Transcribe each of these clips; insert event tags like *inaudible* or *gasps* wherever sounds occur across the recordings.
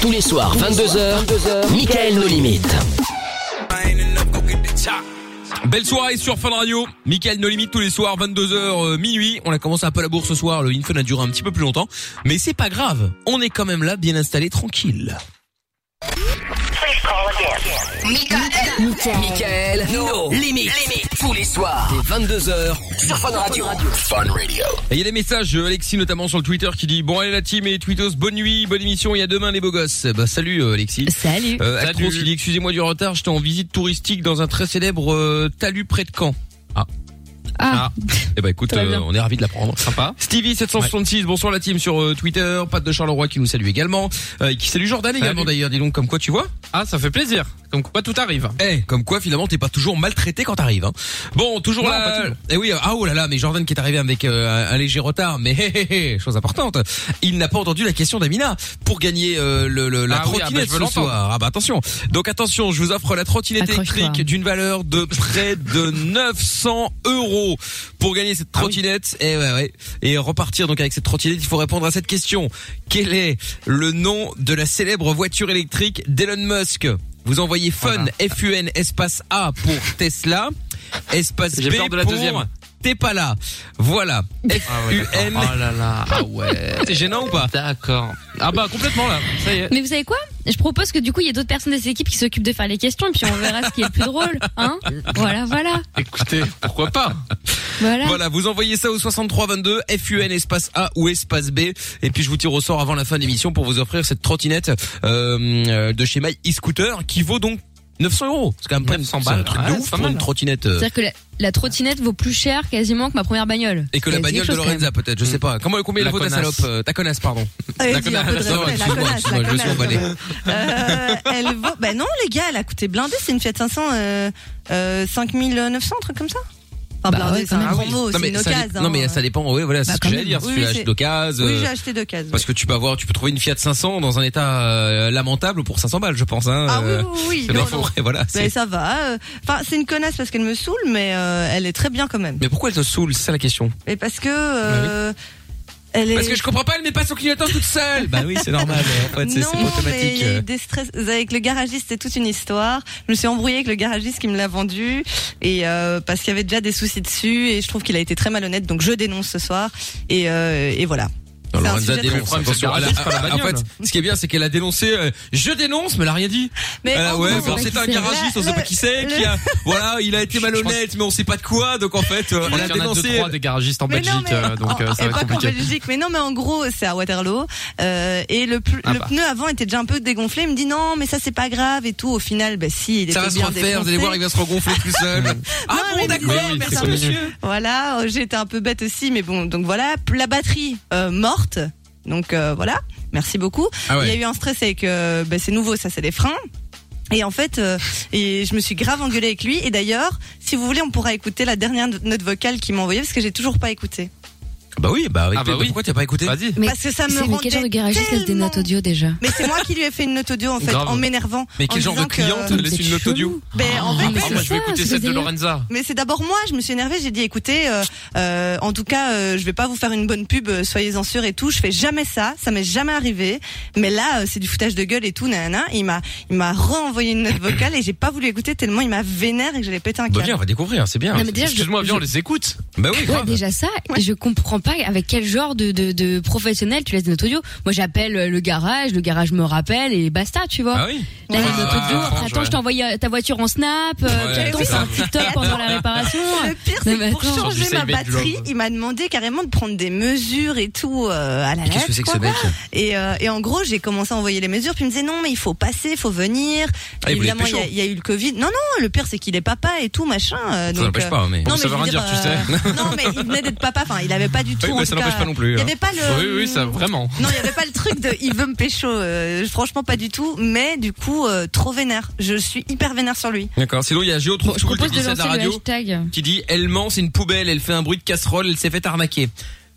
Tous les soirs, 22h, 22h Michael nos limites. Belle soirée sur Fun Radio. Michael No Limite tous les soirs, 22h, euh, minuit. On a commencé un peu la bourse ce soir. Le Infun a duré un petit peu plus longtemps. Mais c'est pas grave. On est quand même là, bien installé, tranquille. Michael, Michael nos limites. Tous les soirs, dès 22h sur Fun Radio. Fun Radio. Et Il y a des messages, euh, Alexis notamment sur le Twitter qui dit Bon allez la team et Twittos, bonne nuit, bonne émission, il y a demain les beaux gosses. Bah salut euh, Alexis. Salut. Euh, Actros qui dit Excusez-moi du retard, j'étais en visite touristique dans un très célèbre euh, talus près de Caen. Ah. Ah. Eh bah écoute, Ça va euh, bien. on est ravis de l'apprendre. Sympa. Stevie766, bonsoir la team sur euh, Twitter. Pat de Charleroi qui nous salue également. Euh, qui salue Jordan également d'ailleurs, dis donc comme quoi tu vois. Ah, ça fait plaisir. Comme quoi tout arrive. Eh, comme quoi finalement t'es pas toujours maltraité quand t'arrives. Hein. Bon, toujours Non, pas là. toujours. Eh oui, ah oh là là, mais Jordan qui est arrivé avec euh, un, un léger retard, mais hé, hé, hé, chose importante, il n'a pas entendu la question d'Amina pour gagner euh, le, le- la Ah oui, ah bah, trottinette je veux ce l'entendre. soir. Ah bah attention. Donc attention, je vous offre la trottinette Accroche-toi. électrique d'une valeur de près de 900 euros pour gagner cette trottinette. Et ouais, ouais. Et repartir donc avec cette trottinette, il faut répondre à cette question. Quel est le nom de la célèbre voiture électrique d'Elon Musk Vous envoyez fun FUN espace A pour Tesla, espace J'ai B peur de la pour deuxième. Ah T'es pas là. Voilà. FUN. Oh là là. Ah ouais. C'est gênant ou pas D'accord. Ah bah complètement là. Ça y est. Mais vous savez quoi Je propose que du coup, il y ait d'autres personnes de cette équipe qui s'occupent de faire les questions, et puis on verra ce qui est le plus drôle, hein Voilà, voilà, Écoutez, pourquoi pas voilà. Voilà, vous envoyez ça au 6322 FUN espace A ou espace B et puis je vous tire au sort avant la fin de l'émission pour vous offrir cette trottinette euh, euh, de chez My e-scooter qui vaut donc 900 euros. C'est quand même pas 900 c'est un balles. truc Ouais, de ouf c'est pas pour mal. une trottinette. euh, C'est-à-dire que la, la trottinette vaut plus cher quasiment que ma première bagnole. Et que la Ça dit bagnole quelque de chose, quand même. Lorenza peut-être, je sais pas. Comment combien Mm. La elle vaut ta connasse. salope, euh, ta *laughs* connasse pardon. Euh, La dis un peu de connasse, respect, la excuse-moi, connasse, excuse-moi, la je suis connasse. emballé. Euh, elle vaut... Ben non, les gars, elle a coûté blindé, c'est une Fiat 500, euh, euh, 5900, un truc comme ça. Enfin, Bah blindé, ouais, Ah, c'est quand un même. grand mot, Ah non c'est mais, une ça, occasion. hein. dé- non, mais ça dépend. Oui, voilà, c'est Bah, ce que quand j'allais même. dire. Si Oui, tu oui, achètes c'est- d'occasion, Oui, euh, j'ai acheté d'occasion. parce que tu peux avoir, tu peux trouver une Fiat 500 dans un état euh, lamentable pour 500 balles, je pense. Hein, Ah oui, euh, oui, oui. c'est non, pas non. vrai, *laughs* voilà. Mais c'est- ça va. euh. Enfin, c'est une connasse parce qu'elle me saoule, mais euh, elle est très bien quand même. Mais pourquoi elle te saoule C'est ça la question. Et parce que. euh, Bah Elle est... Parce que je comprends pas, elle met pas son clignotant toute seule. Bah oui, c'est normal. En fait, c'est non, c'est mais automatique. il y a euh. eu des stress avec le garagiste, c'est toute une histoire. Je me suis embrouillée avec le garagiste qui me l'a vendu et euh, parce qu'il y avait déjà des soucis dessus et je trouve qu'il a été très malhonnête, donc je dénonce ce soir et, euh, et voilà. Non, C'est un Lorenza sujet très dénonce. grave. attention, elle a- C'est pas la en bagnole. fait, ce qui est bien, c'est qu'elle a dénoncé. euh, je dénonce, mais elle a rien dit. Mais Euh, en ouais, gros, bon, sait c'est pas un qui c'est. garagiste, on sait Le- pas qui c'est. Qui le- a, voilà, il a été malhonnête, mais on sait pas de quoi. Donc en fait, euh, on Il y l'a en a deux, dénoncé. trois des garagistes en Mais Belgique, non, mais- euh, donc euh, Oh, ça et va pas être qu'en compliqué. Belgique, mais non, mais en gros, c'est à Waterloo. euh, et le, pl- Ah le bah. pneu avant était déjà un peu dégonflé. Il me dit non, mais ça c'est pas grave et tout. Au final, ben si, il était Ça va se bien refaire, vous allez voir, il défoncé. va se regonfler tout seul. ah Non, bon, mais d'accord, oui, oui, merci c'est comme monsieur. Voilà, euh, j'étais un peu bête aussi, mais bon, donc voilà, P- la batterie euh, morte. Donc euh, voilà, merci beaucoup. Il y Ah a ouais. eu un stress avec, euh, ben, c'est nouveau, ça c'est les freins. Et en fait, euh, et je me suis grave engueulée avec lui. Et d'ailleurs, si vous voulez, on pourra écouter la dernière note vocale qu'il m'a envoyée parce que j'ai toujours pas écouté. Bah oui, bah avec Ah bah toi, oui. pourquoi t'as pas écouté Vas-y. Mais parce que ça me C'est mais rendait quel genre de garagiste laisse des tellement- notes audio déjà Mais c'est moi qui lui ai fait une note audio en fait, Grave. en m'énervant. Mais en quel genre de disant que- client te laisse une note audio Ben, en fait, Ah, mais Ah, c'est moi je vais ça, écouter c'est celle de délire. Lorenza. Mais c'est d'abord moi, je me suis énervée, j'ai dit écoutez, euh, euh, en tout cas, euh, je vais pas vous faire une bonne pub, euh, soyez-en sûrs et tout, je fais jamais ça, ça m'est jamais arrivé, mais là, euh, c'est du foutage de gueule et tout, nanana, il m'a il m'a renvoyé une note vocale et j'ai pas voulu écouter tellement il m'a vénère et que j'allais péter un Bah câble. viens, on va découvrir, c'est bien. Non, mais déjà, je- hein, Excuse-moi, viens, on je- les écoute. Bah oui, Ouais, grave. déjà ça, et je comprends pas avec quel genre de, de, de professionnel tu laisses des notes audio. Moi, j'appelle euh, le garage, le garage me rappelle et basta, tu vois. Ah oui. Là, les Ouais, notes audio, ouais, ouais, après, franche, attends, je ouais. t'envoie euh, ta voiture en snap, euh, Ouais, attends, c'est c'est ça. un TikTok pendant la réparation. Ah, *laughs* Le pire, c'est Non, mais que pour attends. changer Sur du ma save it, batterie, love. il m'a demandé carrément de prendre des mesures et tout euh, à la Qu'est-ce que lettre, c'est que quoi. ce mec Et, euh, et en gros, j'ai commencé à envoyer les mesures, puis il me disait non, mais il faut passer, il faut venir. Ah, il voulait Évidemment, il y, a- pécho. il y a eu le Covid. Non, non, le pire, c'est qu'il est papa et tout, machin. euh, Ça donc, n'empêche euh, pas, mais. Ça non, veut mais je veux rien dire, euh, non, mais il venait d'être papa, enfin, il avait pas du tout. Oui, en bah, ça tout cas, n'empêche pas non plus. Il y hein. avait pas le. Ah, Oui, oui, ça vraiment. Non, il n'y avait pas le truc de il veut me pécho. euh, franchement, pas du tout. Mais du coup, euh, trop vénère. Je suis hyper vénère sur lui. D'accord. Sinon, il y a Géo Bon, Trouve je Cool qui propose dit de ça de lancer la le radio, hashtag. qui dit elle ment, c'est une poubelle, elle fait un bruit de casserole, elle s'est fait arnaquer.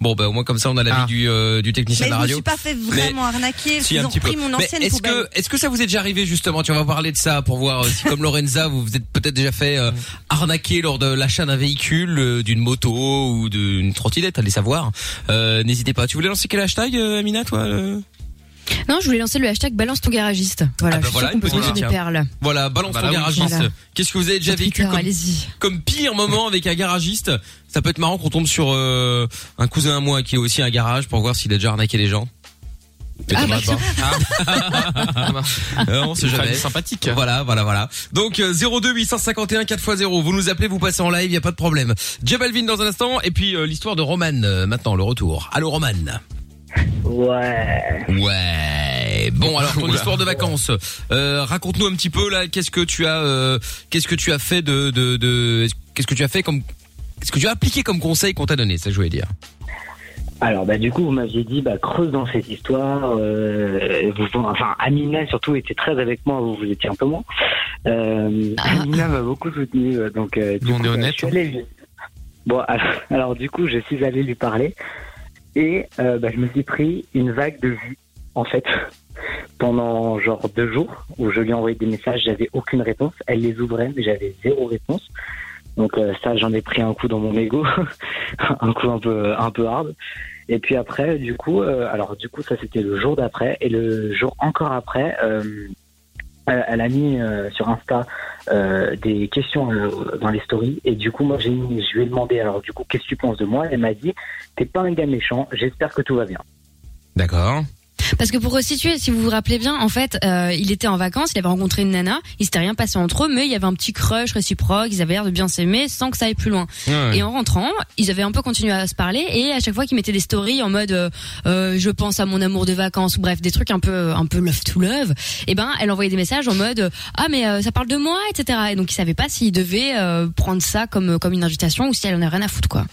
Bon, bah au moins comme ça, on a l'avis Ah. du euh, du technicien Mais je de la me radio. suis pas fait vraiment arnaquer. Si, Ils un ont petit peu. pris mon Mais ancienne est-ce poubelle. que est-ce que ça vous est déjà arrivé justement Tu on va parler de ça pour voir euh, si comme Lorenza, vous vous êtes peut-être déjà fait euh, arnaquer lors de l'achat d'un véhicule, euh, d'une moto ou d'une trottinette, allez savoir. Euh, N'hésitez pas. Tu voulais lancer quel hashtag, euh, Amina, toi euh Non, je voulais lancer le hashtag balance ton garagiste. Voilà, Ah bah je suis voilà, sûre une qu'on peut bonne trouver idée, des tiens. perles. Voilà, balance Bah ton là, oui. garagiste. Voilà. Qu'est-ce que vous avez déjà vécu Twitter, comme, allez-y. comme pire moment avec un garagiste Ça peut être marrant qu'on tombe sur euh, un cousin à moi qui a aussi un garage pour voir s'il a déjà arnaqué les gens. Ah, Étonnant, bah, pas. *laughs* Euh, on sait Une famille jamais. sympathique. Voilà, voilà, voilà. Donc euh, 02 851 4x0. Vous nous appelez, vous passez en live, y a pas de problème. Jabalvin dans un instant et puis euh, l'histoire de Roman euh, maintenant le retour. Allô Roman. Ouais. Ouais. Bon alors *laughs* ton Oula. histoire de vacances. Euh, raconte-nous un petit peu là, qu'est-ce que tu as euh, qu'est-ce que tu as fait de de, de qu'est-ce que tu as fait comme ce que tu as appliqué comme conseil qu'on t'a donné, ça je voulais dire. Alors bah du coup vous m'aviez dit bah creuse dans cette histoire. euh, vous- enfin Amina surtout était très avec moi, vous vous étiez un peu moins. Euh, Amina m'a beaucoup soutenu euh, donc. euh, du Nous, on coup, est bah, honnête, je suis allé lui- Bon alors, alors, du coup je suis allé lui parler et euh, bah, je me suis pris une vague de vues en fait *laughs* pendant genre deux jours où je lui ai envoyé des messages, j'avais aucune réponse. Elle les ouvrait mais j'avais zéro réponse. Donc euh, ça j'en ai pris un coup dans mon ego, *laughs* un coup un peu un peu hard. Et puis après, du coup, euh, alors du coup, ça c'était le jour d'après. Et le jour encore après, euh, euh, elle a mis euh, sur Insta euh, des questions euh, dans les stories. Et du coup, moi, j'ai mis, je lui ai demandé, alors du coup, qu'est-ce que tu penses de moi Elle m'a dit, t'es pas un gars méchant, j'espère que tout va bien. D'accord. Parce que pour resituer, si vous vous rappelez bien, en fait, euh, il était en vacances, il avait rencontré une nana, il s'était rien passé entre eux, mais il y avait un petit crush réciproque, ils avaient l'air de bien s'aimer sans que ça aille plus loin. Et en rentrant, ils avaient un peu continué à se parler et à chaque fois qu'ils mettaient des stories en mode euh, euh, je pense à mon amour de vacances ou bref des trucs un peu un peu love to love, et ben elle envoyait des messages en mode euh, ah mais euh, ça parle de moi etc. Et donc ils savaient pas s'ils devaient euh, prendre ça comme comme une invitation ou si elle en a rien à foutre quoi.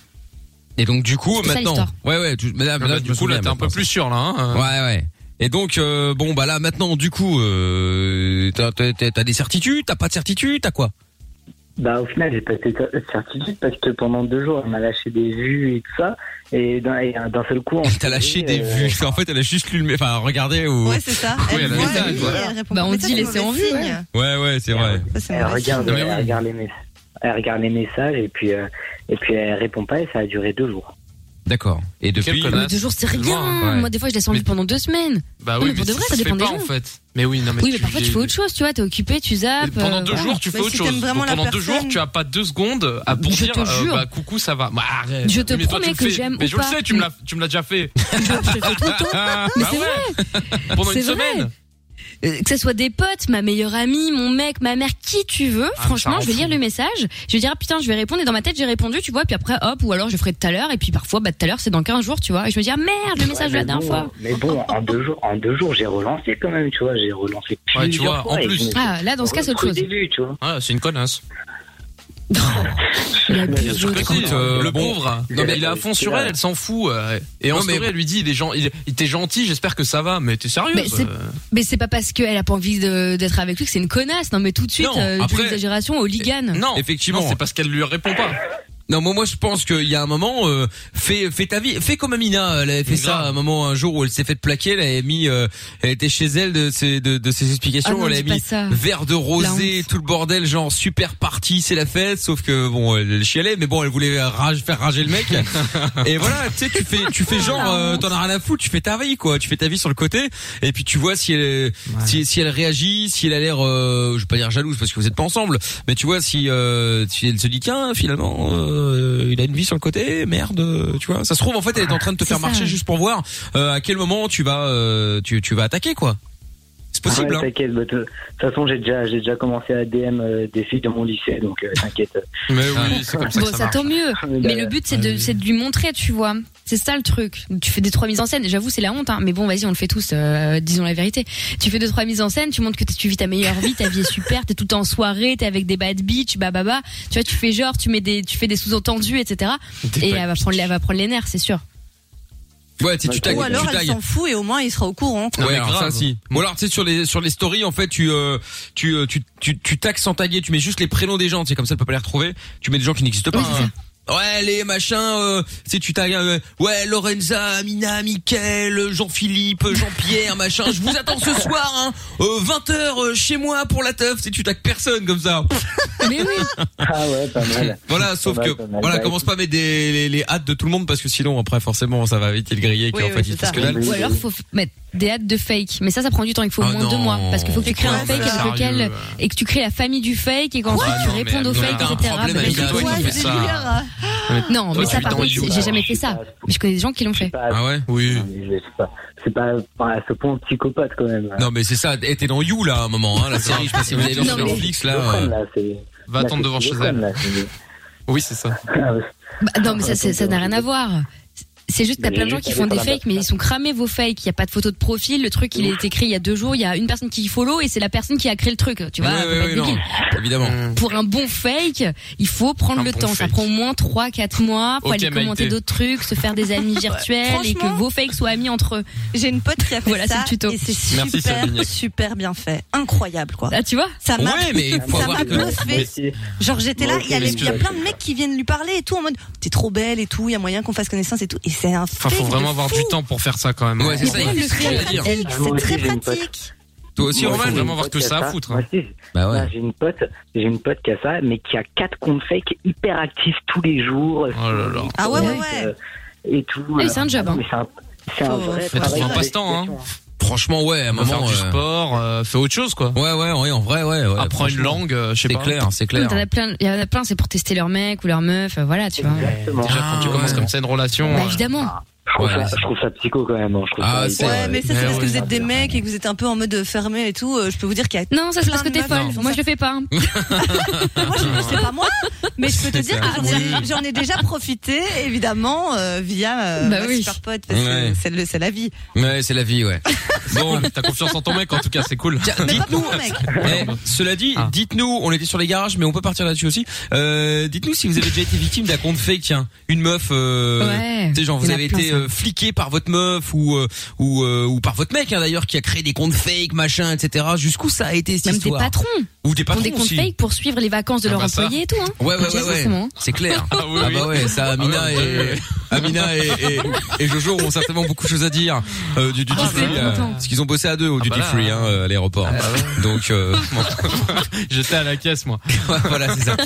Et donc du coup C'est ça, maintenant l'histoire. Ouais ouais, tu- mais là, Là, là, je du me coup, là, souviens t'es un maintenant. peu plus sûr, là. hein. Ouais, ouais. Et donc, euh, bon, bah là, maintenant, du coup, euh, t'as- t'as t'as des certitudes, t'as pas de certitudes, t'as quoi Bah au final, j'ai pas été certitude parce que pendant deux jours, elle m'a lâché des vues et tout ça. Et d'un et euh, d'un seul coup, on s'est T'as lâché dit, des euh, vues. En fait, elle a juste lu le. Enfin, regardez ou. Ouais, c'est ça. Oui, elle Elle a voit, des tags, elle lit, voilà. elle répond. Bah, on Mais ça, dit c'est laissez mauvais en vue, signe. ouais. Ouais, ouais, c'est vrai. Ça, c'est Elle mauvais regarde, signe. mais elle oui. regarde les messages. Elle regarde les messages et puis euh, et puis elle répond pas et ça a duré deux jours. D'accord. Et depuis. Quel Mais connard. deux jours c'est c'est rien. loin, ouais. Moi des fois je laisse en Mais- vue pendant deux semaines. Bah Non, oui, mais pour de ça vrai, se ça fait dépend des pas, gens. en fait. Mais oui, non, mais oui mais parfois tu fais les- autre chose tu vois t'es occupé tu zappes. Et Pendant euh, deux voilà. jours, tu fais Mais autre si chose. t'aimes vraiment Donc, la pendant deux personne- jours, tu as pas deux secondes à pour Je dire te euh, jure. bah coucou, ça va. Bah, arrête. Je te mais toi, promets tu le que fais. j'aime Mais ou je le pas. sais, tu me l'as, tu me l'as déjà fait. *laughs* Je- je fais tout le temps. Mais *laughs* Bah c'est vrai. Pendant une C'est vrai. semaine. Euh, que ça soit des potes, ma meilleure amie, mon mec, ma mère, qui tu veux, Ah, ça franchement, rend je vais fou. lire le message, je vais dire ah, putain, je vais répondre et dans ma tête, j'ai répondu, tu vois, puis après hop ou alors je ferai tout à l'heure et puis parfois bah tout à l'heure, c'est dans 15 jours, tu vois. Et je me dis ah merde, le message de Ouais, la mais bon, hein. dernière fois. Mais bon, en deux jours, en deux jours, j'ai relancé quand même, tu vois, j'ai relancé plusieurs Ouais, tu vois, fois en et plus. je me suis Ah, là dans ce cas, c'est autre au chose. début, tu vois. Ah, c'est une connasse. *laughs* Il a Bien plus sûr que d'autres. si. euh, le bon, pauvre. il Non, est mais là, il est à fond il est sur là. elle, elle s'en fout. euh, Et en Non, mais- story, elle lui dit, les gens, il, il- t'es gentil, j'espère que ça va, mais t'es euh. sérieux. Mais c'est- Mais c'est pas parce qu'elle a pas envie de- d'être avec lui que c'est une connasse. Non mais tout de suite, Non, euh, après- de l'exagération au ligane. Non, Effectivement. Non, c'est parce qu'elle lui répond pas. Non, moi, moi, je pense qu'il y a un moment, euh, fais, fais ta vie, fais comme Amina. Elle avait fait Mais ça grave. à un moment, un jour où elle s'est fait plaquer. Elle avait mis, euh, elle était chez elle de ses, de, de ses Ah explications. non, elle dis avait pas mis ça. verre de La rosé, honte. tout le bordel, genre super parti, c'est la fête. Sauf que bon, elle chialait, mais bon, elle voulait rage, faire rager *laughs* le mec. et voilà, tu sais, tu fais, tu fais genre, euh, t'en as rien à foutre, tu fais ta vie, quoi. Tu fais ta vie sur le côté, et puis tu vois si elle, si, si elle réagit, si elle a l'air, euh, je vais pas dire jalouse parce que vous êtes pas ensemble, mais tu vois si, euh, si elle se dit tiens, finalement, euh, il a une vie sur le côté, merde, euh, tu vois. Ça se trouve en fait, elle est en train de te C'est faire ça. marcher juste pour voir euh, à quel moment tu vas, euh, tu, tu vas attaquer, quoi. C'est possible. Ouais, hein. t'inquiète, bah, de de toute façon, j'ai déjà, j'ai déjà commencé à DM euh, des filles de mon lycée, donc euh, t'inquiète. Mais oui, c'est comme ça Bon, que ça ça marche. tant mieux. Mais le but, c'est de, oui. c'est de lui montrer, tu vois. C'est ça le truc. Tu fais deux trois mises en scène. Et J'avoue, c'est la honte, hein. Mais bon, vas-y, on le fait tous. euh, disons la vérité. Tu fais deux trois mises en scène. Tu montres que t'as- tu vis ta meilleure vie, ta vie est super. T'es tout le temps en soirée, t'es avec des bad bitch, bah bah bah. Tu vois, tu fais genre, tu mets des, tu fais des sous-entendus, etc. Et elle va prendre, elle va prendre les nerfs, c'est sûr. Ouais, tu, tu tagues, Ou alors tu elle tagues. s'en fout et au moins il sera au courant. quoi. Non, ouais, mais alors grave. ça si. Ou alors tu sais sur les sur les stories en fait tu euh, tu, euh, tu tu tu taxes sans taguer, tu mets juste les prénoms des gens, tu sais comme ça tu peux pas les retrouver. Tu mets des gens qui n'existent pas. Oui, c'est hein. Ouais, les machins euh, tu sais tu tagues euh, ouais, Lorenza, Amina, Mickaël, Jean-Philippe, Jean-Pierre, machin. Je Euh, vous attends ce soir hein, 20h chez moi pour la teuf, tu sais, tu tagues personne comme ça. Mais oui. Ah ouais, pas mal. *laughs* Voilà, sauf Pas mal, que pas mal. voilà, Bah, commence pas à mettre des, les, les hâtes de tout le monde parce que sinon après forcément ça va vite le griller et Oui, qu'en oui, fait c'est il ça. fasse que dalle. Ou alors faut f- mettre des hâtes de fake, mais ça ça prend du temps, il faut au Ah moins non. deux mois parce qu'il faut que tu crées un Ouais, fake c'est avec lequel sérieux. et que tu crées la famille du fake et qu'ensuite Ah tu non, mais réponds au Abdel, fake, t'as un etc. problème Bah, avec c'est la toi famille Quoi, qui ce fait délire ça. euh, Non, mais Toi, ça tu par t'en contre, joues, c'est- j'ai jamais fait ça. Mais Je connais des gens qui l'ont fait. Bah, pas- Ah ouais Oui. mais C'est pas, c'est pas, pas à ce point psychopathe quand même. Non mais c'est ça, et t'es dans You là à un moment, hein, la série, je sais pas si vous avez vu Non, sur mais- Netflix C'est là. schizophrène, euh, là, c'est- Va là, attendre c'est devant chez schizophrène, elle. là, c'est- Oui, c'est *laughs* ça. Ah ouais. Bah, non, mais ça, c'est- ça n'a rien à voir. C'est juste que t'as Mais plein de j'ai gens qui juste font allé des par la fakes, mais ils sont cramés vos fakes. Il y a pas de photo de profil. Le truc, il est écrit il y a deux jours. Il y a une personne qui follow et c'est la personne qui a créé le truc. Tu vois, ouais, faut ouais, pas ouais, être non, débile. évidemment. Pour un bon fake, il faut prendre Un le bon temps. Ça fake. prend au moins 3-4 mois. Faut Ok, aller commenter Maïté. d'autres trucs, se faire *laughs* des amis virtuels et que Franchement. vos fakes soient amis entre eux. J'ai une pote qui a fait Voilà, c'est ça le tuto. et c'est Merci, Sabine. super, super bien fait, incroyable quoi. Ah, tu vois Ça m'a Ouais, mais faut ça avoir m'a que- bluffé. Si, Genre j'étais là, Ok, il y, a les- il y a mais- plein de mecs qui viennent lui parler et tout en mode t'es trop belle et tout, il y a moyen qu'on fasse connaissance et tout. Et c'est un Enfin, faut fake de vraiment avoir fou. du temps pour faire ça quand même. Ouais, c'est ça, Mais elle il le faut se fait, le dire. Ah Pratique, Moi C'est aussi, très j'ai une pote. pratique. Toi aussi, Moi, Roman faut j'ai une vraiment voir pote que qui a ça à foutre, hein. Moi aussi, Bah Là, j'ai une pote, j'ai une pote qui a ça, mais qui a quatre comptes fake hyper actifs tous les jours. Oh là là. Ah ouais, ouais, Euh, ouais. et tout. Ah oui, euh, c'est un job, hein. mais c'est un, c'est un Faut- vrai faut travail trouver un de passe-temps, hein. vérification, Franchement, ouais, à un Va faire moment. du euh, sport, euh, fais autre chose quoi. Ouais, ouais, ouais, en vrai, ouais. ouais, Apprends une franchement, langue, euh, je sais C'est pas. clair, c'est clair. T'en as plein, il y en a plein, c'est pour tester leur mec ou leur meuf, euh, voilà, tu vois. Exactement. Déjà quand tu Ah, commences ouais. Ah, comme ça une relation. Bah, euh, évidemment. Je trouve, Ouais, ça, c'est- je trouve ça psycho quand même. hein. Je trouve Ah, ça c'est- hyper- Ouais, mais ça Mais c'est parce ouais. que vous êtes des mecs et que vous êtes un peu en mode fermé et tout. euh, Je peux vous dire qu'il y a. Non, ça c'est Plein parce que de t'es meufs folle. font Moi, ça. je le fais pas. hein. Moi, je sais pas moi, mais je peux te C'est dire ça. que j'en ai- j'en ai déjà profité, évidemment, euh, via euh, Bah ma oui. super pote, parce Ouais. que c'est le- c'est la vie. Ouais, *laughs* c'est la vie, ouais. Bon, t'as confiance en ton mec en tout cas, c'est cool. *laughs* Tiens, Mais pas dites-nous. pour mon mec. Eh, cela dit, Ah. dites-nous, on était sur les garages, mais on peut partir là-dessus aussi. Euh, dites-nous si vous avez déjà été victime d'un compte fake, tiens, une meuf. Euh, Ouais. tu sais, genre Il y vous en a avez plein, été ça. euh, fliqué par votre meuf ou euh, ou euh, ou par votre mec hein, d'ailleurs qui a créé des comptes fake, machin, etc. Jusqu'où ça a été cette Même des histoire patrons. Ou des Pour patrons des comptes aussi. fake pour suivre les vacances de Ah leurs bah ça. employés et tout. Hein. Ouais, ouais, ouais, Exactement. ouais. *laughs* C'est clair. Ah, oui, bah ouais, ça, Amina Ah ouais, et, ouais. Amina et, et, et Jojo ont certainement beaucoup de choses à dire, euh, du duty Ah, free, c'est euh, content. parce qu'ils ont bossé à deux au Ah, duty bah là, free, hein, hein. euh, à l'aéroport. *laughs* Donc, euh, J'étais à la caisse *laughs* moi. voilà, c'est ça.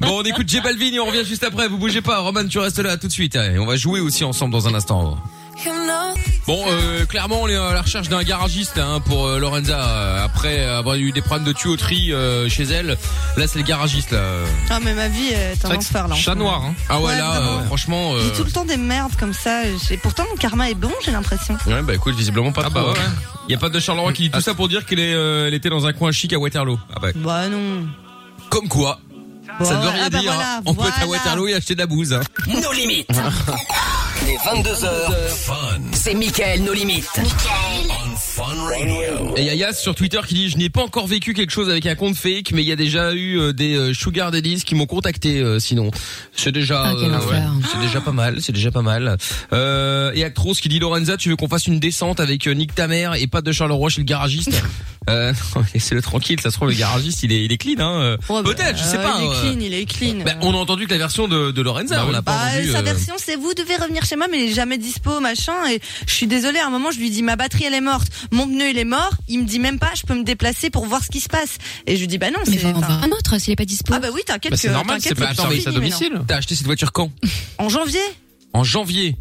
Bon, on écoute J Balvin et on revient juste après. Vous bougez pas. Roman, tu restes là tout de suite. hein, Et on va jouer aussi ensemble dans un instant. Bon, euh, clairement, on est à la recherche d'un garagiste hein, pour euh, Lorenza. euh, Après avoir eu des problèmes de tuyauterie euh, chez elle, là, c'est le garagiste. Là. Ah, mais ma vie est un C'est vrai que enfer là. en Chat ce moment. noir. Hein. Ah ouais, Ouais, là, vraiment. euh, franchement... euh, J'ai tout le temps des merdes comme ça. j'ai- Pourtant, mon karma est bon, j'ai l'impression. Ouais, bah écoute, visiblement pas Ah trop. bah ouais. Il y a pas de Charleroi qui dit tout ça pour dire qu'elle est, euh, elle était dans un coin chic à Waterloo. Ah bah. Bah non. Comme quoi, ça ne veut Bon, rien ah bah dire. voilà, hein. On peut être à voilà. Waterloo et acheter de la bouse. hein. Nos limites. Les 22h. C'est Mickaël, nos limites. *laughs* Et Yaya sur Twitter qui dit je n'ai pas encore vécu quelque chose avec un compte fake, mais il y a déjà eu euh, des euh, sugar daddies qui m'ont contacté. euh, sinon, c'est déjà, euh, Ah, quel enfer. c'est déjà pas mal, c'est déjà pas mal. Euh, et Actros qui dit Lorenza, tu veux qu'on fasse une descente avec euh, Nick ta mère et pas de Charleroi chez le *laughs* garagiste euh, Laissez-le tranquille, ça se trouve le garagiste il est, il est clean. Hein. euh. Ouais, bah, Peut-être, je sais euh, pas. Il euh, est clean, il est clean. euh. Bah, on a entendu que la version de, de Lorenza, Bah on oui. n'a pas Bah, entendu. sa euh, version, c'est vous devez revenir chez moi, mais il est jamais dispo, machin. Et je suis désolée, à un moment, je lui dis ma batterie, elle est morte, mon pneu, il est mort. Il me dit même pas, je peux me déplacer pour voir ce qui se passe. Et je lui dis bah non, Mais c'est. enfin, enfin, un autre s'il est pas dispo. Ah bah oui, t'inquiète. Bah, c'est que- normal, t'inquiète, c'est pas que attends, mais fini, service à mais non. domicile. T'as acheté cette voiture quand En janvier. En janvier.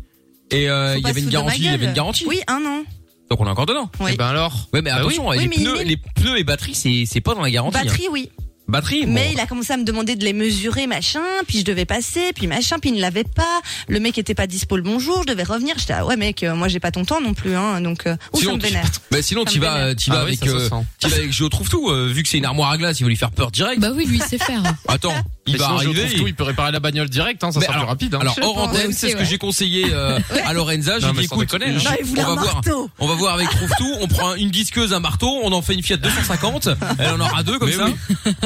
Et euh, faut il y pas avait se foutre de ma une garantie, il y avait gueule. une garantie. Oui, un an. Donc on est encore dedans. Oui. Et ben alors. Ouais, mais Bah attention, hein, oui. les, Oui, mais pneus, il- les pneus et batteries, c'est c'est pas dans la garantie. hein. Batterie, oui. Batterie, bon. Mais il a commencé à me demander de les mesurer, machin, puis je devais passer, puis machin, puis il ne l'avait pas. Le mec était pas dispo le bonjour, je devais revenir. J'étais, ah ouais, mec, euh, moi j'ai pas ton temps non plus, hein, donc, euh, ouh, ça Sinon, me tu- vénère. *laughs* Bah, sinon Ça tu me vas, vénère. euh, tu vas Ah oui, avec, ça se euh, sent. tu vas avec je trouve tout. euh, vu que c'est une armoire à glace, il va lui faire peur direct. Bah oui, lui, il sait faire. Attends, Ah. il Mais va sinon, je arriver. trouve tout, il peut réparer la bagnole direct, hein, ça Mais sera plus rapide. Hein. Alors Je hors pense antenne, aussi, c'est ce que ouais. j'ai conseillé *laughs* euh, à Lorenza. J'ai Non, dit mais sans écoute, déconner, hein. je- Non, il voulait on va un voir, marteau. on va voir avec trouve tout. On prend une disqueuse, un marteau, on en fait une Fiat 250. Elle en aura deux comme Mais ça.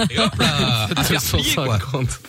Et hop *laughs* là, à se faire plier, quoi. 250.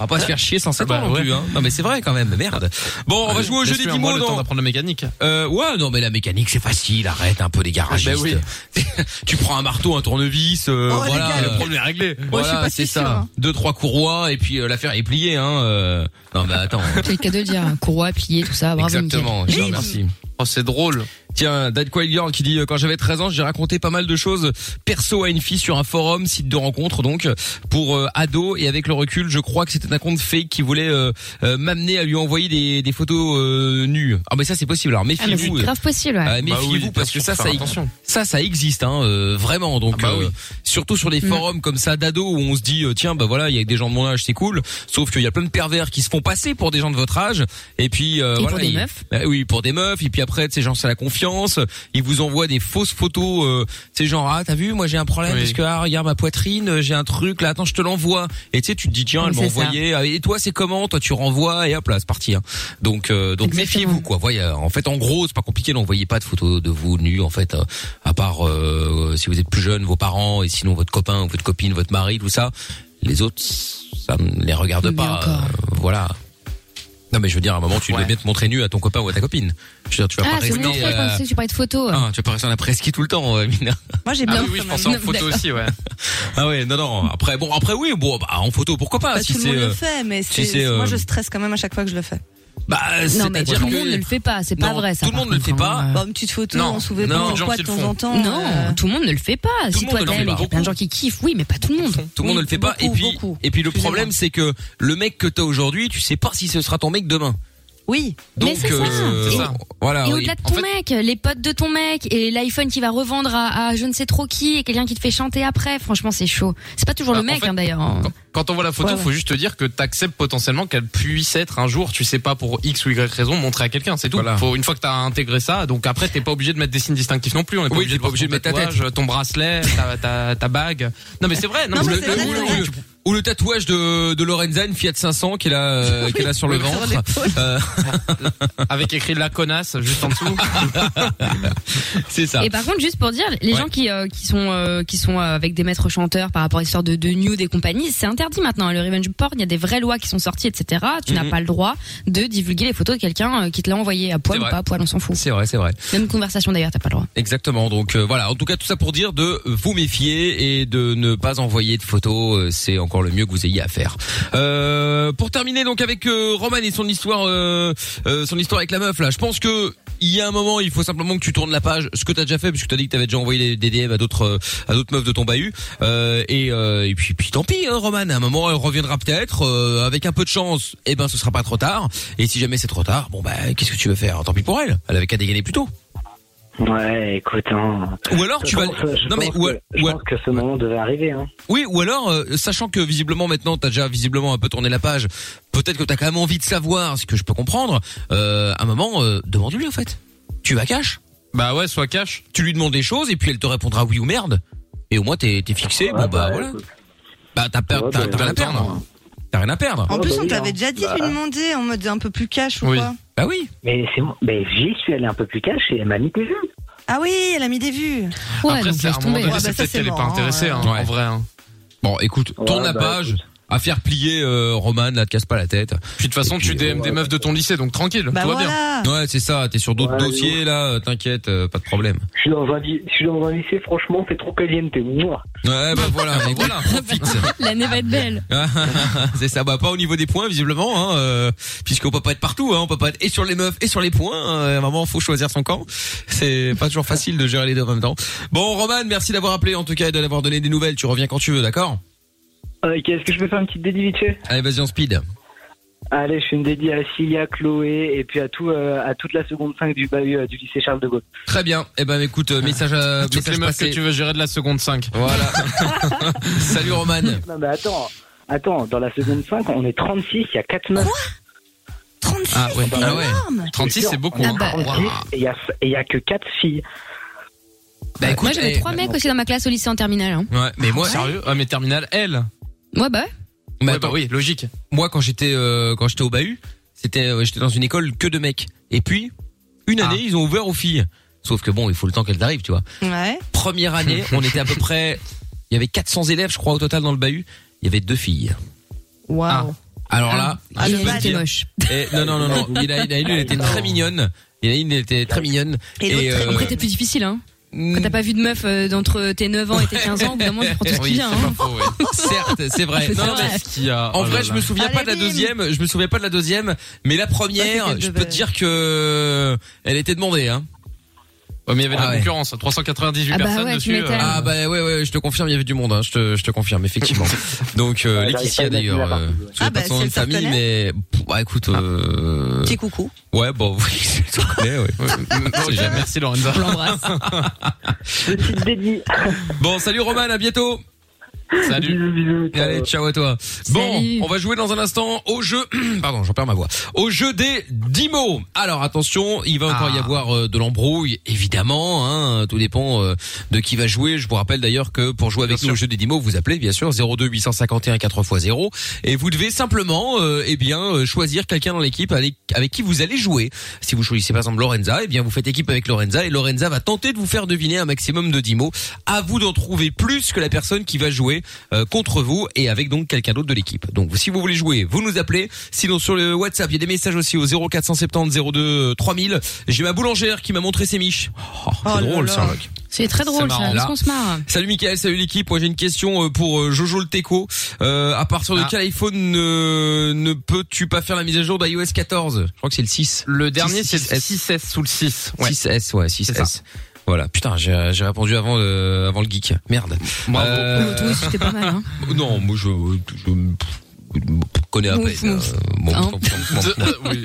On va pas se faire chier sans ça Bah, non ouais. plus. Hein. Non mais c'est vrai quand même. Merde. Bon, on va Allez, jouer au jeu des laisse-lui un 10 mois mots le temps dans. d'apprendre la mécanique. Euh, ouais, non mais la mécanique c'est facile. Arrête un peu les garagistes. Ah, bah *laughs* tu prends un marteau, un tournevis. euh, Oh, les voilà. gars, le euh, est réglé. je suis Voilà, pas c'est si sûre, ça. hein. Deux trois courroies et puis euh, l'affaire est pliée. Hein. euh. *laughs* Non mais attends. C'est le cas de le dire. hein. Courroie, plié, tout ça. Bravo, Exactement. Je te Bim. remercie. Oh, c'est drôle. Tiens, Dad Quail Girl qui dit euh, quand j'avais 13 ans, j'ai raconté pas mal de choses perso à une fille sur un forum, site de rencontre donc pour euh, ados et avec le recul, je crois que c'était un compte fake qui voulait euh, euh, m'amener à lui envoyer des, des photos euh, nues. Ah mais ça c'est possible. Alors Ah, mais c'est méfiez-vous. grave possible, ouais. Bah Euh, méfiez-vous oui, bien parce que sûr, ça faut ça faire existe. attention. Ah Ça ça existe hein, euh, vraiment donc bah oui. euh, surtout sur les Mm. forums comme ça d'ados où on se dit euh, tiens bah voilà, il y a des gens de mon âge, c'est cool, sauf qu'il y a plein de pervers qui se font passer pour des gens de votre âge et puis euh, Et voilà, pour des ils- meufs. bah oui, pour des meufs. Et puis après, ces gens, c'est la confiance. Ils vous envoient des fausses photos. Euh, c'est genre, ah, t'as vu, moi j'ai un problème Oui. parce que ah, regarde ma poitrine, euh, j'ai un truc là. Attends, je te l'envoie. Et tu sais, tu te dis tiens, Oui, elle m'a c'est ça. envoyé. Ah, Et toi, c'est comment Toi, tu renvoies et hop là, c'est parti. hein. Donc, euh, donc méfiez-vous quoi. Voyez, euh, en fait, en gros, c'est pas compliqué. N'envoyez pas de photos de vous nus en fait, euh, à part euh, si vous êtes plus jeune, vos parents et sinon votre copain, votre copine, votre mari, tout ça. Les autres, ça ne les regarde pas. euh, voilà. Non mais je veux dire à un moment tu dois bien te montrer nu à ton copain ou à ta copine. Je veux dire tu vas Ah, pas c'est rester mon frère, euh, je pensais que tu parlais de photos. ah, tu vas pas rester en après-ski tout le temps euh, Mina. Moi j'ai bien. Ah oui, je pensais en photo aussi, ouais. Ah ouais, non non, après bon après oui, bon bah, en photo pourquoi pas Bah, si tout le c'est monde le euh, fait, mais si c'est c'est, euh, moi je stresse quand même à chaque fois que je le fais. bah Non, mais tout c'est-à-dire le monde ne que le fait pas, c'est pas Non, vrai ça. tout le par monde ne le contre, fait pas. hein. Bah, une petite photo, Non, on se souvient non, pas de gens quoi qui de le temps font. en temps. Non, euh, tout le monde ne le fait pas. Si monde toi ne le fait t'aimes, pas. il y a plein de gens qui kiffent, oui, mais pas tout le monde. tout le monde ne le fait pas et puis et puis le problème c'est que le mec que t'as aujourd'hui, tu sais pas si ce sera ton mec demain. Oui. Donc mais c'est ça. euh, Et- voilà. et oui. au-delà de En ton fait, mec, les potes de ton mec et l'iPhone qui va revendre à, à je ne sais trop qui et quelqu'un qui te fait chanter après, franchement c'est chaud. C'est pas toujours Bah, le en mec fait, hein, d'ailleurs. Quand on voit la photo, Ouais, ouais. faut juste te dire que t'acceptes potentiellement qu'elle puisse être un jour, tu sais pas pour X ou Y raison, montrée à quelqu'un, c'est tout. Faut, une fois que t'as intégré ça, donc après t'es pas obligé de mettre des signes distinctifs non plus, on est pas Oui, obligé t'es de pas voir obligé ton de mettre ta tatouage, ton bracelet, ta, ta, ta bague. Non mais c'est vrai, non, ou mais le, c'est ou vrai, le- c'est ou vrai. le- ou le tatouage de, de Lorenzane Fiat 500 qu'elle a, euh, qu'elle a sur *laughs* le Oui, sur ventre. l'épaule. Euh, Avec écrit la connasse juste en dessous. *laughs* c'est ça. Et par contre, juste pour dire, les Ouais. gens qui euh, qui sont euh, qui sont euh, avec des maîtres chanteurs par rapport à l'histoire de, de nude et compagnie, c'est interdit maintenant. hein, Le revenge porn, il y a des vraies lois qui sont sorties, etc. Tu n'as Mhm. pas le droit de divulguer les photos de quelqu'un euh, qui te l'a envoyé à poil C'est ou vrai. pas à poil, on s'en fout. C'est vrai, c'est vrai. Même conversation d'ailleurs, t'as pas le droit. Exactement. Donc euh, voilà, en tout cas tout ça pour dire de vous méfier et de ne pas envoyer de photos, euh, c'est encore le mieux que vous ayez à faire. Euh, pour terminer donc avec euh, Roman et son histoire euh, euh, son histoire avec la meuf là, je pense que il y a un moment, il faut simplement que tu tournes la page, ce que t'as déjà fait puisque t'as dit que t'avais déjà envoyé des des DM à d'autres euh, à d'autres meufs de ton bahut Euh, et euh, et puis puis tant pis hein, Roman, à un moment elle reviendra peut-être euh, avec un peu de chance, et ben ce sera pas trop tard et si jamais c'est trop tard, bon bah qu'est-ce que tu veux faire Tant pis pour elle, elle avait qu'à dégainer plus tôt. Ouais, écoute, hein. Ou alors, tu Je vas- pense, je non, mais pense ou- que- je ou- pense que ce moment devait arriver, hein. Oui, ou alors, euh, sachant que visiblement maintenant, t'as déjà visiblement un peu tourné la page, peut-être que t'as quand même envie de savoir, ce que je peux comprendre, euh, à un moment, euh, demande-lui en fait. Tu vas cash Bah ouais, soit cash. Tu lui demandes des choses et puis elle te répondra oui ou merde. Et au moins, t'es t'es fixé, bon bah, voilà. Bah hein. Ah, t'as per- t'as- t'as rien à perdre. T'as rien à perdre. En plus, on t'avait déjà dit de lui demander en mode un peu plus cash ou quoi. Bah oui. Mais c'est moi. Mais j'y suis allé un peu plus cash et elle m'a mis des vues. Ah oui, elle a mis des vues. Après, c'est à un moment donné, bah, Ah, bah, c'est peut-être qu'elle est pas intéressée, hein, en vrai. hein. Bon, écoute, tourne la page. À faire plier euh, Roman, là, te casse pas la tête. Puis de toute façon, tu DM des meufs de ton lycée, donc tranquille, Bah tout va voilà. bien. Ouais, c'est ça, t'es sur d'autres Ouais, dossiers, là, euh, t'inquiète, euh, pas de problème. Je suis dans un, ly- je suis dans un lycée, franchement, c'est trop caliente. Moi. Ouais, bah *laughs* voilà, mais voilà, *laughs* profite. L'année va être belle. Ah, ah, ah, c'est ça, bah pas au niveau des points visiblement, hein, euh, puisqu'on peut pas être partout, hein, on peut pas être et sur les meufs et sur les points. hein, à un moment, faut choisir son camp. C'est pas toujours facile de gérer les deux en même temps. Bon, Roman, merci d'avoir appelé en tout cas et d'avoir donné des nouvelles. Tu reviens quand tu veux, d'accord Ok, est-ce Euh, que je peux faire une petite dédie vite fait Allez, vas-y en speed. Allez, je fais une dédie à Cilia, Chloé et puis à tout, euh, à toute la seconde 5 du bahut, euh, du lycée Charles de Gaulle. Très bien. Eh ben, écoute, euh, message à Toutes message les meufs passé. que tu veux gérer de la seconde 5. *laughs* Voilà. Salut Roman. Non mais attends, attends, dans la seconde 5, on est 36, il y a 4 meufs. Ah ouais. Ah ouais. énorme. 36, c'est beaucoup. On est hein. 36, et il y a- et il y a que 4 filles. Bah écoute, Moi j'avais eh, trois mecs aussi dans ma classe au lycée en terminale. Hein. Ouais, mais moi, Sérieux Ah, mais terminale L. Ouais bah. Mais Ouais, attends. bah oui, logique. moi quand j'étais euh, quand j'étais au bahut, c'était euh, j'étais dans une école que de mecs. Et puis une année, Ah. ils ont ouvert aux filles. Sauf que bon, il faut le temps qu'elles arrivent, tu vois. Ouais. *laughs* Première année, on était à peu près il y avait 400 élèves je crois au total dans le bahut, il y avait deux filles. Ah. Waouh. Alors là, Ah, je le peux bad. te dire- C'était moche. Eh, non non non non, il y en a, il y en a une elle était très mignonne. Il y en a une elle était très mignonne Et l'autre, euh, Mm. après t'es plus difficile hein. Quand t'as pas vu de meuf euh, d'entre tes 9 ans et tes 15 ans, au bout d'un moment tu prends *laughs* tout ce Oui, qui vient. c'est hein. pas faux, ouais. Certes, c'est vrai. C'est Non, vrai. mais- Qu'est-ce En Oh là vrai, je là. me souviens pas de la deuxième. Je me souviens pas de la deuxième, mais la première, je peux te dire que elle était demandée. Hein. Ouais, mais il y avait de la Ah ouais. concurrence, 398 Ah bah personnes ouais, tu dessus. m'étonnes. Ah bah ouais, ouais, je te confirme, il y avait du monde, hein, je, te, je te *laughs* confirme, effectivement. Donc euh, Ouais, Laetitia j'arrive pas à d'ailleurs, imaginer la euh, partie, je ouais. sais Ah bah, pas son si nom de elle se famille, mais reconnaît. pff, bah écoute, Ah. euh... Petit coucou. ouais, bon, *laughs* oui, je le connais, ouais. *laughs* On sait jamais. Merci Lorenzo. Je l'embrasse. ah. Bon, salut Roman, à bientôt. Salut. Allez, ciao à toi. Bon, on va jouer dans un instant au jeu. *clears throat* Pardon, j'en perds ma voix. Au jeu des 10 mots. Alors attention, il va encore y avoir euh, de l'embrouille, évidemment. Hein, tout dépend euh, de qui va jouer. Je vous rappelle d'ailleurs que pour jouer avec nous au jeu des 10 mots, vous appelez bien sûr 02 851 4x0 et vous devez simplement, euh, eh bien, euh, choisir quelqu'un dans l'équipe avec, avec qui vous allez jouer. Si vous choisissez par exemple Lorenza, eh bien vous faites équipe avec Lorenza et Lorenza va tenter de vous faire deviner un maximum de 10 mots. À vous d'en trouver plus que la personne qui va jouer euh, contre vous et avec donc quelqu'un d'autre de l'équipe. Donc si vous voulez jouer, vous nous appelez. Sinon sur le WhatsApp, il y a des messages aussi au 0470 02 3000. J'ai ma boulangère qui m'a montré ses miches. Oh, c'est drôle ça. mec. C'est très drôle, marrant. ça. Est-ce Là. qu'on se marre Salut Mickaël, salut l'équipe. Moi j'ai une question euh, pour euh, Jojo le Teco. Euh, à partir de Ah. quel iPhone euh, ne peux-tu pas faire la mise à jour d'iOS 14 Je crois que c'est le 6. Le dernier, c'est le 6S sous le 6. Ouais. 6S, ouais, 6S. Voilà, putain, j'ai j'ai répondu avant le, avant le geek. Merde. Euh, Toi aussi, c'était pas mal, hein. non, moi je, je, je connais à Ouf, peine. ouf. euh, bon, Hein. bon, bon, *laughs* bon, bon.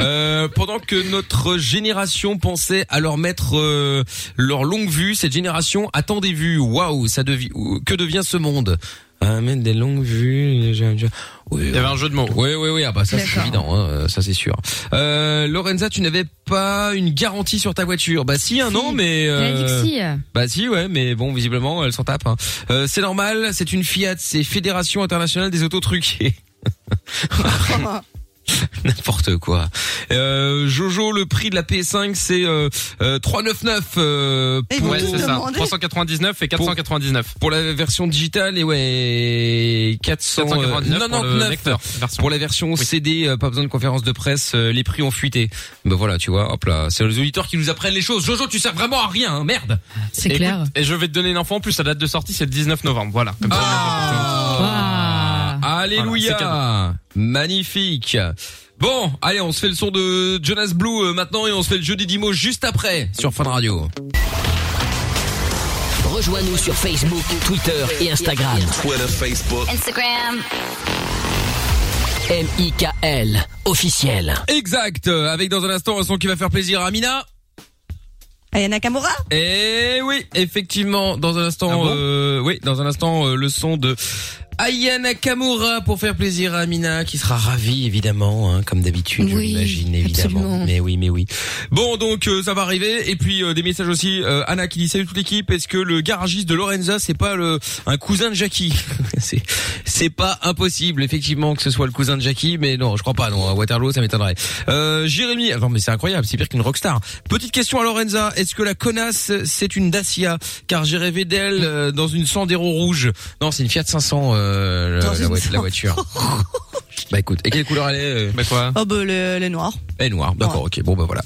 Euh, pendant que notre génération pensait à leur mettre euh, leur longue vue, cette génération attend des vues. Waouh, ça devient que devient ce monde Ah, mettre des longues vues. je- je- Oui, Il y avait un jeu de mots. Oui, oui, oui. Ah bah ça c'est D'accord. évident, hein, euh, ça c'est sûr. Euh, Lorenza, tu n'avais pas une garantie sur ta voiture. Bah si, un an, mais. Elle a dit euh, que si. bah si ouais mais bon visiblement elle s'en tape. hein. Euh, c'est normal, c'est une Fiat, c'est Fédération internationale des autos truqués. *laughs* *laughs* N'importe quoi. Euh, Jojo, le prix de la PS5 c'est euh, euh, 399 euh, pour Ouais, c'est ça. 399 et 499. pour la version digitale et ouais euh, 499 499 pour le lecteur, pour la version CD euh, pas besoin de conférence de presse euh, les prix ont fuité ben voilà tu vois hop là c'est les auditeurs qui nous apprennent les choses Jojo tu sers vraiment à rien hein, merde C'est clair. Et je vais te donner une info en plus, la date de sortie, c'est le 19 novembre. Voilà. Comme ça, Ah, Alléluia Voilà, Magnifique Bon, allez, on se fait le son de Jonas Blue euh, maintenant et on se fait le jeu des 10 mots juste après sur Fun Radio. *laughs* Rejoins-nous sur Facebook, Twitter et Instagram. Twitter, Facebook. Instagram. M-I-K-L, officiel. Exact, euh, avec dans un instant un son qui va faire plaisir à Amina. Ayana Kamura Et oui, effectivement, dans un instant, euh, oui, dans un instant, euh, le son de Ayana Kamura Ah, pour faire plaisir à Amina, qui sera ravie évidemment, hein, comme d'habitude, je Oui, l'imagine évidemment. absolument. Mais oui, mais oui. Bon, donc euh, ça va arriver. Et puis euh, des messages aussi. euh, Anna qui dit salut toute l'équipe. Est-ce que le garagiste de Lorenza c'est pas le un cousin de Jackie *laughs* C'est c'est pas impossible effectivement que ce soit le cousin de Jackie, mais non, je crois pas. Non, à Waterloo ça m'étonnerait. Euh, Jérémy, attends mais c'est incroyable, c'est pire qu'une rockstar. Petite question à Lorenza. Est-ce que la connasse c'est une Dacia Car j'ai rêvé d'elle euh, dans une Sandero rouge. Non, c'est une Fiat 500 euh, la, Dans la une voi- la voiture. bah écoute, et quelle couleur elle est Bah quoi Oh, bah, le, le noir. et noir, d'accord, ok, bon bah voilà.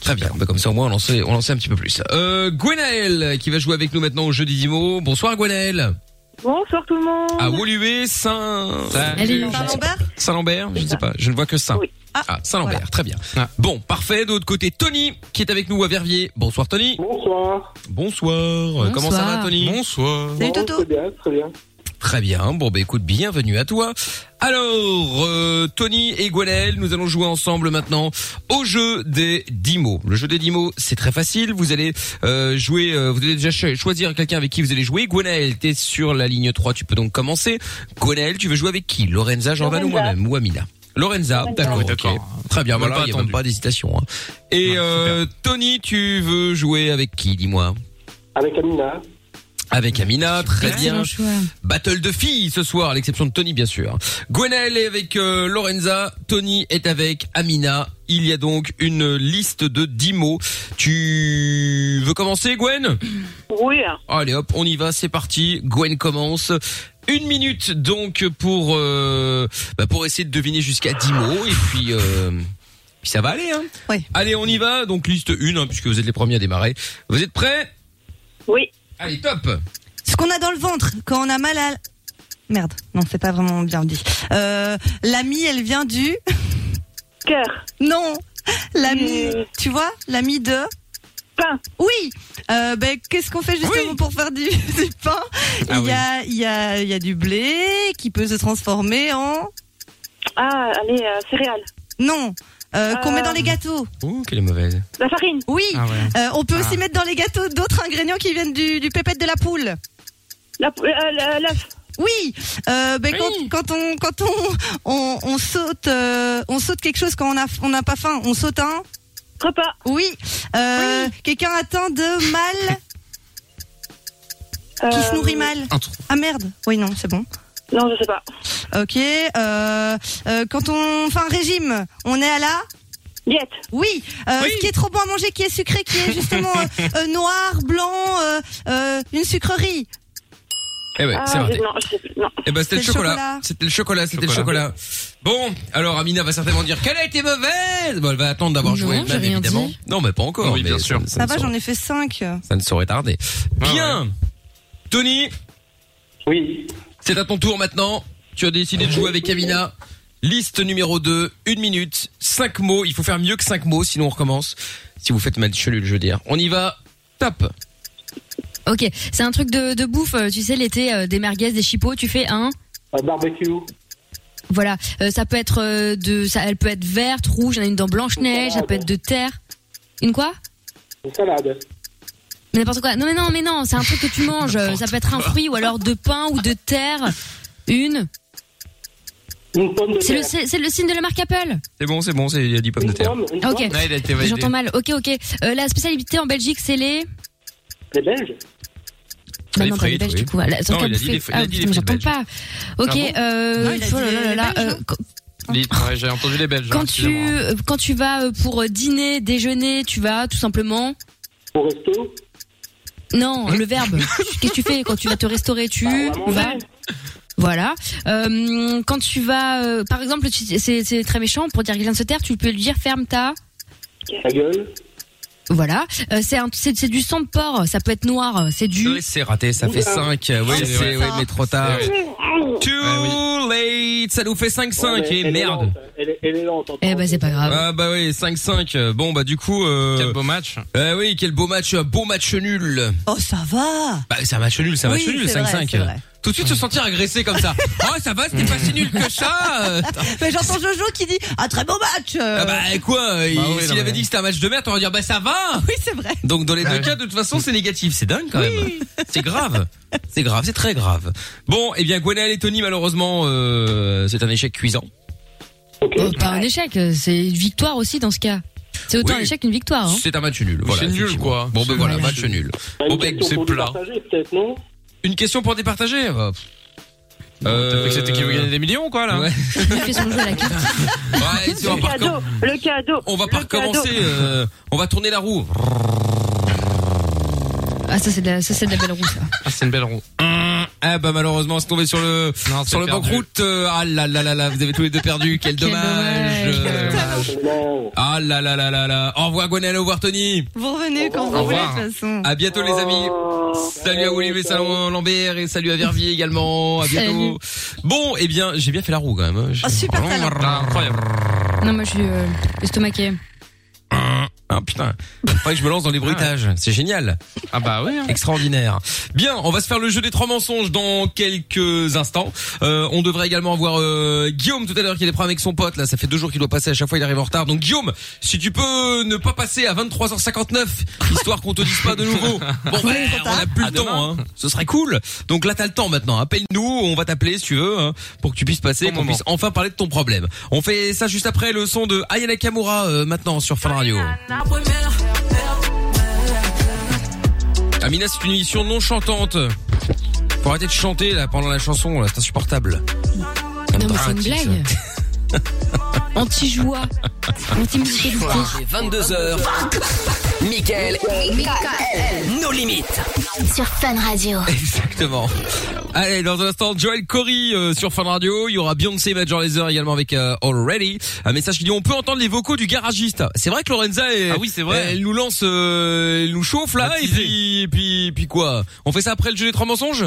Très bien, Bah, comme ça au moins on en sait, on en sait un petit peu plus. Euh, Gwenaël qui va jouer avec nous maintenant au jeu des Dimo. Bonsoir Gwenaël. Bonsoir tout le monde. À Woluwe, Saint... Salut. Saint-Lambert Saint-Lambert, je ne sais pas, je ne vois que Saint. Ah, Saint-Lambert, très bien. Bon, parfait, de l'autre côté Tony qui est avec nous à Verviers. Bonsoir Tony. Bonsoir. Bonsoir. Euh, Comment ça va Tony Bonsoir. Oh, Très bien, très bien. Très bien. Bon, bah écoute, bienvenue à toi. Alors, euh, Tony et Gwenaël, nous allons jouer ensemble maintenant au jeu des 10 mots. Le jeu des 10 mots, c'est très facile. Vous allez euh, jouer, euh, vous allez déjà cho- choisir quelqu'un avec qui vous allez jouer. Gwenaël, t'es sur la ligne 3, tu peux donc commencer. Gwenaël, tu veux jouer avec qui Lorenza, Jordan ou moi-même Ou Amina Lorenza, d'accord, Oui, ok. d'accord. Très bien, Même voilà, pas il n'y a attendu. même pas d'hésitation. hein. Et euh, Tony, tu veux jouer avec qui, dis-moi Avec Amina. avec Amina, très Excellent bien. Battle de filles ce soir, à l'exception de Tony bien sûr. Gwenaël est avec euh, Lorenza, Tony est avec Amina. Il y a donc une liste de 10 mots. Tu veux commencer Gwen Oui. Allez hop, on y va, c'est parti. Gwen commence. Une minute donc pour euh, bah, pour essayer de deviner jusqu'à 10 mots et puis euh, puis ça va aller hein. Allez, on y va. Donc liste 1 hein, puisque vous êtes les premiers à démarrer. Vous êtes prêts Oui. Allez, top. Ce qu'on a dans le ventre quand on a mal à... l- Merde, non, c'est pas vraiment bien dit. Euh, l'ami, elle vient *laughs* du... Cœur. Non, l'ami, tu vois, l'ami de... pain. Oui. Euh, ben, qu'est-ce qu'on fait justement pour faire du, *laughs* du pain Ah Il y a, il y a, il y a du blé qui peut se transformer en. Ah, allez, céréales. Non. euh, Qu'on met dans les gâteaux. Ouh, Oh, qu'elle est mauvaise. La farine. Oui. Ah ouais. Euh, on peut Ah. aussi mettre dans les gâteaux d'autres ingrédients qui viennent du, du pépette de la poule. La, Oui. Euh, ben, Quand, quand on quand on on, on saute euh, on saute quelque chose quand on a on n'a pas faim, on saute un repas. Oui. Euh, Quelqu'un atteint de mal. Qui se nourrit mal Un trou. Ah merde. Oui non c'est bon. Non je sais pas. Ok. euh, euh, quand on fait un régime, on est à la. Diète. Oui. euh, Ce qui est trop bon à manger, qui est sucré, qui est *laughs* justement euh, euh, noir, blanc, euh, euh, une sucrerie. Eh Ah, ouais, c'est raté. Eh ben, c'était le C'est le chocolat. chocolat. C'était le chocolat, c'était le chocolat. Bon, alors Amina va certainement dire qu'elle a été mauvaise. Bon, elle va attendre d'avoir joué, j'ai même, rien évidemment. dit. Non, mais pas encore. Oui, mais bien ça- sûr. Ça, Ça ne va, saurait- j'en ai fait 5. ça ne saurait tarder. Bien. Tony. Oui. C'est à ton tour maintenant. Tu as décidé de jouer avec Amina. Liste numéro 2, une minute, cinq mots. Il faut faire mieux que cinq mots, sinon on recommence. Si vous faites match nul, je veux dire. On y va. Top. Ok, c'est un truc de, de bouffe, euh, tu sais, l'été, euh, des merguez, des chipots, tu fais un. Un barbecue. Voilà, Euh, ça peut être euh, de, ça, elle peut être verte, rouge, il y en a une dans Blanche Neige, ça peut être de terre. Une quoi Une salade. Mais n'importe quoi. Non mais non mais non, c'est un truc que tu manges. Euh, ça peut être un fruit ou alors de pain ou de terre. Une. Une pomme de C'est le, terre. c'est c'est le signe de la marque Apple. C'est bon, c'est bon, c'est- il a dit pommes de terre. Ah, ok. J'entends mal. Ok ok. Euh, la spécialité en Belgique, c'est les. Les Belges Bah non, pas les Belges, du coup. Là, Non, sans il a cas, dit vous les faites- fr- il a Ah, dit les putain, frites j'entends pas. Ok, Ah bon euh, Non, il a dit oh là les- là là les là, Belges, euh, quand- Les- ouais, j'ai entendu les Belges. hein, Quand tu, excusez-moi. euh, quand tu vas euh, pour euh, dîner, déjeuner, tu vas tout simplement. Au resto Non, Hein le verbe. Qu'est-ce que tu fais quand tu vas te restaurer Tu Bah, on va vas. manger. Voilà. Euh, quand tu vas, euh, par exemple, tu- c'est c'est très méchant pour dire quelqu'un de se taire. Tu peux lui dire ferme ta. Ta gueule Voilà. Euh, c'est un- c'est c'est du sang de porc. Ça peut être noir. C'est du. Oui, c'est raté, ça fait 5. Ah, Oui, c'est c'est, Eh oui, ça. mais trop tard. Eh Ah Ouais, Too late, ça nous fait Ouais, 5-5 mais et elle est merde. lente, Elle est, elle est lente. hein, en Eh ben c'est pas grave. Ah bah oui, 5-5. euh, Bon bah du coup... Euh... Quel beau match. Euh, oui, quel beau match, un beau match nul. Oh ça *laughs* va. Bah c'est un match nul, c'est un Oui, match nul, c'est vrai, c'est 5-5. vrai. Tout de suite se sentir agressé *laughs* comme ça. oh ça va, c'était pas si nul que ça. euh. Mais j'entends Jojo qui dit un très beau match. euh. Ah bah quoi, euh, il- oui, s'il non, avait mais- dit que c'était un match de merde, on va dire bah ça va. Oui c'est vrai. Donc dans les Ah deux ouais. cas, de toute façon, c'est négatif. C'est dingue quand même. C'est grave. C'est grave. C'est très grave. Bon, eh bien, Gwenaël et Tony, malheureusement, euh, c'est un échec cuisant. Oh, pas un échec. euh, C'est une victoire aussi dans ce cas. C'est autant Oui. un échec qu'une victoire. Hein. C'est un match nul. Voilà, C'est nul, effectivement. quoi. Bon, ben C'est voilà, nul. match nul. Bah, une Bon, ben question c'est pour plat. départager, peut-être, non Une question pour départager. euh, pff. T'as cru que c'était qui veut gagner Euh, des millions, quoi, là *laughs* Ouais. Il fait son jeu à la carte. Ouais, si on va pas recomm- le cadeau. on va pas recommencer. euh, on va tourner la roue. Ah ça c'est de la, ça c'est de la belle roue ça. Ah, c'est une belle roue. Ah bah malheureusement c'est tombé sur le Non, sur c'est le perdu. banqueroute. euh, Ah là là là là, vous avez tous les deux perdu. Quel, dommage. dommage. euh, Non. Ah là là là là là. Au revoir Gwenaël, au revoir Tony. Vous revenez quand vous voulez de revoir. toute façon. À bientôt les amis. Salut à Olivier Salon Lambert et salut à Verviers également. À bientôt. Bon, eh bien, j'ai bien fait la roue quand même. hein. J'ai- Oh, super talent. Incroyable. Non moi je suis euh, estomaquée. Ah putain, faudrait que je me lance dans les bruitages. C'est génial, Ah bah ouais. hein. extraordinaire. Bien, on va se faire le jeu des trois mensonges dans quelques instants. Euh, on devrait également avoir euh, Guillaume tout à l'heure qui a des problèmes avec son pote. Là, ça fait deux jours qu'il doit passer. À chaque fois, il arrive en retard. Donc Guillaume, si tu peux ne pas passer à 23h59, histoire qu'on te dise pas *laughs* de nouveau. Bon, bah, on a plus À le temps. demain. Hein. Ce serait cool. Donc là, t'as le temps maintenant. Appelle-nous, on va t'appeler si tu veux, hein, pour que tu puisses passer, Bon qu'on moment. puisse enfin parler de ton problème. On fait ça juste après le son de Ayana Kamura euh, maintenant sur Fun Radio. Amina, c'est une émission non chantante. Faut arrêter de chanter là pendant la chanson, là, c'est insupportable. Non mais c'est une Dramatique, ça. blague. *laughs* Anti-joie. Anti-musicalité. Et 22h. Michael. Nos limites. Sur Fun Radio. Exactement. Allez, dans un instant, Joel Cory euh, sur Fun Radio. Il y aura Beyoncé Major Lazer également avec euh, Already. Un message qui dit on peut entendre les vocaux du garagiste. C'est vrai que Lorenza, elle, Ah oui, c'est vrai. elle nous lance, euh, elle nous chauffe là. La Et teasée. puis, et puis, et puis quoi On fait ça après le jeu des trois mensonges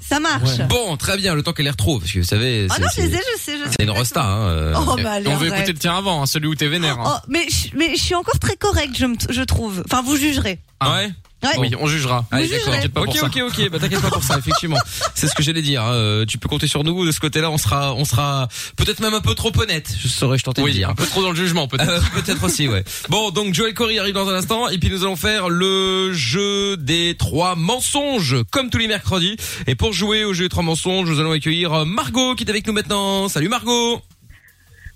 Ça marche. Bon, très bien, le temps qu'elle les retrouve, parce que vous savez. Ah c'est- non, je les ai, c'est- je sais, je sais. C'est une rosta, hein. euh. Oh, bah, on alors, veut ouais. écouter le tien avant, hein, celui où t'es vénère. Oh, hein. mais je, mais je suis encore très correcte, je, me- je trouve. Enfin, vous jugerez. Ah ouais Ouais. Oui, on jugera. Allez, Vous Ah, d'accord. jugerez. T'inquiète pas pour Ok, ça. Ok, ok, ok. Bah, t'inquiète pas pour ça, effectivement. C'est ce que j'allais dire. hein. Tu peux compter sur nous. De ce côté-là, on sera, on sera peut-être même un peu trop honnête. Je saurais, je tentais de Oui, dire. un peu trop dans le jugement peut-être. Euh, peut-être aussi, ouais. Bon, donc Joël Corey arrive dans un instant et puis nous allons faire le jeu des trois mensonges, comme tous les mercredis. Et pour jouer au jeu des trois mensonges, nous allons accueillir Margot qui est avec nous maintenant. Salut Margot.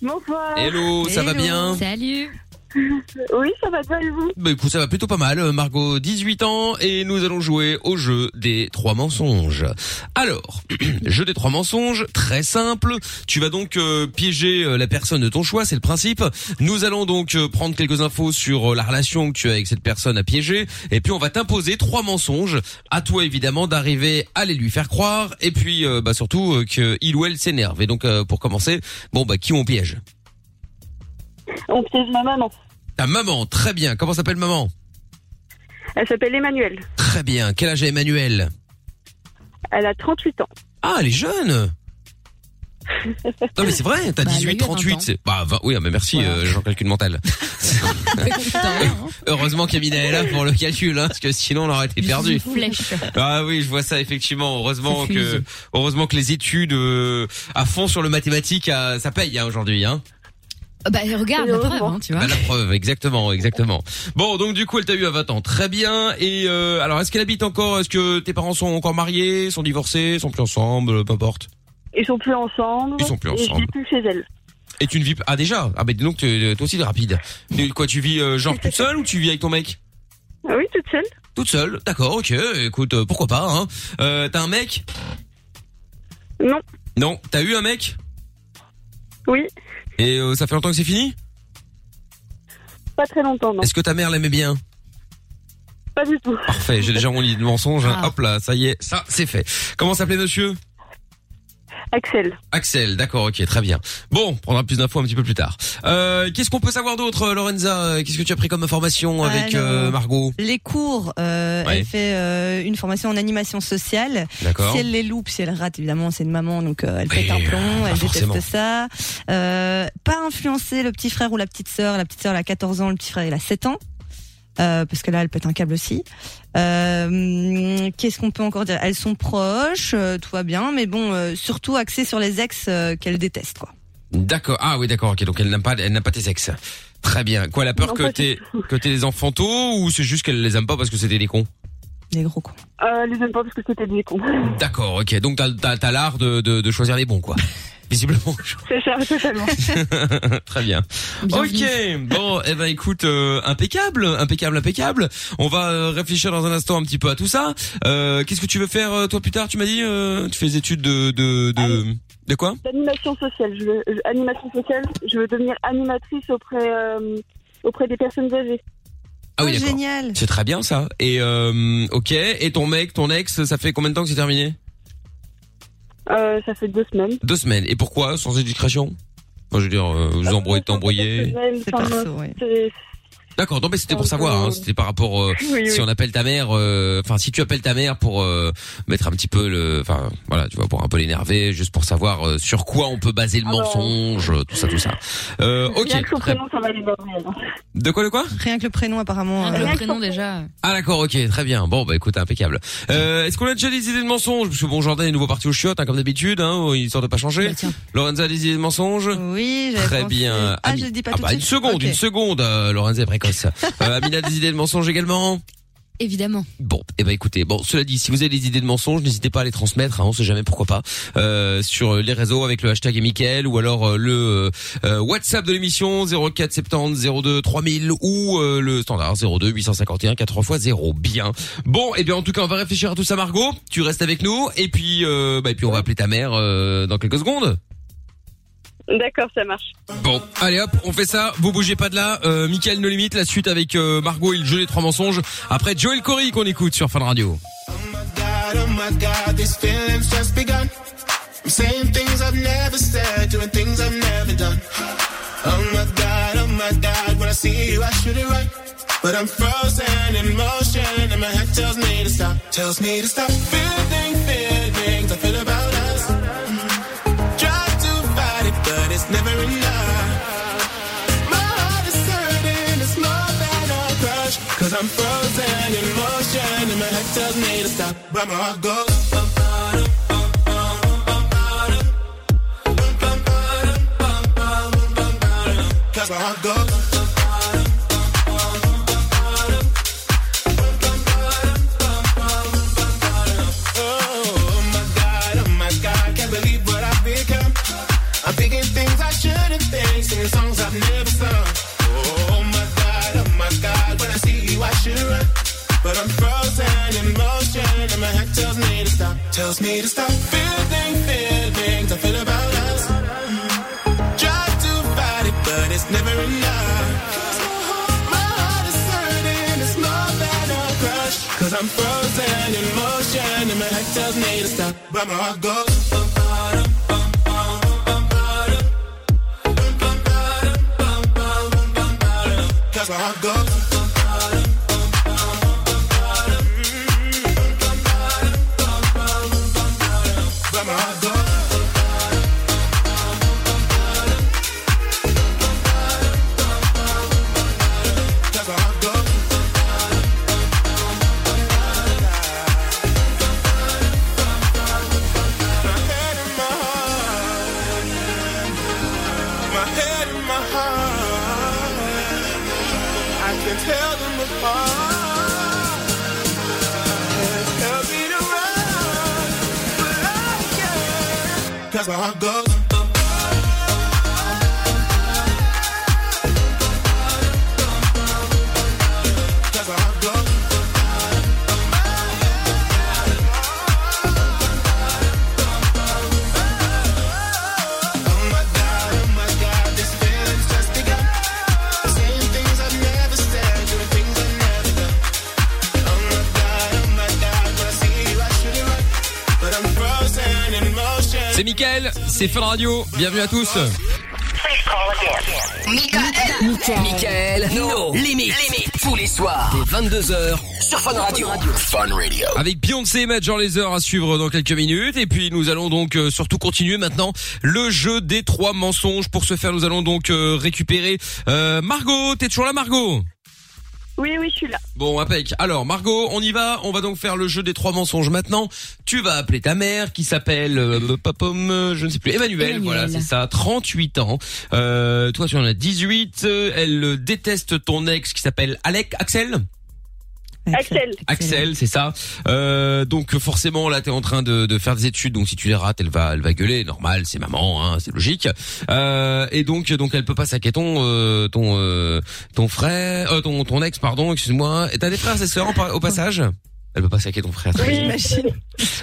Bonsoir. Hello, ça va Hello. bien Salut. Oui, ça va bien et *laughs* vous Bah écoute, ça va plutôt pas mal. Euh, Margot, 18 ans et nous allons jouer au jeu des trois mensonges. Alors, *clears throat* jeu des trois mensonges, très simple. Tu vas donc euh, piéger euh, la personne de ton choix, c'est le principe. Nous allons donc euh, prendre quelques infos sur euh, la relation que tu as avec cette personne à piéger et puis on va t'imposer trois mensonges. À toi évidemment d'arriver à les lui faire croire et puis euh, bah surtout euh, que il ou elle s'énerve. Et donc euh, pour commencer, bon bah qui on piège On piège ma maman. Ta maman, très bien. Comment s'appelle maman Elle s'appelle Emmanuelle. Très bien. Quel âge a Emmanuel Elle a 38 ans. Ah, elle *laughs* est jeune Non mais c'est vrai, t'as Bah, elle a 18, eu 20 38, ans. c'est... Bah, vingt- oui, ah, mais merci, Voilà. euh, j'ai un *laughs* calcul mental. hein. Heureusement qu'Amina est là pour le calcul, hein, parce que sinon on aurait été perdu. Flèche. Ah oui, je vois ça effectivement. Heureusement Ça que, fuse. heureusement que les études euh, à fond sur le mathématique, ah, ça paye hein, aujourd'hui. Hein. Bah regarde, la preuve, hein, tu vois. Bah, la preuve, exactement, exactement. Bon, donc du coup, elle t'a eu à 20 ans, très bien. Et euh, alors, est-ce qu'elle habite encore Est-ce que tes parents sont encore mariés, sont divorcés, sont plus ensemble, peu importe Ils sont plus ensemble. Ils sont plus Et je ensemble. vis plus chez elle. Et tu ne vis pas ah déjà ah ben dis donc t'es- toi aussi t'es rapide. Mais quoi tu vis euh, genre toute seule ou tu vis avec ton mec Ah oui, toute seule Toute seule, d'accord, ok. Écoute, euh, pourquoi pas. Hein. Euh, t'as un mec Non. Non, t'as eu un mec Oui, et euh, ça fait longtemps que c'est fini. pas très longtemps, non. Est-ce que ta mère l'aimait bien Pas du tout. Parfait, j'ai déjà mon lit de mensonges. hein. Ah. Hop là, ça y est, ça c'est fait. Comment s'appelait monsieur Axel, Axel, d'accord, ok, très bien. Bon, on prendra plus d'infos un petit peu plus tard. Euh, Qu'est-ce qu'on peut savoir d'autre, euh, Lorenza Euh, Qu'est-ce que tu as pris comme information avec Alors. euh, Margot Les cours, euh, Ouais. elle fait euh, une formation en animation sociale. D'accord. Si elle les loupe, si elle rate, évidemment, c'est une maman, donc euh, elle Oui, pète un plomb, euh, bah, elle forcément. déteste ça. Euh, pas influencer le petit frère ou la petite sœur. La petite sœur, elle a 14 ans, le petit frère, il a 7 ans. Euh, parce que là, elle pète un câble aussi. Euh, Qu'est-ce qu'on peut encore dire Elles sont proches, euh, tout va bien, mais bon, euh, surtout axé sur les ex euh, qu'elle déteste, quoi. D'accord. Ah oui, d'accord. Ok. Donc elle n'aime pas, elle n'aime pas tes sexes. Très bien. Quoi, elle a peur Non, que pas t'es que t'es des enfantaux ou c'est juste qu'elle les aime pas parce que c'était des cons. Les gros cons. euh, les aime pas parce que c'était des cons. *laughs* D'accord. Ok. Donc t'as t'as, t'as l'art de, de de choisir les bons quoi. Visiblement. C'est ça, *laughs* totalement. Très bien. Bienvenue. Ok. Bon, eh ben écoute, euh, impeccable, impeccable, impeccable. On va euh, réfléchir dans un instant un petit peu à tout ça. Euh, Qu'est-ce que tu veux faire euh, toi plus tard Tu m'as dit, euh, tu fais des études de de de, de quoi L'animation sociale, je veux, je- animation sociale, je veux devenir animatrice auprès, euh, auprès des personnes âgées. Ah oui, Oh, d'accord. génial. C'est très bien ça. Et euh, ok. Et ton mec, ton ex, ça fait combien de temps que c'est terminé Euh, ça fait deux semaines. Deux semaines. Et pourquoi Sans éducation Enfin, je veux dire, euh, vous embrouillez, t'embrouillez. C'est Enfin, perso, ouais. c'est- D'accord, non mais c'était pour savoir, hein, c'était par rapport euh, Oui, oui. si on appelle ta mère, euh, enfin si tu appelles ta mère pour euh, mettre un petit peu le, enfin voilà, tu vois, pour un peu l'énerver, juste pour savoir euh, sur quoi on peut baser le Ah bah. mensonge, euh, tout ça, tout ça. Euh, ok. Rien que son très- prénom, ça va les barrer, hein. De quoi, de quoi Rien que le prénom, apparemment. Rien euh, que le prénom déjà. Ah d'accord, ok, très bien. Bon bah écoute, impeccable. Euh, Est-ce qu'on a déjà des idées de mensonges Parce que bon, Jordan est nouveau parti au chiottes, hein, comme d'habitude, hein, histoire de pas changer. Bah, tiens. Lorenza a des idées de mensonges Oui, j'avais Très pensé- bien. Ah, Ami- je le dis pas Ah tout bah, de une suite. seconde, Ok. une seconde. Euh, Lorenza est précoce. Euh, Amina, des idées de mensonges également Évidemment. Bon, eh ben écoutez, bon, cela dit, si vous avez des idées de mensonges, n'hésitez pas à les transmettre, hein, on sait jamais pourquoi pas, euh, sur les réseaux avec le hashtag Mickaël ou alors euh, le euh, euh, WhatsApp de l'émission 04 70 02 3000 ou euh, le standard 02 851 4 x 0. Bien. Bon, eh bien en tout cas, on va réfléchir à tout ça, Margot. Tu restes avec nous et puis, euh, bah, et puis on va appeler ta mère euh, dans quelques secondes. D'accord, ça marche. Bon, allez hop, on fait ça. Vous bougez pas de là. Euh, Michael No Limite, la suite avec euh, Margot et le jeu des trois mensonges. Après Joel Corey qu'on écoute sur Fun Radio. God, oh my God, these feelings just begun. I'm saying things I've never said, doing things I've never done. Oh my God, oh my God, when I see you, I should it right. But I'm frozen in motion, and my head tells me to stop, tells me to stop. Feeling, feeling, feel about us. Try to fight it, but it's never enough. My heart is hurting, it's more than a crush. Cause I'm frozen in motion, and my head tells me to stop. But my heart goes. Cause my heart goes. Oh my God, oh my God, can't believe what I've become. I'm thinking things I shouldn't think, singing songs I've never sung. Oh my God, oh my God, when I see you I should run, but I'm frozen in motion and my head tells me to stop, tells me to stop. Feeling, feelings I feel about us. Try to fight it, but it's never enough. My heart is hurting, it's more than a crush, 'cause I'm frozen in motion and my head tells me to stop, but my heart goes. Cause my heart goes. But my heart goes. Cause my heart goes. My head and my heart. My head and my heart. I can tell them apart. Help me to run, but I can't. Cause my heart goes. Cause my heart goes. C'est Mickaël, c'est Fun Radio, bienvenue à tous. Michael. Michael. No limites. Tous les soirs. Dès 22h sur Fun Radio. Fun Radio. Avec Beyoncé et Matt Jean les heures à suivre dans quelques minutes. Et puis nous allons donc euh, surtout continuer maintenant le jeu des trois mensonges. Pour ce faire, nous allons donc euh, récupérer euh, Margot. T'es toujours là Margot Oui, oui, je suis là. Bon, impec. Alors, Margot, on y va. On va donc faire le jeu des trois mensonges maintenant. Tu vas appeler ta mère qui s'appelle euh, Papom, euh, je ne sais plus, Emmanuel. Emmanuel. Voilà, c'est ça, 38 ans. Euh, toi, tu en as 18. Euh, Elle euh, déteste ton ex qui s'appelle Alec, Axel Axel. Axel, c'est ça. Euh, donc forcément, là, t'es en train de, de faire des études, donc si tu les rates, elle va, elle va gueuler. Normal, c'est maman, hein, c'est logique. Euh, et donc, donc elle peut pas saquer ton, euh, ton, euh, ton frère, euh, ton, ton ex, pardon, excuse-moi. Et T'as des frères et sœurs en par- au passage Elle peut pas saquer ton frère. très bien.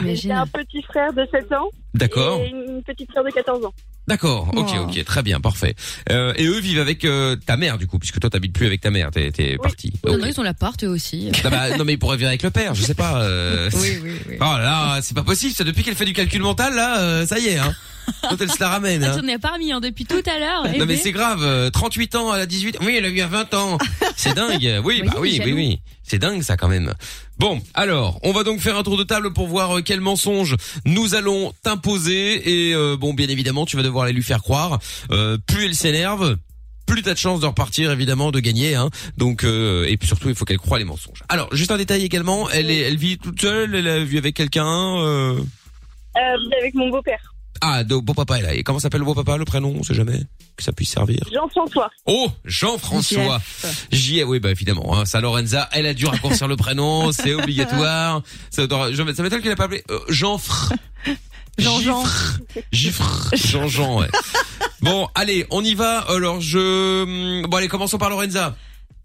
Oui, j'ai un petit frère de 7 ans. D'accord. Et une petite sœur de 14 ans. D'accord. Ok, Oh. ok, très bien, parfait. Euh, et eux vivent avec euh, ta mère du coup, puisque toi t'habites plus avec ta mère, t'es t'es parti. Non, Bah, Ok. non, ils ont la part, eux aussi. Non, bah, non, *laughs* mais il pourrait venir avec le père, je sais pas. euh, Oui, oui, oui. Oh là, là, c'est pas possible. Ça, depuis qu'elle fait du calcul mental, là, euh, ça y *laughs* est. Hein. Quand elle se la ramène. Ah, hein. tu n'en as pas remis hein, depuis tout à l'heure. Non mais Hervé. c'est grave. euh, 38 ans, elle a 18. Oui, elle a eu à 20 ans. C'est dingue. Oui, bah oui, oui, jaloux. oui. C'est dingue ça quand même. Bon, alors, on va donc faire un tour de table pour voir euh, quel mensonge nous allons t'imposer. Et euh, bon, bien évidemment, tu vas devoir les lui faire croire. Euh, plus elle s'énerve, plus t'as de chances de repartir, évidemment, de gagner. Hein. Donc, euh, et puis surtout, il faut qu'elle croie les mensonges. Alors, juste un détail également, elle, est, elle vit toute seule, elle a vu avec quelqu'un. euh, Euh, avec mon beau-père, Ah, donc, beau papa est là. Et comment s'appelle le beau papa, le prénom On sait jamais que ça puisse servir. Jean-François. Oh, Jean-François. J.F. oui, bah évidemment. Hein. Ça, Lorenza, elle a dû raccourcir *laughs* le prénom, c'est obligatoire. Ça, doit- je- ça m'étonne qu'elle a pas appelé euh, Jean-Fr. Jean-Jean. Gifre. Jean-Jean, *laughs* ouais. Bon, allez, on y va. Alors, je... hum, Bon, allez, commençons par Lorenza.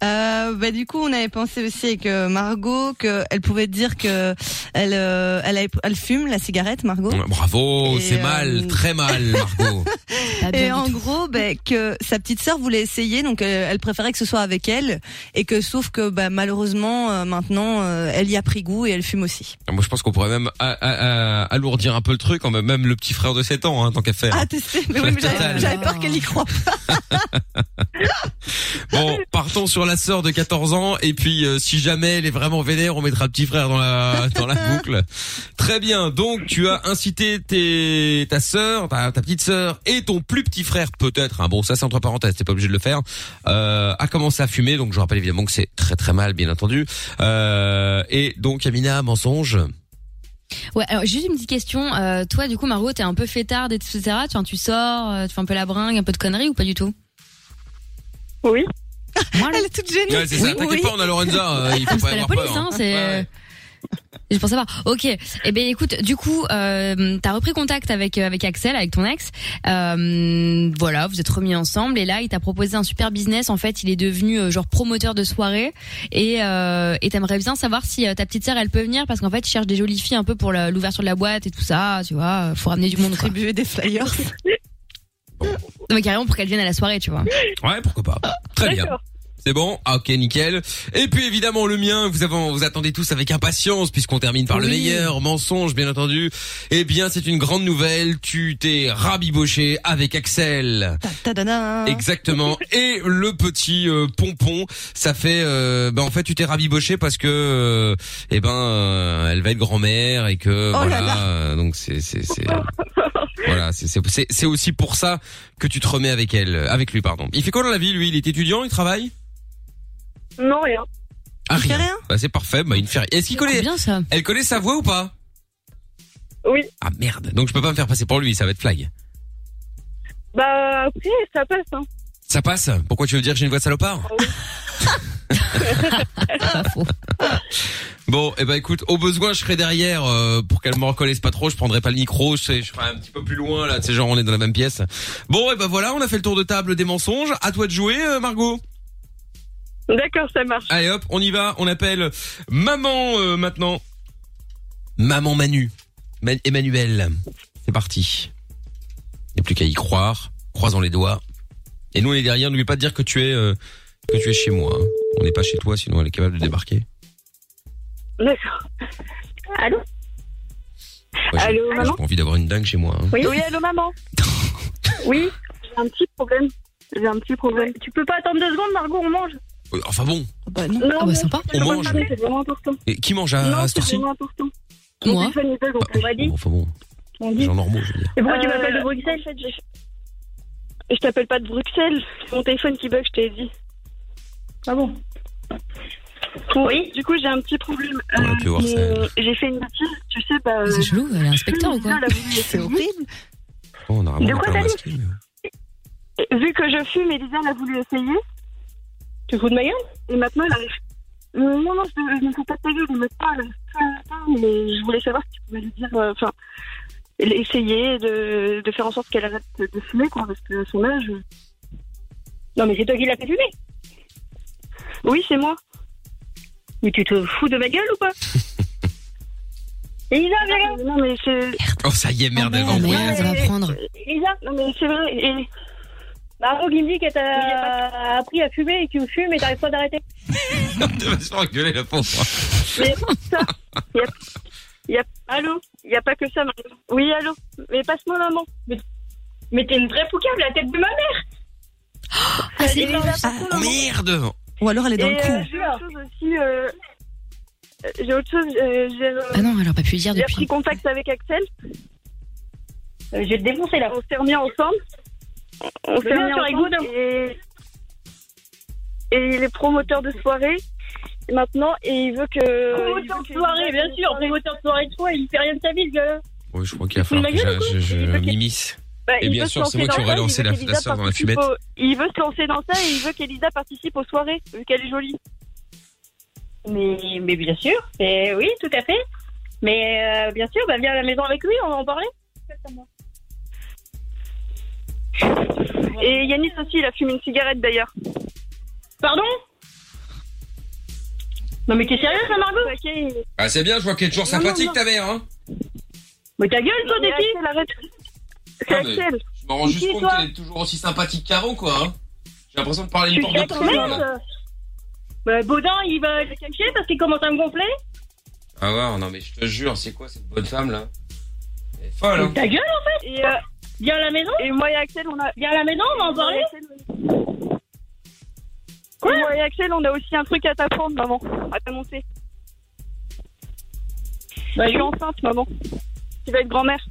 Euh, bah, du coup, on avait pensé aussi avec euh, Margot qu'elle pouvait dire que elle, euh, elle, a- elle fume la cigarette, Margot. Bravo, Et, c'est euh, mal, *laughs* très mal, Margot. Et en gros, bah, que sa petite sœur voulait essayer, donc euh, elle préférait que ce soit avec elle, et que sauf que bah, malheureusement euh, maintenant euh, elle y a pris goût et elle fume aussi. Moi, je pense qu'on pourrait même a- a- a- alourdir un peu le truc, en même le petit frère de 7 ans, hein, tant qu'à faire. Ah, testé. Mais oui, mais Total. j'avais j'avais peur qu'elle y croit. Bon, partons sur la sœur de 14 ans et puis euh, si jamais elle est vraiment vénère, on mettra le petit frère dans la dans la boucle. Très bien. Donc, tu as incité tes, ta sœur, ta, ta petite sœur et ton plus petit frère, peut-être. hein, bon, ça, c'est entre parenthèses. T'es pas obligé de le faire. Euh, a commencé à fumer. Donc, je rappelle évidemment que c'est très très mal, bien entendu. Euh, et donc, Amina, mensonge. Ouais, alors juste une petite question. Euh, toi, du coup, Margot, t'es un peu fêtarde, etc. Tu, vois, tu sors, euh, tu fais un peu la bringue, un peu de conneries ou pas du tout Oui. Elle est toute gênée. Ouais, c'est ça. T'inquiète pas, on a Lorenza. euh, il faut pas C'est la avoir police, peur. hein. hein. C'est. Ouais. Je pensais pas. Ok. Eh ben écoute, du coup, euh, t'as repris contact avec euh, avec Axel, avec ton ex. Euh, voilà, vous êtes remis ensemble et là, il t'a proposé un super business. En fait, il est devenu euh, genre promoteur de soirée et euh, et t'aimerais bien savoir si euh, ta petite sœur elle peut venir parce qu'en fait, il cherche des jolies filles un peu pour la- l'ouverture de la boîte et tout ça. Tu vois, faut ramener du monde. quoi. Distribuer des flyers. Non mais carrément pour qu'elle vienne à la soirée, tu vois. Ouais, pourquoi pas. Très bien. C'est bon, Ah, ok, nickel. Et puis évidemment le mien, vous avez, vous attendez tous avec impatience puisqu'on termine par le Oui. meilleur mensonge, bien entendu. Eh bien, c'est une grande nouvelle. Tu t'es rabiboché avec Axel. Tadana. Hein Exactement. Et le petit euh, pompon, ça fait, euh, ben en fait, tu t'es rabiboché parce que, euh, eh ben, euh, elle va être grand-mère et que Oh là voilà, là. euh, donc c'est, c'est, c'est, voilà, c'est, c'est, c'est- c'est aussi pour ça que tu te remets avec elle, euh, avec lui, pardon. Il fait quoi dans la vie, lui Il est étudiant, il travaille Non, rien. Ah rien. Bah c'est parfait, bah il ne fait rien. Est-ce qu'il connaît bien ça Elle connaît sa voix ou pas Oui. Ah merde. Donc je peux pas me faire passer pour lui, ça va être flag. Bah, après, ça passe, hein. Ça passe Pourquoi tu veux dire que j'ai une voix de salopard hein. *laughs* Ah, Bon, eh ben écoute, au besoin, je serai derrière euh, pour qu'elle me reconnaisse pas trop. Je prendrai pas le micro, je, sais, je serai un petit peu plus loin là. Tu sais, genre on est dans la même pièce. Bon, eh ben voilà, on a fait le tour de table des mensonges. À toi de jouer, euh, Margot. D'accord, ça marche. Allez hop, on y va. On appelle maman euh, maintenant. Maman Manu, Ma- Emmanuel. C'est parti. Il n'y a plus qu'à y croire. Croisons les doigts. Et nous, on est derrière. N'oublie pas de dire que tu es euh, que tu es chez moi. hein. On n'est pas chez toi, sinon elle est capable de débarquer. D'accord. Allô Ouais, j'ai- Allô, j'ai maman pas envie d'avoir une dingue chez moi. hein. Oui, *laughs* allô, maman Oui, j'ai un petit problème. J'ai un petit problème. Tu peux pas attendre deux secondes, Margot, on mange. Euh, Enfin bon, Bah Non, mais On le droit de mange. Ah, parler, C'est vraiment important. et qui mange à, non, à cette c'est heure-ci vraiment important. Moi donc on m'a dit. Enfin Ah, bon, les gens normaux, je veux dire. Et pourquoi tu m'appelles de Bruxelles Euh, en fait, j'ai- Je t'appelle pas de Bruxelles, c'est mon téléphone qui bug, je t'ai dit. Ah bon Oui, du coup j'ai un petit problème. On a pu voir ça. Euh, j'ai fait une bêtise, tu sais, bah. C'est chelou, elle est inspecteur ou quoi C'est horrible. Oh, on a vraiment De quoi plein t'as masqué. Vu que je fume, Elisa elle a voulu essayer. Tu fous de ma gueule Et maintenant elle arrive. Non, non, je, ne- je ne fous pas de ta gueule, elle me parle. Mais je voulais savoir si tu pouvais lui dire. euh, Enfin, essayer de, de faire en sorte qu'elle arrête de fumer, quoi, parce que à son âge. euh. Non, mais c'est toi qui l'as fait fumer Oui, c'est moi. Mais tu te fous de ma gueule ou pas Elisa, viens Non, mais c'est. Oh, ça y est, merde, Ah, elle va envoyer. prendre. Elisa Non, mais c'est vrai. et- Margot qui me dit qu'elle t'a appris à fumer et que tu fumes et t'arrives pas d'arrêter. Elle va se faire engueuler, la pauvre. Mais ça, *laughs* y a, y a, allô Il a pas que ça, Marie. Oui, allô Mais passe-moi maman. Mais, t'es une vraie poucave, la tête de ma mère Ah, c'est Elisa, vrai. passe-moi, Oh, maman. merde Ou alors elle est dans Et, le euh, coup. j'ai autre chose aussi. euh, euh, j'ai autre chose. euh, j'ai, euh, Ah non, elle aurait pas pu le dire j'ai depuis. pris contact avec Axel. Euh, je vais te défoncer là. On s'est remis ensemble. On s'est Mais non, remis tu ensemble. Et... et il est promoteur de soirée maintenant et il veut que. Promoteur il veut de que- soirée, bien sûr, promoteur de soirée de toi, il fait rien de sa vie, le gars. Oui, je crois qu'il va falloir que j'a- je, je m'immisce. Bah, Et il bien veut se sûr, c'est lancer moi qui dans aurais ça, lancé il veut la- qu'Elisa la sœur dans la participe fumette. au- Il veut se lancer dans ça et il veut qu'Elisa participe aux soirées, vu qu'elle est jolie. Mais, mais bien sûr, et oui, tout à fait. Mais euh, bien sûr, bah, viens à la maison avec lui, on va en parler. Et Yanis aussi, il a fumé une cigarette d'ailleurs. Pardon Non mais t'es sérieuse là, Margot Ok. Ah, c'est bien, je vois qu'elle est toujours Non, non, sympathique, non. ta mère, hein. Mais ta gueule, toi, Mais des filles Axel, arrête. C'est Ah, mais- Axel. Je me rends juste Qui, compte toi qu'elle est toujours aussi sympathique qu'avant, quoi, hein. J'ai l'impression de parler une Tu porte de sais ton prison, là. mec Bah, Baudin, il va le cacher parce qu'il commence à me gonfler. Ah, ouais, non, mais je te jure, c'est quoi cette bonne femme, là Elle est folle, hein. Ta gueule, Et, euh, viens à la maison, et moi et Axel, on a. viens à la maison, on va en parler. Quoi Moi et Axel, on a aussi un truc à t'apprendre, maman. À t'annoncer. Bah, je suis enceinte, maman. Tu vas être grand-mère.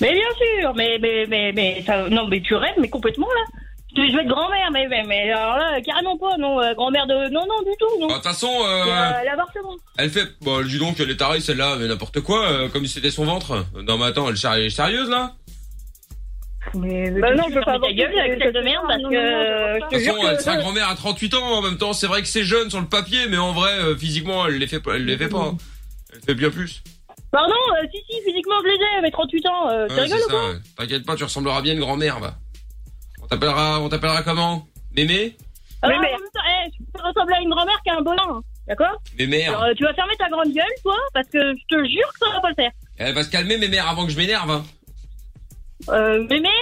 Mais bien sûr, mais mais mais mais ça- non, mais tu rêves, mais complètement là. Je je vais être grand-mère, mais, mais mais alors là carrément pas, non, euh, grand-mère de non non du tout, non. De toute façon, Et, euh, euh, L'avortement. elle fait. Bon, dis donc, elle est tarée celle-là, mais n'importe quoi, euh, comme si c'était son ventre. Non, mais attends, elle, char- elle est sérieuse là Mais Bah non, tu je peux fermes pas ta gueule, avorter, avec je- de merde, non, parce non, que non, Euh, je De te toute jure façon, elle que sera grand-mère à 38 ans en même temps. C'est vrai que c'est jeune sur le papier, mais en vrai, euh, physiquement, elle les fait pas. Elle les fait pas. hein. Elle fait bien plus. Pardon, euh, si si, physiquement je les ai, mais 38 ans, euh, tu Ouais, Ah, rigoles c'est ou ça, quoi ouais. T'inquiète pas, tu ressembleras bien à une grand-mère, va. On t'appellera, on t'appellera comment Mémé Ah, en même temps, eh, tu ressembles à une grand-mère qui a un bolin, hein, d'accord Mémère Alors, euh, tu vas fermer ta grande gueule, toi, parce que je te jure que ça va pas le faire. Elle va se calmer, Mémère, avant que je m'énerve. hein. Euh, mes mères,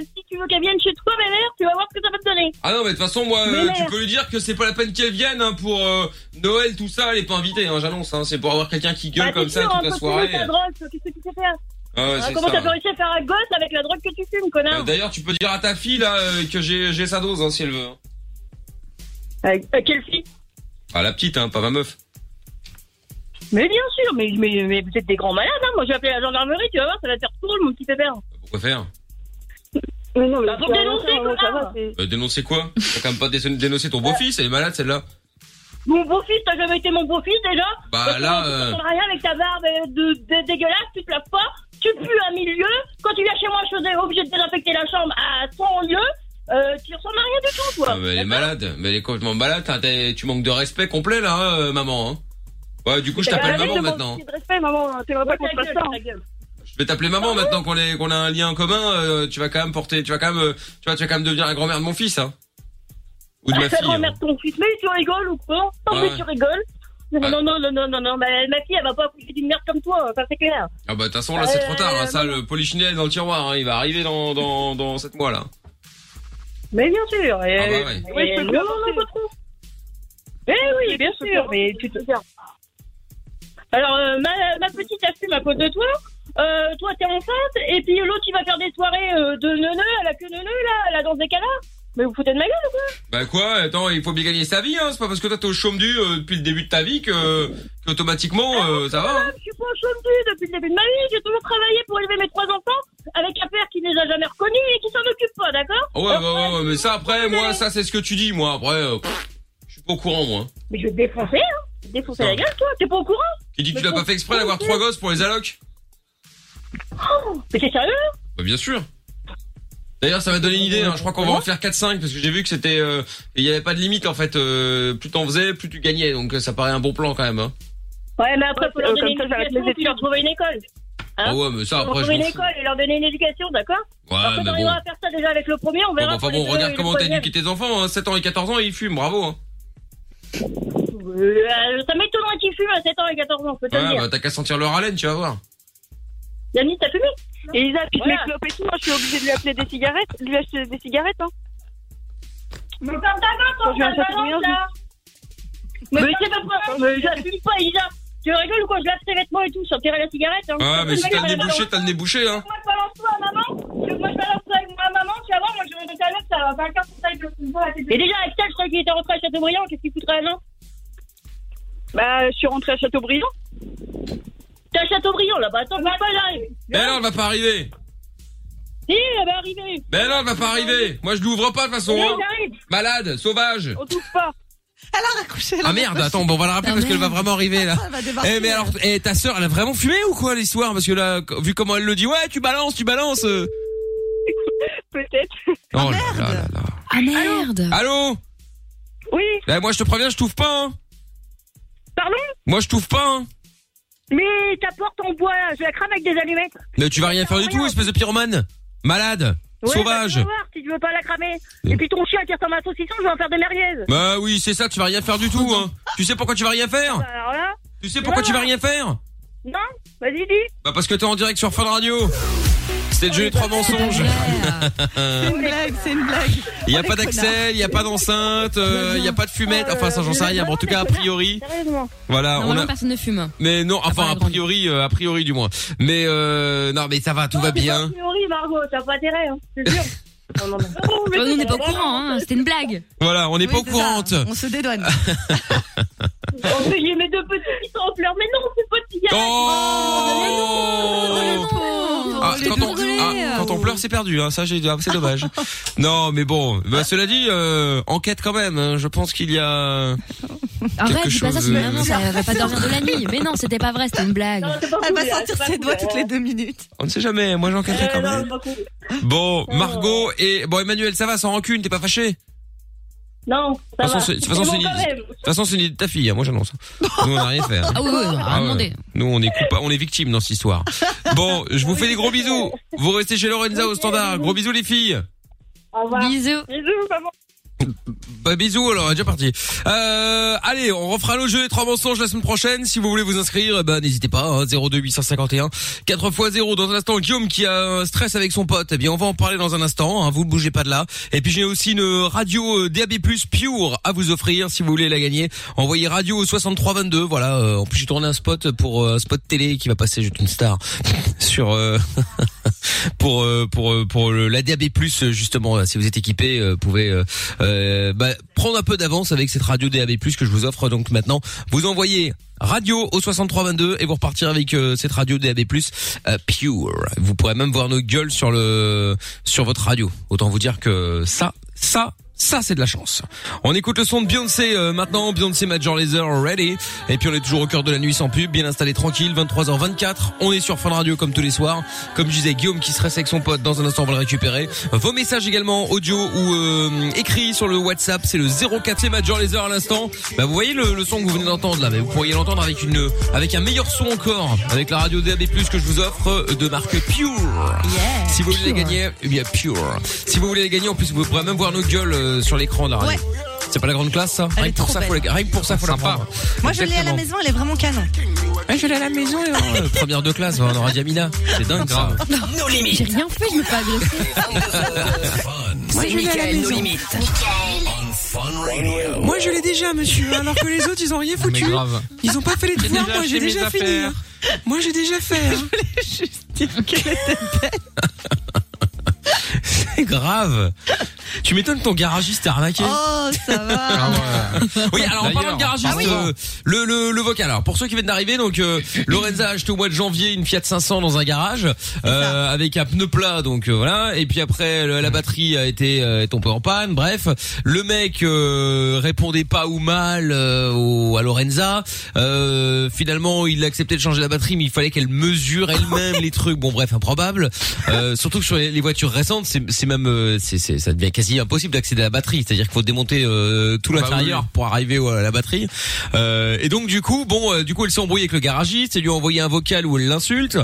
euh, si tu veux qu'elle vienne chez toi, mes mères, tu vas voir ce que ça va te donner. Ah non, mais de toute façon, moi, euh, Mémère. tu peux lui dire que c'est pas la peine qu'elle vienne hein, pour euh, Noël, tout ça. Elle est pas invitée, hein, j'annonce. Hein, c'est pour avoir quelqu'un qui gueule Ah, comme t'es ça sûr, hein, toute la quand tu soirée. veux ta drogue, qu'est-ce que tu sais Ah faire ouais, Hein, c'est Comment ça. t'as pas réussi à faire un gosse avec la drogue que tu fumes, Euh, connard D'ailleurs, tu peux dire à ta fille là euh, que j'ai j'ai sa dose hein, si elle veut. hein. Avec avec Euh, quelle fille Ah la petite, hein, pas ma meuf. Mais bien sûr, mais, mais, mais vous êtes des grands malades, hein. Moi, je vais appeler la gendarmerie, tu vas voir, ça va te faire tout drôle, mon petit pépère. Pourquoi faire Mais non, mais Bah, faut tu vas dénoncer, rien faire, ça connard. va, c'est- Euh, Dénoncer quoi Faut quand même pas dé- dénoncer ton beau-fils. Elle est malade celle-là. Mon beau-fils, t'as jamais été mon beau-fils, déjà Bah là, Tu euh, comprends rien avec ta barbe euh, de, de- dégueulasse, tu te laves pas, tu pues à mille lieux. Quand tu viens chez moi, je suis obligé de désinfecter la chambre à 100 lieux. Euh, tu ressembles à rien du tout, toi. ah, mais elle est malade. Mais elle est complètement malade. T'as- t'as- Tu manques de respect complet là, hein, euh, maman. hein. Ouais, du coup, je T'as t'appelle arrêté maman de manquer maintenant. de respect, maman. T'aimerais pas qu'on te Ta fasse gueule, ça. ta gueule. Je vais t'appeler maman maintenant qu'on est qu'on a un lien en commun. euh, tu vas quand même porter, tu vas quand même, euh, tu vas, tu vas quand même devenir la grand-mère de mon fils, hein, ou de Ah, ma ça fille. hein. grand-mère de ton fils, mais tu rigoles ou quoi Non, Ouais. mais tu rigoles. Non, Ouais. non, non, non, non, non, non, mais ma fille, elle va pas accoucher d'une merde comme toi, ça c'est clair. Ah bah de toute façon là c'est trop tard. hein, ça, le polichinelle est dans le tiroir, hein, il va arriver dans dans dans sept mois là. Mais bien sûr. Et, Ah bah ouais. et Ouais, je peux non, bien non, non, penser. pas trop. Mais oui, bien peux sûr, bien mais tu te Alors, euh, ma, ma petite assume à cause de toi. Euh, toi, t'es enceinte, et puis l'autre, il va faire des soirées euh, de neuneu, à la queue neuneu, là, à la danse des canards. Mais vous foutez de ma gueule ou quoi Bah quoi Attends, il faut bien gagner sa vie. Hein, c'est pas parce que toi t'es au chaume du euh, depuis le début de ta vie que automatiquement ça va. hein. Ah, Je suis pas au chômage depuis le début de ma vie, j'ai toujours travaillé pour élever mes trois enfants, avec un père qui ne les a jamais reconnus et qui s'en occupe pas, d'accord Ah Ouais, ouais, ouais, ouais, mais ça après moi ça c'est ce que tu dis moi après. euh, pff, je suis pas au courant moi. Mais je vais te défoncer, hein Je vais te défoncer Ça. la gueule, toi, t'es pas au courant Tu dis que tu Mais l'as pas faut- fait exprès d'avoir trois gosses pour les allocs Oh, Mais c'est sérieux Bah bien sûr. D'ailleurs, ça m'a donné une idée. hein. Je crois qu'on va en faire 4-5 parce que j'ai vu que c'était, euh, il y avait pas de limite en fait. euh, plus t'en faisais, plus tu gagnais. Donc euh, ça paraît un bon plan quand même. Hein. Ouais, mais après, Ouais, faut leur euh, donner une comme ça, j'arrête éducation, les puis leur études. trouver une école. Hein ah ouais, mais ça Faut leur après je trouver une m'en fous. école et leur donner une éducation, d'accord Ouais, Après, mais on bon. arrivera à faire ça déjà avec le premier, on Bon, verra. bah, enfin pour bon, les deux et regarde le comment t'as troisième. éduqué tes enfants. Hein. 7 ans et 14 ans, ils fument. Bravo. Hein. Euh, ça m'étonnerait qu'ils fument à 7 ans et 14 ans, peut-être Ouais, dire. bah t'as qu'à sentir leur haleine, tu vas voir. Yannick, t'as fumé Elisa, puis Voilà. mes clopes et tout, moi, je suis obligée de lui appeler des cigarettes, de lui acheter des cigarettes, hein. Mais ferme ta gueule, Quand je vais ferme acheter ta une gueule, merde, là Mais c'est pas grave, mais j'assume pas, Isa Tu rigoles ou quoi Je lave tes vêtements et tout, je sortirai la cigarette. Hein. Ouais, mais si t'as le nez bouché, t'as le nez bouché. Hein. Moi, je balance toi à maman, je- moi, je balance toi avec moi à maman, tu vas voir, moi, je vais monter ta note, ça va pas le faire pour ça, je le vois, c'est- Et déjà, avec ça, je croyais qu'il était rentré à Châteaubriand, qu'est-ce qu'il foutrait à Nantes Bah, je suis rentrée à Châteaubriand. T'es à Châteaubriand, là-bas, attends, faut pas, il arrive Mais non, elle va pas arriver. Si, elle va arriver Mais non, elle Ben va pas arriver. Moi, je l'ouvre pas de toute façon. Oui, hein. il arrive Malade, Oh, sauvage. On touche pas. Elle a raccroché là. Ah merde, attends, bon, on va la rappeler parce qu'elle va vraiment arriver là. *laughs* Elle va Eh débarquer. mais alors, eh, ta sœur, elle a vraiment fumé ou quoi l'histoire Parce que là, co- vu comment elle le dit, ouais, tu balances, tu balances. euh. Peut-être. oh là là là là. Ah merde Allô Oui, Eh, Moi, je te préviens, je t'ouvre pas. Hein. Pardon Moi, je t'ouvre pas. Hein. Mais ta porte en bois, là, je la crame avec des allumettes Mais tu vas rien faire du tout, espèce de pyromane, malade, Ouais, bah, tu sauvage. vas voir, si tu veux pas la cramer Euh. Et puis ton chien qui ressemble à un saucisson, je vais en faire des merguez Bah oui, c'est ça, tu vas rien faire du tout. Hein. Tu sais pourquoi tu vas rien faire Bah, Alors là, Tu sais pourquoi tu vas rien faire non Vas-y, dis Bah parce que t'es en direct sur Fun Radio. C'était le jeu des trois mensonges. C'est une blague, c'est une blague. Il y a Oh, pas les d'accès, il y a pas d'enceinte, euh, il y a pas de fumette. Enfin, ça, j'en sais rien. mais en tout cas, a priori, Sérieusement voilà, Ah, on Normalement, a. personne ne fume. Mais non, part enfin la a grande. priori, euh, a priori du moins. Mais euh, non, mais ça va, tout va C'est bien. pas une théorie, Margot, t'as pas intérêt, hein, c'est sûr Non, non, non. Oh, mais Bah, nous, on n'est pas au vraiment- courant, hein. C'était une blague. Voilà, on n'est Oui, pas au c'est courante. ça. On se dédouane. En plus, j'ai mes deux petits qui sont en pleurs. Mais non, c'est pas de cigarette. Oh Ah, quand, oh, on, ah, quand on pleure, c'est perdu. Hein. Ça, j'ai- ah, c'est *laughs* dommage. non, mais bon. Bah, cela dit, euh, enquête quand même. hein. Je pense qu'il y a Arrête, quelque dis pas ça, chose, sinon euh, maman, ça va pas dormir de la nuit. Mais non, c'était pas vrai, c'était une blague. Elle va sentir ses doigts toutes les deux minutes. On ne sait jamais. Moi, j'enquêterai quand même. Eh, Bon, Margot et bon Emmanuel, ça va sans rancune. T'es pas fâché Non, ça De toute façon, va. c'est- de toute façon, Mais c'est bon, une- quand même. de toute façon, c'est une idée de ta fille. hein. Moi, j'annonce. Nous, on n'a rien fait. hein. *laughs* Ah oui, oui, on a rien ouais. demandé. Nous, on est coupa- on est victime dans cette histoire. Bon, je vous fais des gros bisous. Vous restez chez Lorenza au standard. Gros bisous, les filles. Au revoir. Bisous. Bisous, maman. Bah bisous alors, on est déjà parti. Euh, allez, on refera le jeu des trois mensonges la semaine prochaine. Si vous voulez vous inscrire, eh ben n'hésitez pas. Hein, 02 851 4 x 0. Dans un instant, Guillaume qui a un stress avec son pote. Eh bien, on va en parler dans un instant. Hein, vous ne bougez pas de là. Et puis j'ai aussi une radio euh, DAB+ Pure à vous offrir si vous voulez la gagner. Envoyez radio au 6322. Voilà. euh, en plus, j'ai tourné un spot pour euh, un spot télé qui va passer. J'ai une star *laughs* sur. euh, *laughs* pour euh, pour euh, pour le, la DAB+ euh, justement là, si vous êtes équipé euh, vous pouvez euh, euh, bah, prendre un peu d'avance avec cette radio DAB+ que je vous offre donc maintenant vous envoyez radio au 6322 et vous repartirez avec euh, cette radio DAB+ euh, pure vous pourrez même voir nos gueules sur le sur votre radio autant vous dire que ça ça ça c'est de la chance. On écoute le son de Beyoncé euh, maintenant, Beyoncé Major Laser Ready. Et puis on est toujours au cœur de la nuit sans pub, bien installé tranquille, 23h24. On est sur Fun Radio comme tous les soirs. Comme je disais, Guillaume qui se reste avec son pote, dans un instant on va le récupérer. Vos messages également audio ou euh, écrits sur le WhatsApp, c'est le 04 Major Laser à l'instant. Bah vous voyez le, le son que vous venez d'entendre là, mais vous pourriez l'entendre avec une avec un meilleur son encore, avec la radio DAB+ que je vous offre euh, de marque Pure. si vous voulez les gagner, eh bien Pure. Si vous voulez les gagner, en plus vous pourrez même voir nos gueules euh, sur l'écran de la radio. C'est pas la grande classe ça Rien que pour ça, faut la- rien que pour ça, faut la prendre. Moi, je l'ai à la Exactement. maison, elle est vraiment canon. je l'ai à la maison et Euh, Première de classe, on aura Diamina. C'est dingue ça. Nos limites. J'ai rien fait, je me fais agresser. C'est je vais à la Mickaël, nos maison. limites. Moi je l'ai déjà monsieur, hein, alors que les autres ils ont rien Ah, foutu. Mais grave. Ils ont pas fait les J'ai devoirs, déjà moi j'ai acheté mes déjà fini. affaires. hein. Moi j'ai déjà fait. hein. Je voulais juste dire qu'elle était *laughs* C'est grave. Tu m'étonnes ton garagiste t'a arnaqué. Oh, ça *laughs* va. Ah Oui, alors en D'ailleurs. parlant de garagiste, Ah oui. euh, le, le, le vocal. Alors pour ceux qui viennent d'arriver, *laughs* donc euh, Lorenza a acheté au mois de janvier une Fiat 500 dans un garage euh, avec un pneu plat, donc euh, voilà. Et puis après, le- la batterie a été euh, est tombée en panne. Bref, le mec euh, répondait pas ou mal euh, au- à Lorenza. Euh, finalement, il a accepté de changer la batterie, mais il fallait qu'elle *laughs* mesure elle-même les trucs. Bon, bref, improbable. Euh, surtout que sur les, les voitures récentes, c'est c'est même euh, c'est c'est- ça devient quasi impossible d'accéder à la batterie. C'est-à-dire qu'il faut démonter euh, tout Bah l'intérieur oui. pour arriver au- à la batterie. Euh, et donc du coup, bon, euh, du coup, elle s'est embrouillée avec le garagiste. Elle lui a envoyé un vocal où elle l'insulte.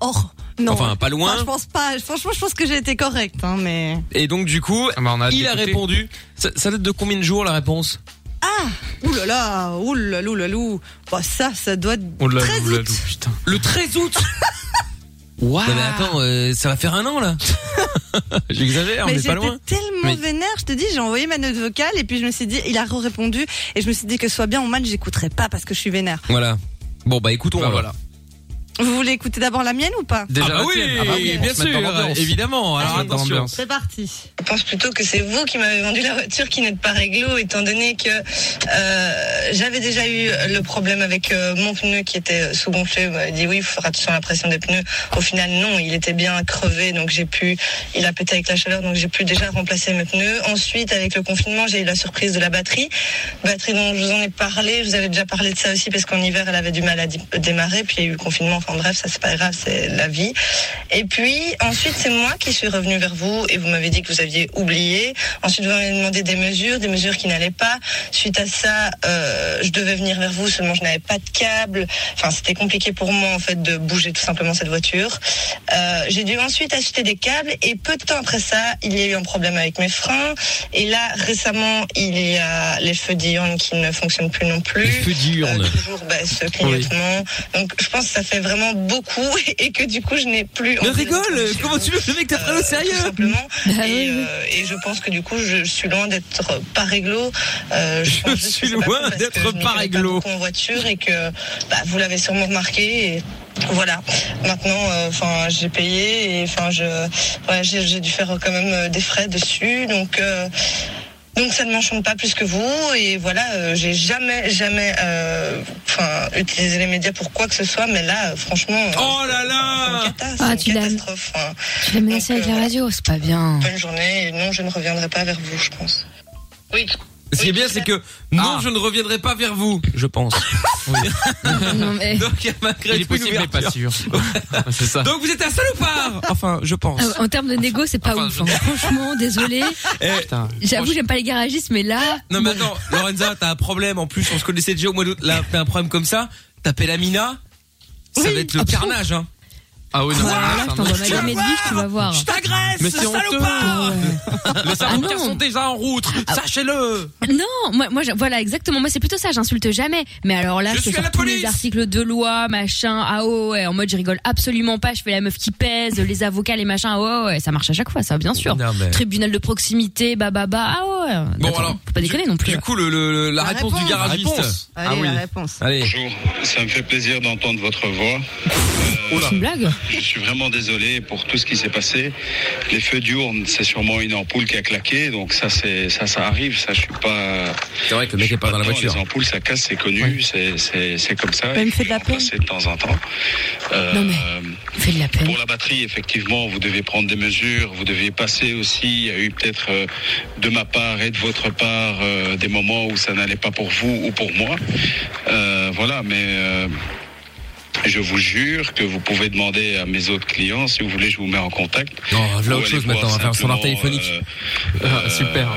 Oh, non. Enfin, pas loin. Enfin, je pense pas. Franchement, je pense que j'ai été correcte, hein, mais. Et donc du coup, il a répondu. Ça, ça date de combien de jours la réponse Ah Ouh là là Ouh là là, ouh là là, ouh. Bah, ça, ça doit être. On l'a 13 août. Le 13 août *laughs* Waouh Mais attends, euh, ça va faire un an là. *laughs* J'exagère, mais mais j'étais Eh, pas loin. tellement Mais- vénère, je te dis, j'ai envoyé ma note vocale et puis je me suis dit, il a répondu et je me suis dit que ce soit bien ou mal, j'écouterai pas parce que je suis vénère. Voilà. Bon bah écoutons. alors. Vous voulez écouter d'abord la mienne ou pas Déjà Ah bah la oui, tienne. Ah bah oui, bien on se met dans sûr, l'ambiance. évidemment. Alors Allez. attention. Ambiance. C'est parti. Je pense plutôt que c'est vous qui m'avez vendu la voiture qui n'êtes pas réglo, étant donné que euh, j'avais déjà eu le problème avec euh, mon pneu qui était sous gonflé. On m'avait dit oui, il faudra attention à la pression des pneus. Au final, non, il était bien crevé, donc j'ai pu. Il a pété avec la chaleur, donc j'ai pu déjà remplacer mes pneus. Ensuite, avec le confinement, j'ai eu la surprise de la batterie. Batterie dont je vous en ai parlé. Je vous avais déjà parlé de ça aussi parce qu'en hiver, elle avait du mal à di- démarrer. Puis il y a eu le confinement. Enfin bref, ça c'est pas grave, c'est la vie. Et puis ensuite, c'est moi qui suis revenue vers vous et vous m'avez dit que vous aviez oublié. Ensuite, vous m'avez demandé des mesures, des mesures qui n'allaient pas. Suite à ça, euh, je devais venir vers vous, seulement je n'avais pas de câble. Enfin, c'était compliqué pour moi en fait de bouger tout simplement cette voiture. Euh, j'ai dû ensuite acheter des câbles et peu de temps après ça, il y a eu un problème avec mes freins. Et là, récemment, il y a les feux diurnes qui ne fonctionnent plus non plus. Les feux diurnes. toujours bah, ce clignotement. Donc, je pense que ça fait vraiment beaucoup *laughs* et que du coup, je n'ai plus. Mais envie rigole, d'être chez comment vous. tu veux que le mec t'as pris au Euh, sérieux Ah tout *laughs* simplement. et, euh, et je pense que du coup, je suis loin d'être pas réglo. Euh, Je pense juste suis que c'est pas loin cool parce d'être que je m'y pas connais réglo. beaucoup en voiture et que bah, vous l'avez sûrement remarqué. Et voilà. Maintenant, euh, enfin, j'ai payé et enfin, je, ouais, j'ai j'ai dû faire quand même euh, des frais dessus. Donc. euh, Donc ça ne m'enchante pas plus que vous. Et voilà, euh, j'ai jamais, jamais euh, enfin, utilisé les médias pour quoi que ce soit. Mais là, euh, franchement, euh, Oh là là Ah, tu l'as. Tu l'as menacé avec la radio, c'est pas bien. hein. Ah bonne journée. Et non, je ne reviendrai pas vers vous, je pense. Oui. Ce qui est bien, c'est que non, je ne reviendrai pas vers vous, je *laughs* pense. Non, mais- Donc, malgré Il est tout, une possible, mais pas ouverture. *laughs* C'est ça. Donc vous êtes un salopard Enfin, je pense. Euh, en termes de négo, c'est pas ouf. hein. Franchement, désolé. Ah, Eh, J'avoue, j'aime pas les garagistes, mais là. Non mais attends, Lorenza, t'as un problème en plus, on se connaissait déjà au mois d'août, là t'as un problème comme ça, taper la mina, ça va être le carnage hein. Ah oui, non, là, je t'envoie ma gamelle de vie, tu vas voir. Je t'agresse, Mais c'est salopard Les Ah avocats non. Ah. sont déjà en route, sachez-le Non, moi, moi, je- voilà, exactement. Moi, c'est plutôt ça. J'insulte jamais. Mais alors là, Je je, te suis à sors la tous les police. articles de loi, machin, ah oh, ouais, en mode je rigole absolument pas. Je fais la meuf qui pèse, les avocats, les machins, ah ouais, ouais, ça marche à chaque fois, ça, bien sûr. Non, Ah, mais- Tribunal de proximité, bah bah bah, ah ouais. Bon, Attends, alors, faut pas déconner non plus. Du coup, le, le- le- la, réponse, du garagiste. Ah oui. Bonjour, ça me fait plaisir d'entendre votre voix. Euh, C'est une blague Je suis vraiment désolé pour tout ce qui s'est passé. Les feux d'urne, c'est sûrement une ampoule qui a claqué, donc ça, c'est ça, ça arrive. Ça, je suis pas. C'est vrai que le mec est pas dans la voiture. Les ampoules, ça casse, c'est connu, c'est- c'est c'est comme ça. Bah, il me Il fait de la faut remplacer de temps en temps. Euh, Non, mais- Fais de la peine. pour la batterie, effectivement, vous devez prendre des mesures, vous devez passer aussi. Il y a eu peut-être euh, de ma part et de votre part euh, des moments où ça n'allait pas pour vous ou pour moi. Euh, voilà, mais euh, je vous jure que vous pouvez demander à mes autres clients, si vous voulez, je vous mets en contact. Non, je veux Ou autre allez chose voir maintenant, on va faire un standard simplement, téléphonique. euh, Ah, euh, super.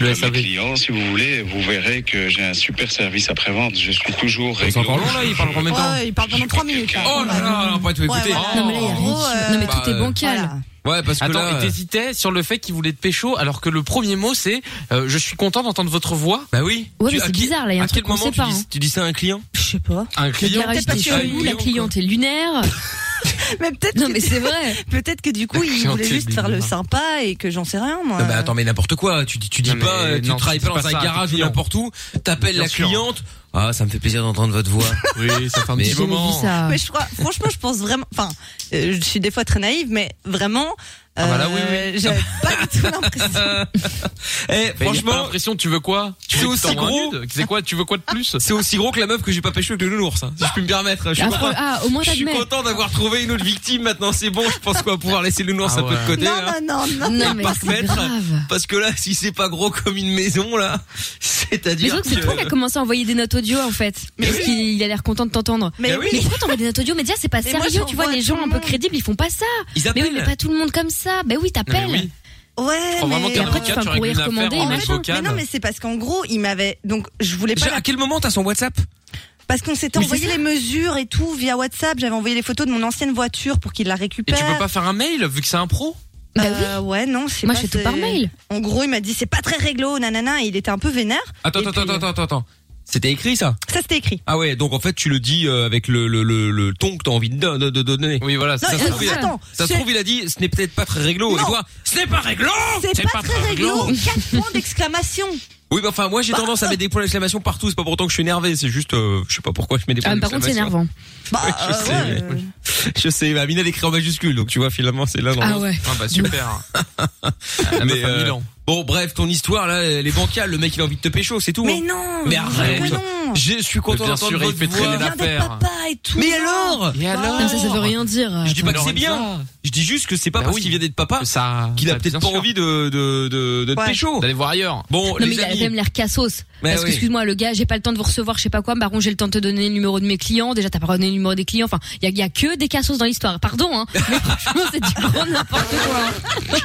Le euh, Mes clients, si vous voulez, vous verrez que j'ai un super service après-vente. Je suis toujours. C'est encore réglo. long Oh là, il parle combien de temps Ouais, il parle pendant 3 minutes. là. Oh là là, on va pas tout écouter. Non, mais là, il y a rien Oh, qui- euh, non, mais tout bah, est euh, bancal. Ouais, parce que Attends, là, euh, et t'hésitais sur le fait qu'il voulait te pécho, alors que le premier mot c'est euh, Je suis content d'entendre votre voix. Bah oui. Ouais, mais c'est bizarre, là, il y a un truc qu'on sait pas. hein. Tu dis ça à un client Je sais pas. Un Le client garagiste est chelou, la cliente est lunaire. *laughs* mais peut-être. Non, mais c'est vrai. Peut-être que du coup, il Gentil, voulait juste faire le Bigard. sympa et que j'en sais rien, Ah moi. bah, Non mais attends mais n'importe quoi tu dis tu dis Non, mais pas euh, tu non, travailles tu dis pas dans pas un ça à tes garage ou clients. n'importe où t'appelles Bien la sûr. cliente ah ça me fait plaisir d'entendre votre voix oui ça fait un petit Mais je crois, franchement, je pense vraiment. Enfin, euh, je suis des fois très naïve, mais vraiment. Ah bah là, oui, euh, oui. j'avais pas du tout l'impression. *laughs* Eh, franchement, l'impression tu veux quoi Tu C'est veux que aussi t'envoies un gros. nude C'est quoi Tu veux quoi de plus C'est aussi gros que la meuf que j'ai pas pêché avec le nounours, hein, si je puis me permettre. Je suis Ah, content, ah, au moins, je suis t'admets. content d'avoir trouvé une autre victime maintenant, c'est bon, je pense qu'on va pouvoir laisser le nounours Ah un peu de ouais. côté. Non, hein. non, non, non. Et Non, mais par c'est contre, grave. Parce que là, si c'est pas gros comme une maison, là, *laughs* Mais c'est-à-dire surtout que c'est toi qui a commencé à envoyer des notes audio en fait. parce qu'il a l'air content de t'entendre. Mais Mais, oui. pourquoi t'envoies des notes audio Mais déjà, c'est pas Mais moi, sérieux, tu vois, j'envoie les à gens tout un le peu monde. crédibles, ils font pas ça. Ils mais oui, appellent. mais pas tout le monde comme ça. Ben oui, t'appelles. oui. Ouais, Faut vraiment mais qu'un après, tu avocat, vas tu pourrir règles une affaire commander, en machin. vocal. Mais non, mais c'est parce qu'en gros, il m'avait donc je voulais pas. Genre, la- à quel moment t'as son WhatsApp Parce qu'on s'était Mais envoyé c'est les mesures et tout via WhatsApp. J'avais envoyé les photos de mon ancienne voiture pour qu'il la Et récupère. tu peux pas faire un mail vu que c'est un pro Euh, ouais, non, je sais Bah Moi, pas, je fais tout c'est- par mail. En gros, il m'a dit c'est pas très réglo, nanana. Et il était un peu vénère. Attends, attends, attends, attends, attends, attends. C'était écrit ça Ça c'était écrit. Ah ouais, donc en fait tu le dis euh, avec le, le, le, le ton que t'as envie de, don- de- de donner. Oui voilà, Non, ça se euh, trouve, il a- attends, ça se c'est- trouve il a dit ce n'est peut-être pas très réglo et Non. toi ce n'est pas réglo C'est pas, très réglo. Bah. Quatre points *laughs* d'exclamation. Oui, mais enfin, moi j'ai tendance à mettre des points d'exclamation partout. C'est pas pour autant que je suis énervé. C'est juste, euh, je sais pas pourquoi je mets des Ah, points mais par contre, c'est d'exclamation. énervant. Bah, Ouais, je, euh, sais, ouais, mais- je sais, mais Amina l'écrit en majuscule, donc tu vois, finalement, c'est là dans Ah l'autre. ouais. Ah *laughs* bah super. La meuf à euh, Milan. bon, bref, ton histoire là, elle est bancale. Le mec, il a envie de te pécho, c'est tout. Mais hein. non. Mais arrête. Mais non. Je suis content Mais bien d'entendre sûr, il votre fait traîner la- voix. Viens d'être l'affaire. Ah, papa et tout. Mais non. alors Ah. Et alors Comme ça, ça veut rien dire. Je dis pas que Lorenza. c'est bien. Je dis juste que c'est pas Bah parce oui. qu'il vient d'être papa Ça qu'il a bah, peut-être bien pas sûr. envie de de de, de te Ouais. pécho. d'aller voir ailleurs. Bon, Non mais les il a quand amis. même l'air cassos. Mais Parce oui. que excuse-moi le gars, j'ai pas le temps de vous recevoir, je sais pas quoi. Baron, j'ai le temps de te donner le numéro de mes clients. Déjà, t'as pas donné le numéro des clients. Enfin, il y a, y a que des cassos dans l'histoire. Pardon, hein. Mais *laughs* franchement, c'est du grand n'importe quoi.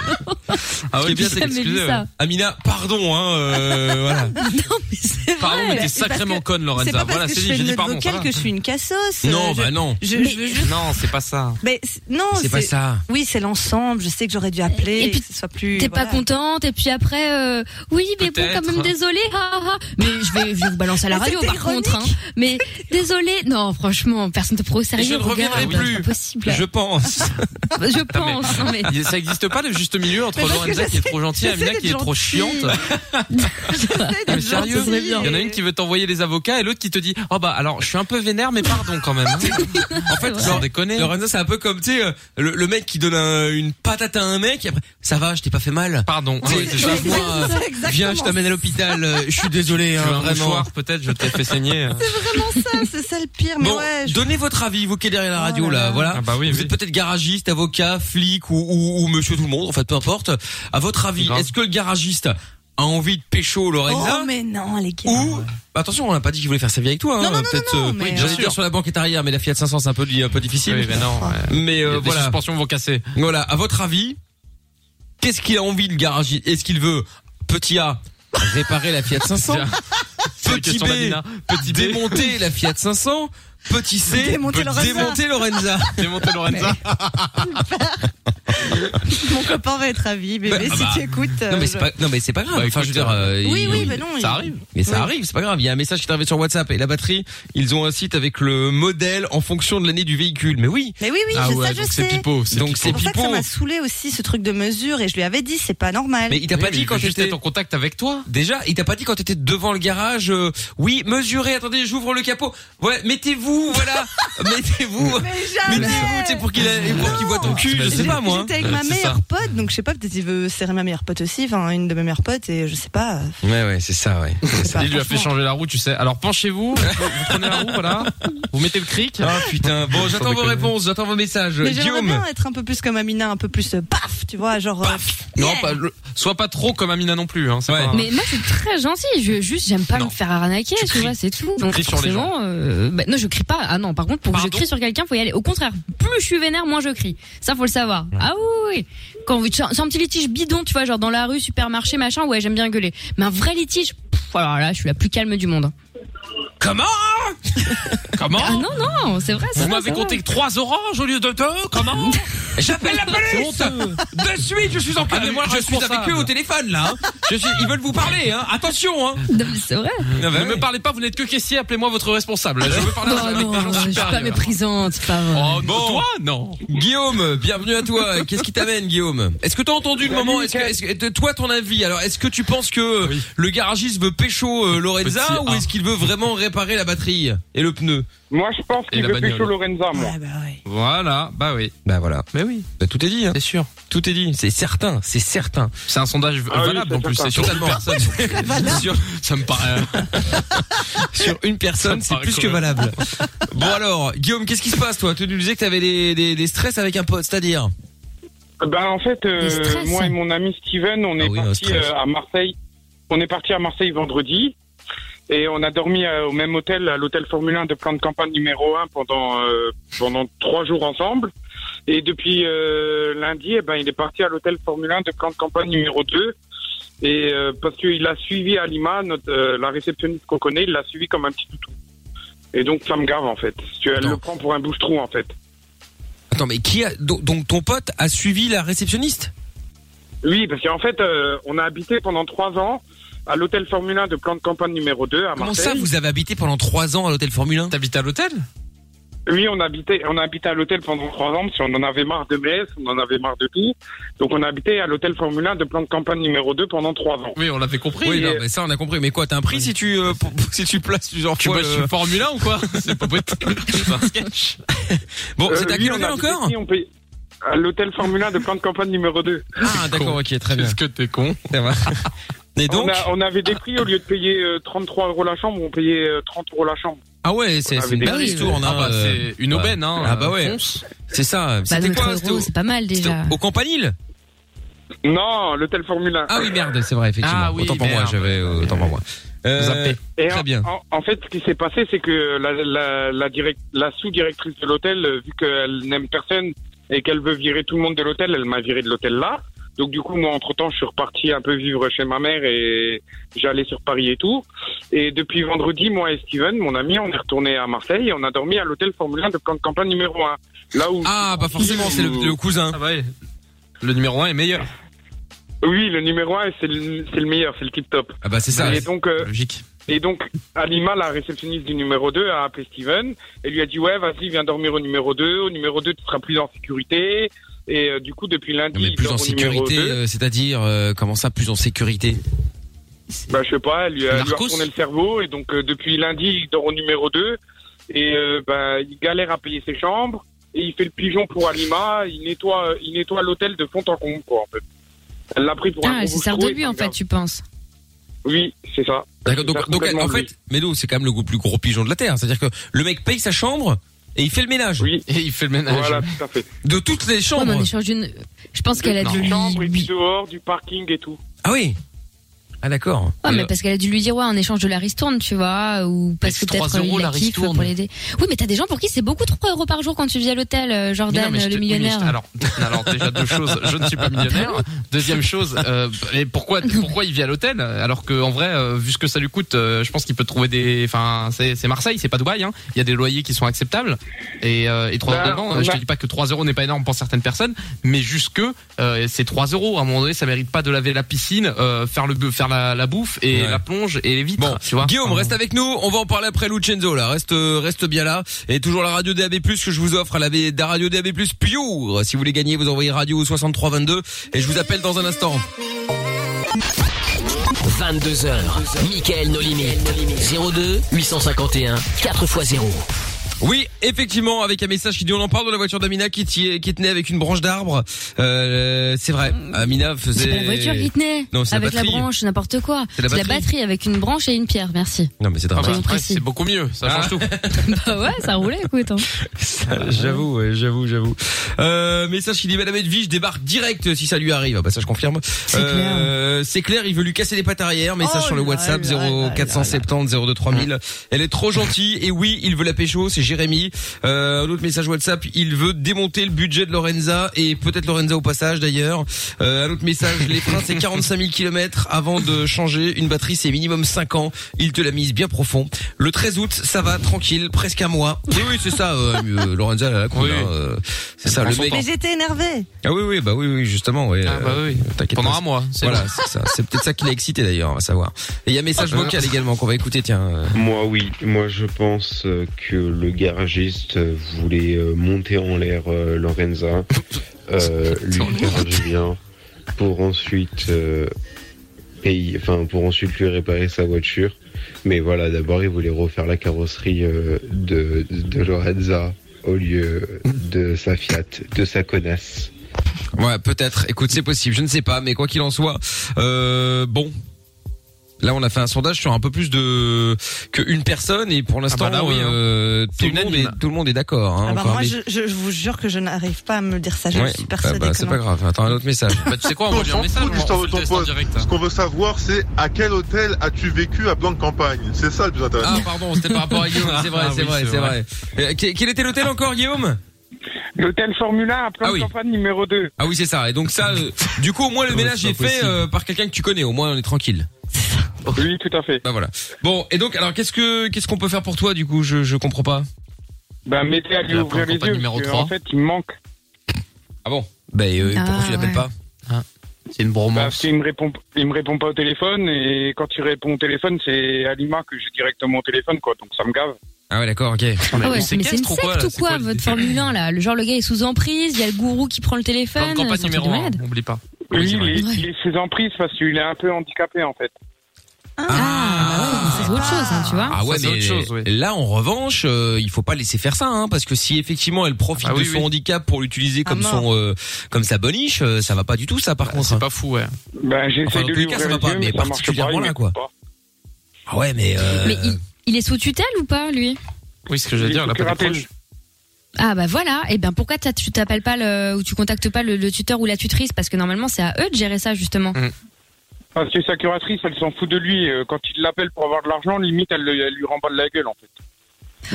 Ah oui, J'ai bien, c'est jamais vu excusez, ça. ouais. Amina, pardon, hein, euh, voilà. *laughs* Non, mais c'est Pardon, mais vrai. t'es C'est parce sacrément que- conne Lorenza. C'est pas parce Voilà, que c'est je dit, fais j'ai une dit note pardon. ça vocale va. que je suis une cassos. Non, Euh, je- bah non. Je, je veux juste. Non, c'est pas ça. Mais c- non, C'est pas ça. Oui, c'est l'ensemble. Je sais que j'aurais dû appeler. Et Et puis, que ce soit plus. T'es voilà. pas contente et puis après euh, oui mais bon Peut-être. quand même désolé ah, ah. mais je vais, je vais vous balancer à la Mais radio c'était par contre hein. mais désolé non franchement personne te prend au sérieux je ne regarde, reviendrai c'est plus. pas possible Je pense. *laughs* je, pense non, mais Il- Ça existe pas le juste milieu entre Mais parce que Lorenza qui est trop gentille et j'essaie Amina qui *laughs* d'être est trop gentille. chiante. J'essaie d'être Mais sérieux, gentille. il y en a une qui veut t'envoyer les avocat et l'autre qui te dit oh bah alors je suis un peu vénère mais pardon quand même. hein. en fait, genre déconner. Lorenzo, c'est un peu comme, tu sais, euh, le, le mec qui donne un- une patate à un mec et après, ça va, je t'ai pas fait mal. Pardon. Tu sais, Oui, c'est viens ça. voir, euh, C'est exactement viens, je t'amène à l'hôpital, euh, je suis désolé, Tu hein, veux un vraiment. mouchoir, peut-être, je t'ai fait saigner. *laughs* euh. Vraiment ça, *laughs* c'est ça le pire. Mais Bon, ouais, je- donnez votre avis, vous qui êtes derrière la radio là, voilà. Ah bah vous êtes peut-être garagiste, avocat, flic ou, ou- ou monsieur tout le monde, en fait, peu importe. À votre avis, est-ce que le garagiste a envie de pécho Lorenza Oh mais non les gars. Bah, Attention, on n'a pas dit qu'il voulait faire sa vie avec toi. Non, hein, non, non, peut-être. non, non, euh, mais, oui, euh, j'allais bien dire sûr. sur la banquette arrière, mais la Fiat 500 c'est un peu, di- un peu difficile. Oui, mais non, ouais. Mais Il euh, y a des voilà. suspensions vont casser. Voilà. À votre avis, qu'est-ce qu'il a envie le garagiste Est-ce qu'il veut petit A réparer la Fiat 500 *laughs* C'est une Petit B, question d'Amina. Petit B. démonter la Fiat 500 Petit C, Démonter Lorenza. démonter Lorenza. Démonter Lorenza. Mon copain va être ravi, bébé, Bah, si bah. tu écoutes. Non mais euh, c'est je- pas, non mais c'est pas grave. Bah, enfin, je veux écoute, dire, euh, Oui, il- oui, bah non, il- ça arrive. Mais ça Oui. arrive, c'est pas grave. Il y a un message qui est arrivé sur WhatsApp et la batterie. Ils ont un site avec le modèle en fonction de l'année du véhicule. Mais oui. Mais oui, oui, Ah je, ouais, ça, je donc sais. c'est pipeau. c'est Donc c'est pour ça que ça pipeau. m'a saoulé aussi ce truc de mesure et je lui avais dit c'est pas normal. Mais il t'a pas dit quand juste t'étais en contact avec toi. Déjà, il t'a pas dit quand t'étais devant le garage. euh, oui, mesurez. Attendez, j'ouvre le capot. Ouais, mettez-vous. *laughs* Voilà, mettez-vous. Mais jamais. Mettez-vous. tu sais, pour qu'il a- pour qu'il voit ton cul. Je sais pas moi. hein. J'étais avec ma C'est ça. meilleure pote, donc je sais pas, peut-être il veut serrer ma meilleure pote aussi, enfin une de mes meilleures potes, et je sais pas. euh, Ouais, ouais, c'est ça, ouais. *laughs* Il lui a fait changer la roue, tu sais. Alors *laughs* penchez-vous, vous prenez la roue, voilà. Vous mettez le cric. Ah putain. Bon, Sans j'attends vos déconner. réponses. J'attends vos messages. Mais j'aimerais Guillaume. bien être un peu plus comme Amina, un peu plus euh, paf, tu vois, genre. Non, pas, le- sois pas trop comme Amina non plus. Hein, c'est pas- euh, Mais moi c'est très gentil, je juste j'aime pas me faire arnaquer, tu, vois, c'est tout. Donc cries sur les gens. forcément, euh, bah, non je crie pas. Ah non, par contre pour que je crie sur quelqu'un, faut y aller. Au contraire, plus je suis vénère, moins je crie. Ça faut le savoir. Ah oui, oui. Quand c'est un petit litige bidon, tu vois, genre dans la rue, supermarché, machin, ouais j'aime bien gueuler. Mais un vrai litige, pff, alors là je suis la plus calme du monde. Comment *laughs* Oh Comment Ah non non, c'est vrai. c'est Vous vrai, m'avez c'est compté vrai. que 3 oranges au lieu de 2 *laughs* Comment J'appelle la police De suite, je suis en Ah, mais moi, le je suis responsable. avec eux au téléphone là. hein. Je suis- ils veulent vous parler hein. Attention hein. c'est vrai. ne Non, bah ouais. Ah, me parlez pas, vous n'êtes que caissier, appelez-moi votre responsable. Je veux parler Oh avec non, des gens je suis pas supérieurs. méprisante, c'est pas vrai. Oh, bon. toi, non. Guillaume, bienvenue à toi. *laughs* Qu'est-ce qui t'amène Guillaume Est-ce que t'as entendu le moment Est-ce que, est-ce que- de- toi ton avis Alors, est-ce que tu penses que le garagiste veut pécho euh, Lorenza Petit ou est-ce qu'il veut vraiment réparer la batterie et le pneu Moi, je pense Et qu'il la veut bagnole. pécho Lorenza, moi. Voilà, bah oui. Bah voilà. Mais oui. Bah, tout est dit. Hein. C'est sûr. Tout est dit. C'est certain. C'est certain. C'est un sondage Ah oui, valable c'est en plus. certain. C'est sur une Totalement. *laughs* personne. Sur- ça me paraît. euh, *laughs* sur une personne, c'est plus que valable. Bon alors, Guillaume, qu'est-ce qui se passe toi Tu nous disais que t'avais des, des, des stress avec un pote, c'est-à-dire Ben en fait, euh, Le stress. moi et mon ami Steven, on est Ah oui, le parti stress. euh, à Marseille. On est parti à Marseille vendredi et on a dormi euh, au même hôtel, à l'hôtel Formule 1 de plan de campagne numéro 1 pendant euh, pendant trois jours ensemble. Et depuis euh, lundi, eh ben il est parti à l'hôtel Formule 1 de plan de campagne numéro 2. Et euh, parce qu'il a suivi Alima, notre, euh, la réceptionniste qu'on connaît, il l'a suivi comme un petit toutou. Et donc ça me gave en fait. Tu, elle le prend pour un bouche-trou en fait. Attends, mais qui a donc, donc ton pote a suivi la réceptionniste Oui, parce qu'en fait, euh, on a habité pendant trois ans à l'hôtel Formule 1 de plan de campagne numéro 2 à Marseille. Comment ça vous avez habité pendant 3 ans à l'hôtel Formule 1 T'habites à l'hôtel Oui, on habitait, on a habité à l'hôtel pendant trois ans, parce qu'on en avait marre de Metz, on en avait marre de tout. Donc on a habité à l'hôtel Formule 1 de plan de campagne numéro 2 pendant trois ans. Oui, on l'avait compris. Oui, non, mais ça on a compris. Mais quoi, t'as un prix si tu euh, pour- si tu places du genre Tu quoi bosses le- sur Formule 1 ou *laughs* quoi C'est pas *laughs* possible. C'est un sketch. Bon, Euh, c'est à oui, quel on hôtel a habité encore ici, on paye- À l'hôtel Formule 1 de plan de campagne numéro 2. Ah d'accord, ok, très bien. Est-ce que t'es con Et donc on, a- on avait des prix, au lieu de payer euh, 33 euros la chambre, on payait euh, 30 euros la chambre. Ah ouais, c'est On c'est avait une des belle prix, ristourne. ouais. hein, Ah bah, euh, c'est une aubaine, hein, Ah bah euh, ouais. fonce. C'est ça. Bah, C'était notre quoi euro, c'était au- c'est pas mal déjà. Au Campanile Non, l'hôtel Formule 1. Ah oui, merde, c'est vrai, effectivement. Ah oui, autant pour moi, merde. j'avais. euh, Autant pour moi. Euh, Et Très en, bien. En, en fait, ce qui s'est passé, c'est que la, la, la, direct- la sous-directrice de l'hôtel, euh, vu qu'elle n'aime personne et qu'elle veut virer tout le monde de l'hôtel, elle m'a viré de l'hôtel là. Donc du coup, moi, entre-temps, je suis reparti un peu vivre chez ma mère et j'allais sur Paris et tout. Et depuis vendredi, moi et Steven, mon ami, on est retourné à Marseille et on a dormi à l'hôtel Formule 1 de plan de campagne numéro 1. Là où Ah, bah forcément, c'est le, le Ah cousin. bah Le numéro 1 est meilleur. Oui, le numéro 1, c'est le, c'est le meilleur, c'est le tip-top. Ah bah c'est ça, Et c'est donc, euh, Et donc, Alima, la réceptionniste du numéro 2, a appelé Steven et lui a dit, ouais, vas-y, viens dormir au numéro 2. Au numéro 2, tu seras plus en sécurité. Et euh, du coup, depuis lundi, Mais il plus dort en au numéro sécurité, 2. euh, c'est-à-dire euh, comment ça, plus en sécurité Bah, je sais pas, elle lui a, lui a Narcos retourné le cerveau et donc euh, depuis lundi, il dort au numéro 2 et euh, bah, il galère à payer ses chambres et il fait le pigeon pour Alima, il nettoie, il nettoie l'hôtel de fond en comble, quoi, en fait. Elle l'a pris pour un Ah, gros c'est sert de bouche-trou et lui ça en fait, regarde. tu penses Oui, c'est ça. D'accord, donc, C'est ça, donc, complètement en lui. fait, mais nous, c'est quand même le plus gros pigeon de la Terre. C'est-à-dire que le mec paye sa chambre et il fait le ménage. Oui. Et il fait le ménage. Voilà, tout à fait. De toutes les Ouais, mais chambres. en échange d'une. Je pense qu'elle a dû lui. chambre et puis dehors, du parking et tout. Ah oui Ah d'accord. Ouais, mais Euh, parce qu'elle a dû lui dire ouais en échange de la ristourne, tu vois, ou parce que Mais c'est 3 peut-être euh, euros il la la kiffe ristourne. pour l'aider. Oui, mais t'as des gens pour qui c'est beaucoup 3 euros par jour quand tu vis à l'hôtel, euh, Mais Jordan, non, mais je euh, te- le oui, mais je te- millionnaire. alors, *laughs* alors déjà deux choses, je ne suis pas millionnaire. Deuxième chose, euh, et pourquoi pourquoi il vit à l'hôtel alors que en vrai euh, vu ce que ça lui coûte, euh, je pense qu'il peut trouver des enfin c'est c'est Marseille, c'est pas Dubaï hein. Il y a des loyers qui sont acceptables et euh, et 3 euros Bah, dedans, je te bah. dis pas que 3 euros n'est pas énorme pour certaines personnes, mais jusque euh, c'est 3 euros à un moment donné, ça mérite pas de laver la piscine, euh, faire le bu- faire la, la bouffe et Ouais. la plonge et les vitres, Bon, tu vois. Ah. Guillaume, reste avec nous. On va en parler après Lucenzo. Là, reste, euh, reste bien là. Et toujours la radio DAB+ que je vous offre, à la, B- la radio DAB+ Pure. Si vous voulez gagner, vous envoyez radio au 6322 et je vous appelle dans un instant. 22h, Mickaël No Limit. 02 851 4x0. Oui, effectivement, avec un message qui dit on en parle de la voiture d'Amina qui, ti- qui tenait avec une branche d'arbre. Euh, c'est vrai, Amina faisait. C'est pas la voiture qui tenait Non, c'est la avec la, batterie. branche, n'importe quoi. C'est la batterie. avec une branche et une pierre. Merci. *laughs* Non, mais c'est Ah. dramatique. Soyons Ah, précis. c'est beaucoup mieux, ça change tout. bah ouais, ça roulait, écoute. hein. J'avoue, ouais, j'avoue, j'avoue. Euh, message qui dit Madame Edwige débarque direct si ça lui arrive. Ah bah ça je confirme. Euh, C'est clair. il veut lui casser les pattes arrière. Message Oh sur le là WhatsApp là là 0470 02 3000. Elle est trop gentille et oui, il veut la pécho. C'est Jérémy. Euh, un autre message WhatsApp, il veut démonter le budget de Lorenza et peut-être Lorenza au passage d'ailleurs. Euh, un autre message, les freins c'est 45 000 km avant de changer une batterie, c'est minimum 5 ans. Il te l'a mise bien profond. Le 13 août, ça va tranquille, presque un mois. Oui oui, c'est ça euh, euh, Lorenza elle a la cool, hein, euh, c'est ça le mec. Mais j'étais énervée. Ah oui oui, bah oui oui, justement, ouais. hein. Ah bah euh, oui. T'inquiète Pendant pas. un mois, c'est Voilà, bon. bah c'est ça. C'est peut-être ça qui l'a excité d'ailleurs, on va savoir. Et il y a un message Ah, vocal mince. également qu'on va écouter, tiens. euh. Moi oui, moi je pense euh, que le garagiste euh, voulait euh, monter en l'air euh, *laughs* Lorenza, euh, lui faire du bien, pour ensuite euh, payer, enfin pour ensuite lui réparer sa voiture. Mais voilà, d'abord il voulait refaire la carrosserie euh, de, de Lorenza au lieu de sa Fiat, de sa connasse. Ouais, peut-être. Écoute, c'est possible. Je ne sais pas, mais quoi qu'il en soit, euh, bon. Là, on a fait un sondage sur un peu plus de que une personne et pour l'instant, Ah bah là, oui, hein. euh, C'est tout, le monde est, unanime. tout le monde est d'accord. Hein, Ah bah, encore, moi, mais- je, je- je vous jure que je n'arrive pas à me dire ça. Je Ouais, suis bah, persuadée bah, que c'est non. pas grave. Attends, un autre *laughs* message. Bah, tu sais quoi, on *laughs* On va lui un s'en message, fout de on l'histoire fait de le ton test en pote. direct. hein. Ce qu'on veut savoir, c'est à quel hôtel as-tu vécu à plan de campagne C'est ça le plus intéressant. Ah pardon, c'était par rapport à Guillaume. C'est *laughs* vrai, Ah c'est oui, vrai, c'est c'est vrai. vrai. Euh, quel quel était l'hôtel encore, Guillaume L'hôtel Formula à ah oui. numéro 2. Ah oui, c'est ça. Et donc ça, *laughs* euh, du coup, au moins le ménage c'est est pas fait euh, par quelqu'un que tu connais. Au moins, on est tranquille. Oui, tout à fait. Bah voilà. Bon, et donc, alors, qu'est-ce que qu'est-ce qu'on peut faire pour toi, du coup Je je comprends pas. Bah, m'aider à lui La ouvrir les campagne yeux. numéro parce que, trois. En fait, il me manque. Ah bon Bah, euh, Ah, pourquoi tu l'appelles ouais. pas Hein C'est une bromance. Bah, Parce qu'il me répond, il me répond pas au téléphone et quand il répond au téléphone, c'est à Lima que j'ai directement au téléphone, quoi. Donc ça me gave. Ah ouais, d'accord, ok. Ah ouais, mais c'est une secte ou quoi, votre Formule 1 là Le genre le gars est sous emprise, il y a le gourou qui prend le téléphone. Campagne c'est un truc de numéro un, malade. oublie pas. Oui, il est, il est sous emprise parce qu'il est un peu handicapé, en fait. Ah, bah Ça, C'est autre chose, hein, tu vois. Ah ouais, Ça, c'est mais autre chose, oui. là, en revanche, euh, il faut pas laisser faire ça, hein, parce que si effectivement elle profite Ah oui, de son oui. handicap pour l'utiliser Ah comme mort. son, euh, comme sa boniche, euh, ça va pas du tout, ça. Par contre, c'est Bah, pas fou, ouais. Ben, j'essaie Enfin, dans de tous les lui cas, ouvrir ça les va pas, yeux, mais ça marche particulièrement pas, il là, quoi. m'écoute Ah ouais, mais. euh, Mais il, il est sous-tutelle ou pas, lui Oui, ce que j'allais dire, la pas proche. Ah bah voilà. Et ben pourquoi t'as- tu t'appelles pas le ou tu contactes pas le, le tuteur ou la tutrice parce que normalement c'est à eux de gérer ça justement. Parce que sa curatrice, elle s'en fout de lui. Euh, Quand il l'appelle pour avoir de l'argent, limite, elle, le- elle lui remballe la gueule, en fait.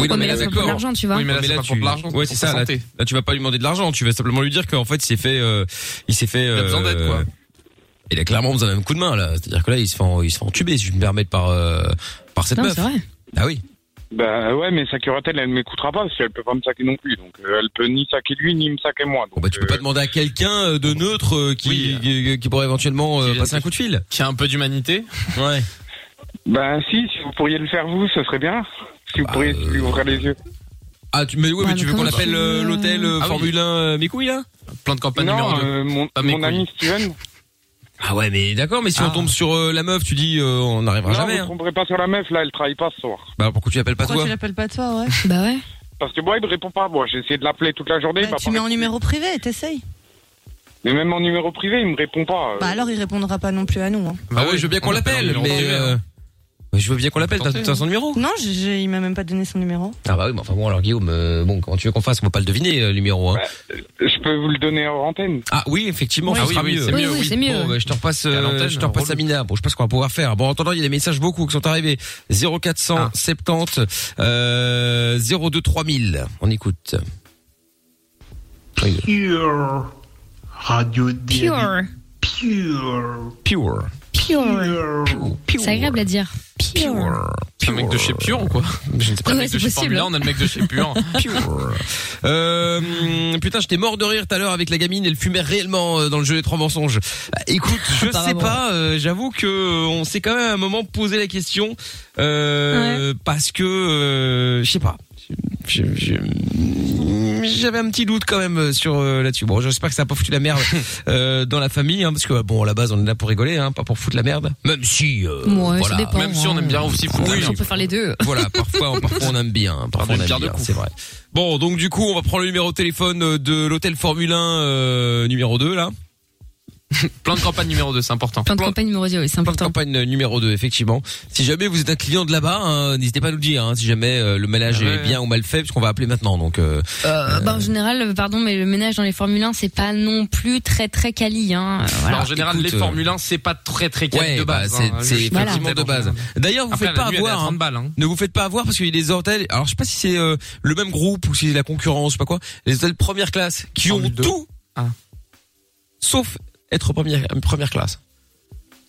Oui, Ouais, mais là, c'est pour de l'argent, tu vois. Oui, mais là, Mais c'est là, pas tu- pour de l'argent. ouais, Ouais, c'est c'est ça, ça. Là, là- tu vas pas lui demander de l'argent. Tu vas simplement lui dire qu'en fait, il s'est fait, euh, il s'est fait. Il a besoin d'aide, quoi. Il a clairement besoin d'un coup de main, là. C'est-à-dire que là, il se fait, en- il se fait entuber, si je me permets, par, euh, par cette Non, meuf. c'est vrai. Ah oui. Bah ouais, mais sa curatelle, elle m'écoutera pas parce qu'elle peut pas me saquer non plus. Donc euh, elle peut ni saquer lui, ni me saquer moi. Donc, bah, Tu peux pas demander à quelqu'un euh, de neutre euh, qui, qui, qui pourrait éventuellement euh, passer un coup de fil. Qui a un peu d'humanité. *laughs* Ouais. Bah si, si vous pourriez le faire vous, ce serait bien. Si Bah, vous pourriez lui ouvrir les yeux. Ah, tu, mais oui, Ouais, mais tu mais veux qu'on comment tu appelle veux, euh, euh, l'hôtel euh, Ah oui. Formule 1 euh, mes couilles, là Plan de campagne non, numéro 2. euh, mon, Ah, mes mon ami couilles. Steven, Ah ouais, mais d'accord, mais si on tombe sur euh, la meuf, tu dis euh, on n'arrivera Non, jamais. vous hein. tomberez pas sur la meuf, là, elle travaille pas ce soir. Bah pourquoi tu l'appelles pas Pourquoi toi tu l'appelles pas toi, ouais Bah ouais. Parce que moi, il me répond pas. Moi, j'ai essayé de l'appeler toute la journée. il m'a Bah, Tu pas mets en répondu. numéro privé, t'essayes. Mais même en numéro privé, il me répond pas. euh. Bah alors il répondra pas non plus à nous. hein. Bah oui, je veux bien qu'on l'appelle, mais euh, bah, je veux bien qu'on l'appelle. T'as t'as hein. son numéro Non, j'ai- j'ai- il m'a même pas donné son *laughs* numéro. Ah bah oui, mais enfin bon, alors Guillaume, euh, bon, comment tu veux qu'on fasse On peut pas le deviner, euh, le numéro. Hein. Bah, Je peux vous le donner hors antenne. Ah oui, effectivement, Oui. ce Ah oui, sera oui, mieux. c'est Oui, mieux, oui, oui. c'est mieux. Bon, bah, je te repasse, Et à euh, l'antenne, je te repasse relou. Sabina. Bon, je sais pas ce qu'on va pouvoir faire. Bon, en attendant, il y a des messages beaucoup qui sont arrivés. 0470 euh, 02 3000. On écoute. Oui. Pure. Radio Pure. Pure. Pure. Pure. C'est agréable à dire. Pure. C'est un mec de chez Pure ou quoi Je ne sais pas. le Ouais, mec c'est de chez possible. Formula, on a le mec de chez *laughs* Pure. *laughs* Euh, putain, j'étais mort de rire tout à l'heure avec la gamine. Elle fumait réellement euh, dans le jeu des trois mensonges. Bah, écoute, je sais Apparemment. pas. euh, J'avoue que euh, on s'est quand même à un moment posé la question euh, parce que euh, je sais pas. Je- je- J'avais un petit doute quand même euh, sur euh, là-dessus. Bon, j'espère que ça a pas foutu *laughs* la merde euh, dans la famille, hein, parce que bon, à la base, on est là pour rigoler, hein, pas pour foutre la merde. Même si, euh, Ouais, ça voilà. dépend, Même si on hein. aime bien aussi on peut faire les deux. voilà, parfois, on- parfois on aime bien, hein, Ah, parfois on aime bien, c'est vrai. Bon, donc du coup, on va prendre le numéro de téléphone euh, de l'hôtel Formule 1 euh, numéro 2 là. *laughs* Plein de campagne numéro 2, c'est important. Plein de campagnes numéro 2, c'est important. Campagne euh, numéro 2 effectivement. Si jamais vous êtes un client de là-bas, hein, n'hésitez pas à nous dire hein, si jamais euh, le ménage Ouais. est bien ou mal fait parce qu'on va appeler maintenant donc euh, Euh, bah, en général, euh, pardon, mais le ménage dans les Formule 1, c'est pas non plus très très quali. Hein. Euh, voilà. Alors, Bah, en général, Écoute, les Formule 1, c'est pas très très calme ouais, de bah, base. c'est- hein. c'est Je- effectivement Voilà. de base. D'ailleurs, vous Après, faites la pas nuit, elle est à avoir, 30 hein. balles, hein. Ne vous faites pas avoir parce qu'il y a des hôtels. Alors je sais pas si c'est euh, le même groupe ou si c'est la concurrence, je sais pas quoi. Les hôtels première classe qui ont tout, Ah. sauf être première première classe.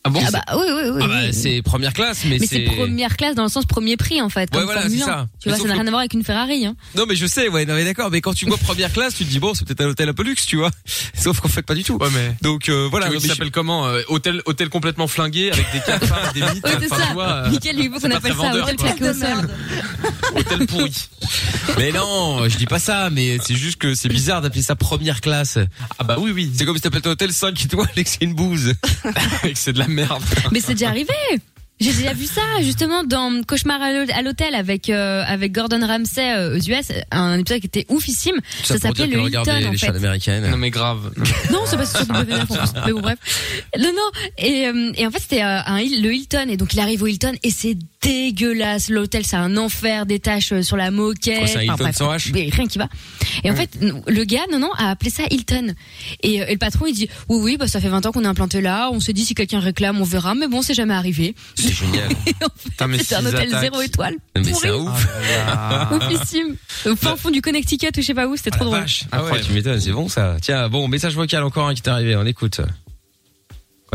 Ah Ah bah, oui, oui, oui, Ah bah, oui. c'est première classe, mais, mais c'est première classe dans le sens premier prix en fait. Ouais, comme voilà, Formule c'est 1. ça. Tu Mais vois, ça sauf n'a que- rien à voir avec une Ferrari. Hein. Non mais je sais, ouais, non mais d'accord, mais quand tu vois première classe, tu te dis bon, c'est peut-être un hôtel un peu luxe, tu vois. *laughs* Sauf qu'en fait pas du tout. Ouais mais. Donc euh, voilà. Tu vois, non, il mais s'appelle comment euh, hôtel, hôtel complètement flingué avec des cafards, des mythes. *laughs* Ouais, c'est enfin, ça. tu vois, *laughs* euh, Mickaël, lui, il faut c'est qu'on pas appelle très ça vendeur, hôtel quoi. claqué au sol. hôtel pourri. Mais non, je dis pas ça, mais c'est juste que c'est bizarre d'appeler ça première classe. Ah bah oui oui. C'est comme si t'appelles ton hôtel 5 étoiles et que c'est une bouse. *laughs* et que c'est de la merde. Mais c'est déjà arrivé. J'ai déjà vu ça justement dans Cauchemar à l'hô- à l'hôtel avec euh, avec Gordon Ramsay euh, aux US, un épisode qui était oufissime. Ça, s'appelait le Hilton en fait. américaines. Non mais grave. Non, c'est pas sur *laughs* W9 en plus. Mais bon, bref. Non, non. Et, euh, et en fait, c'était euh, un Hil- le Hilton. Et donc, il arrive au Hilton et c'est dégueulasse. L'hôtel, c'est un enfer. Des taches euh, sur la moquette. Oh, c'est un Hilton bref, sans H mais Rien qui va. Et en fait, n- le gars, non, non, a appelé ça Hilton. Et, euh, et le patron, il dit, oui, oui, bah, ça fait 20 ans qu'on est implanté là. On s'est dit, si quelqu'un réclame, on verra. Mais bon, c'est jamais arrivé. *laughs* C'est génial. Putain, mais C'est un s'ils hôtel attaquent. zéro étoile. Non, Mais c'est un ouf. Ah. Bah Oufissime. Au fin fond du Connecticut ou je sais pas où. C'était trop drôle. Ah ouais, tu m'étonnes, c'est bon ça. Tiens, bon, message vocal encore un qui t'est arrivé, on écoute.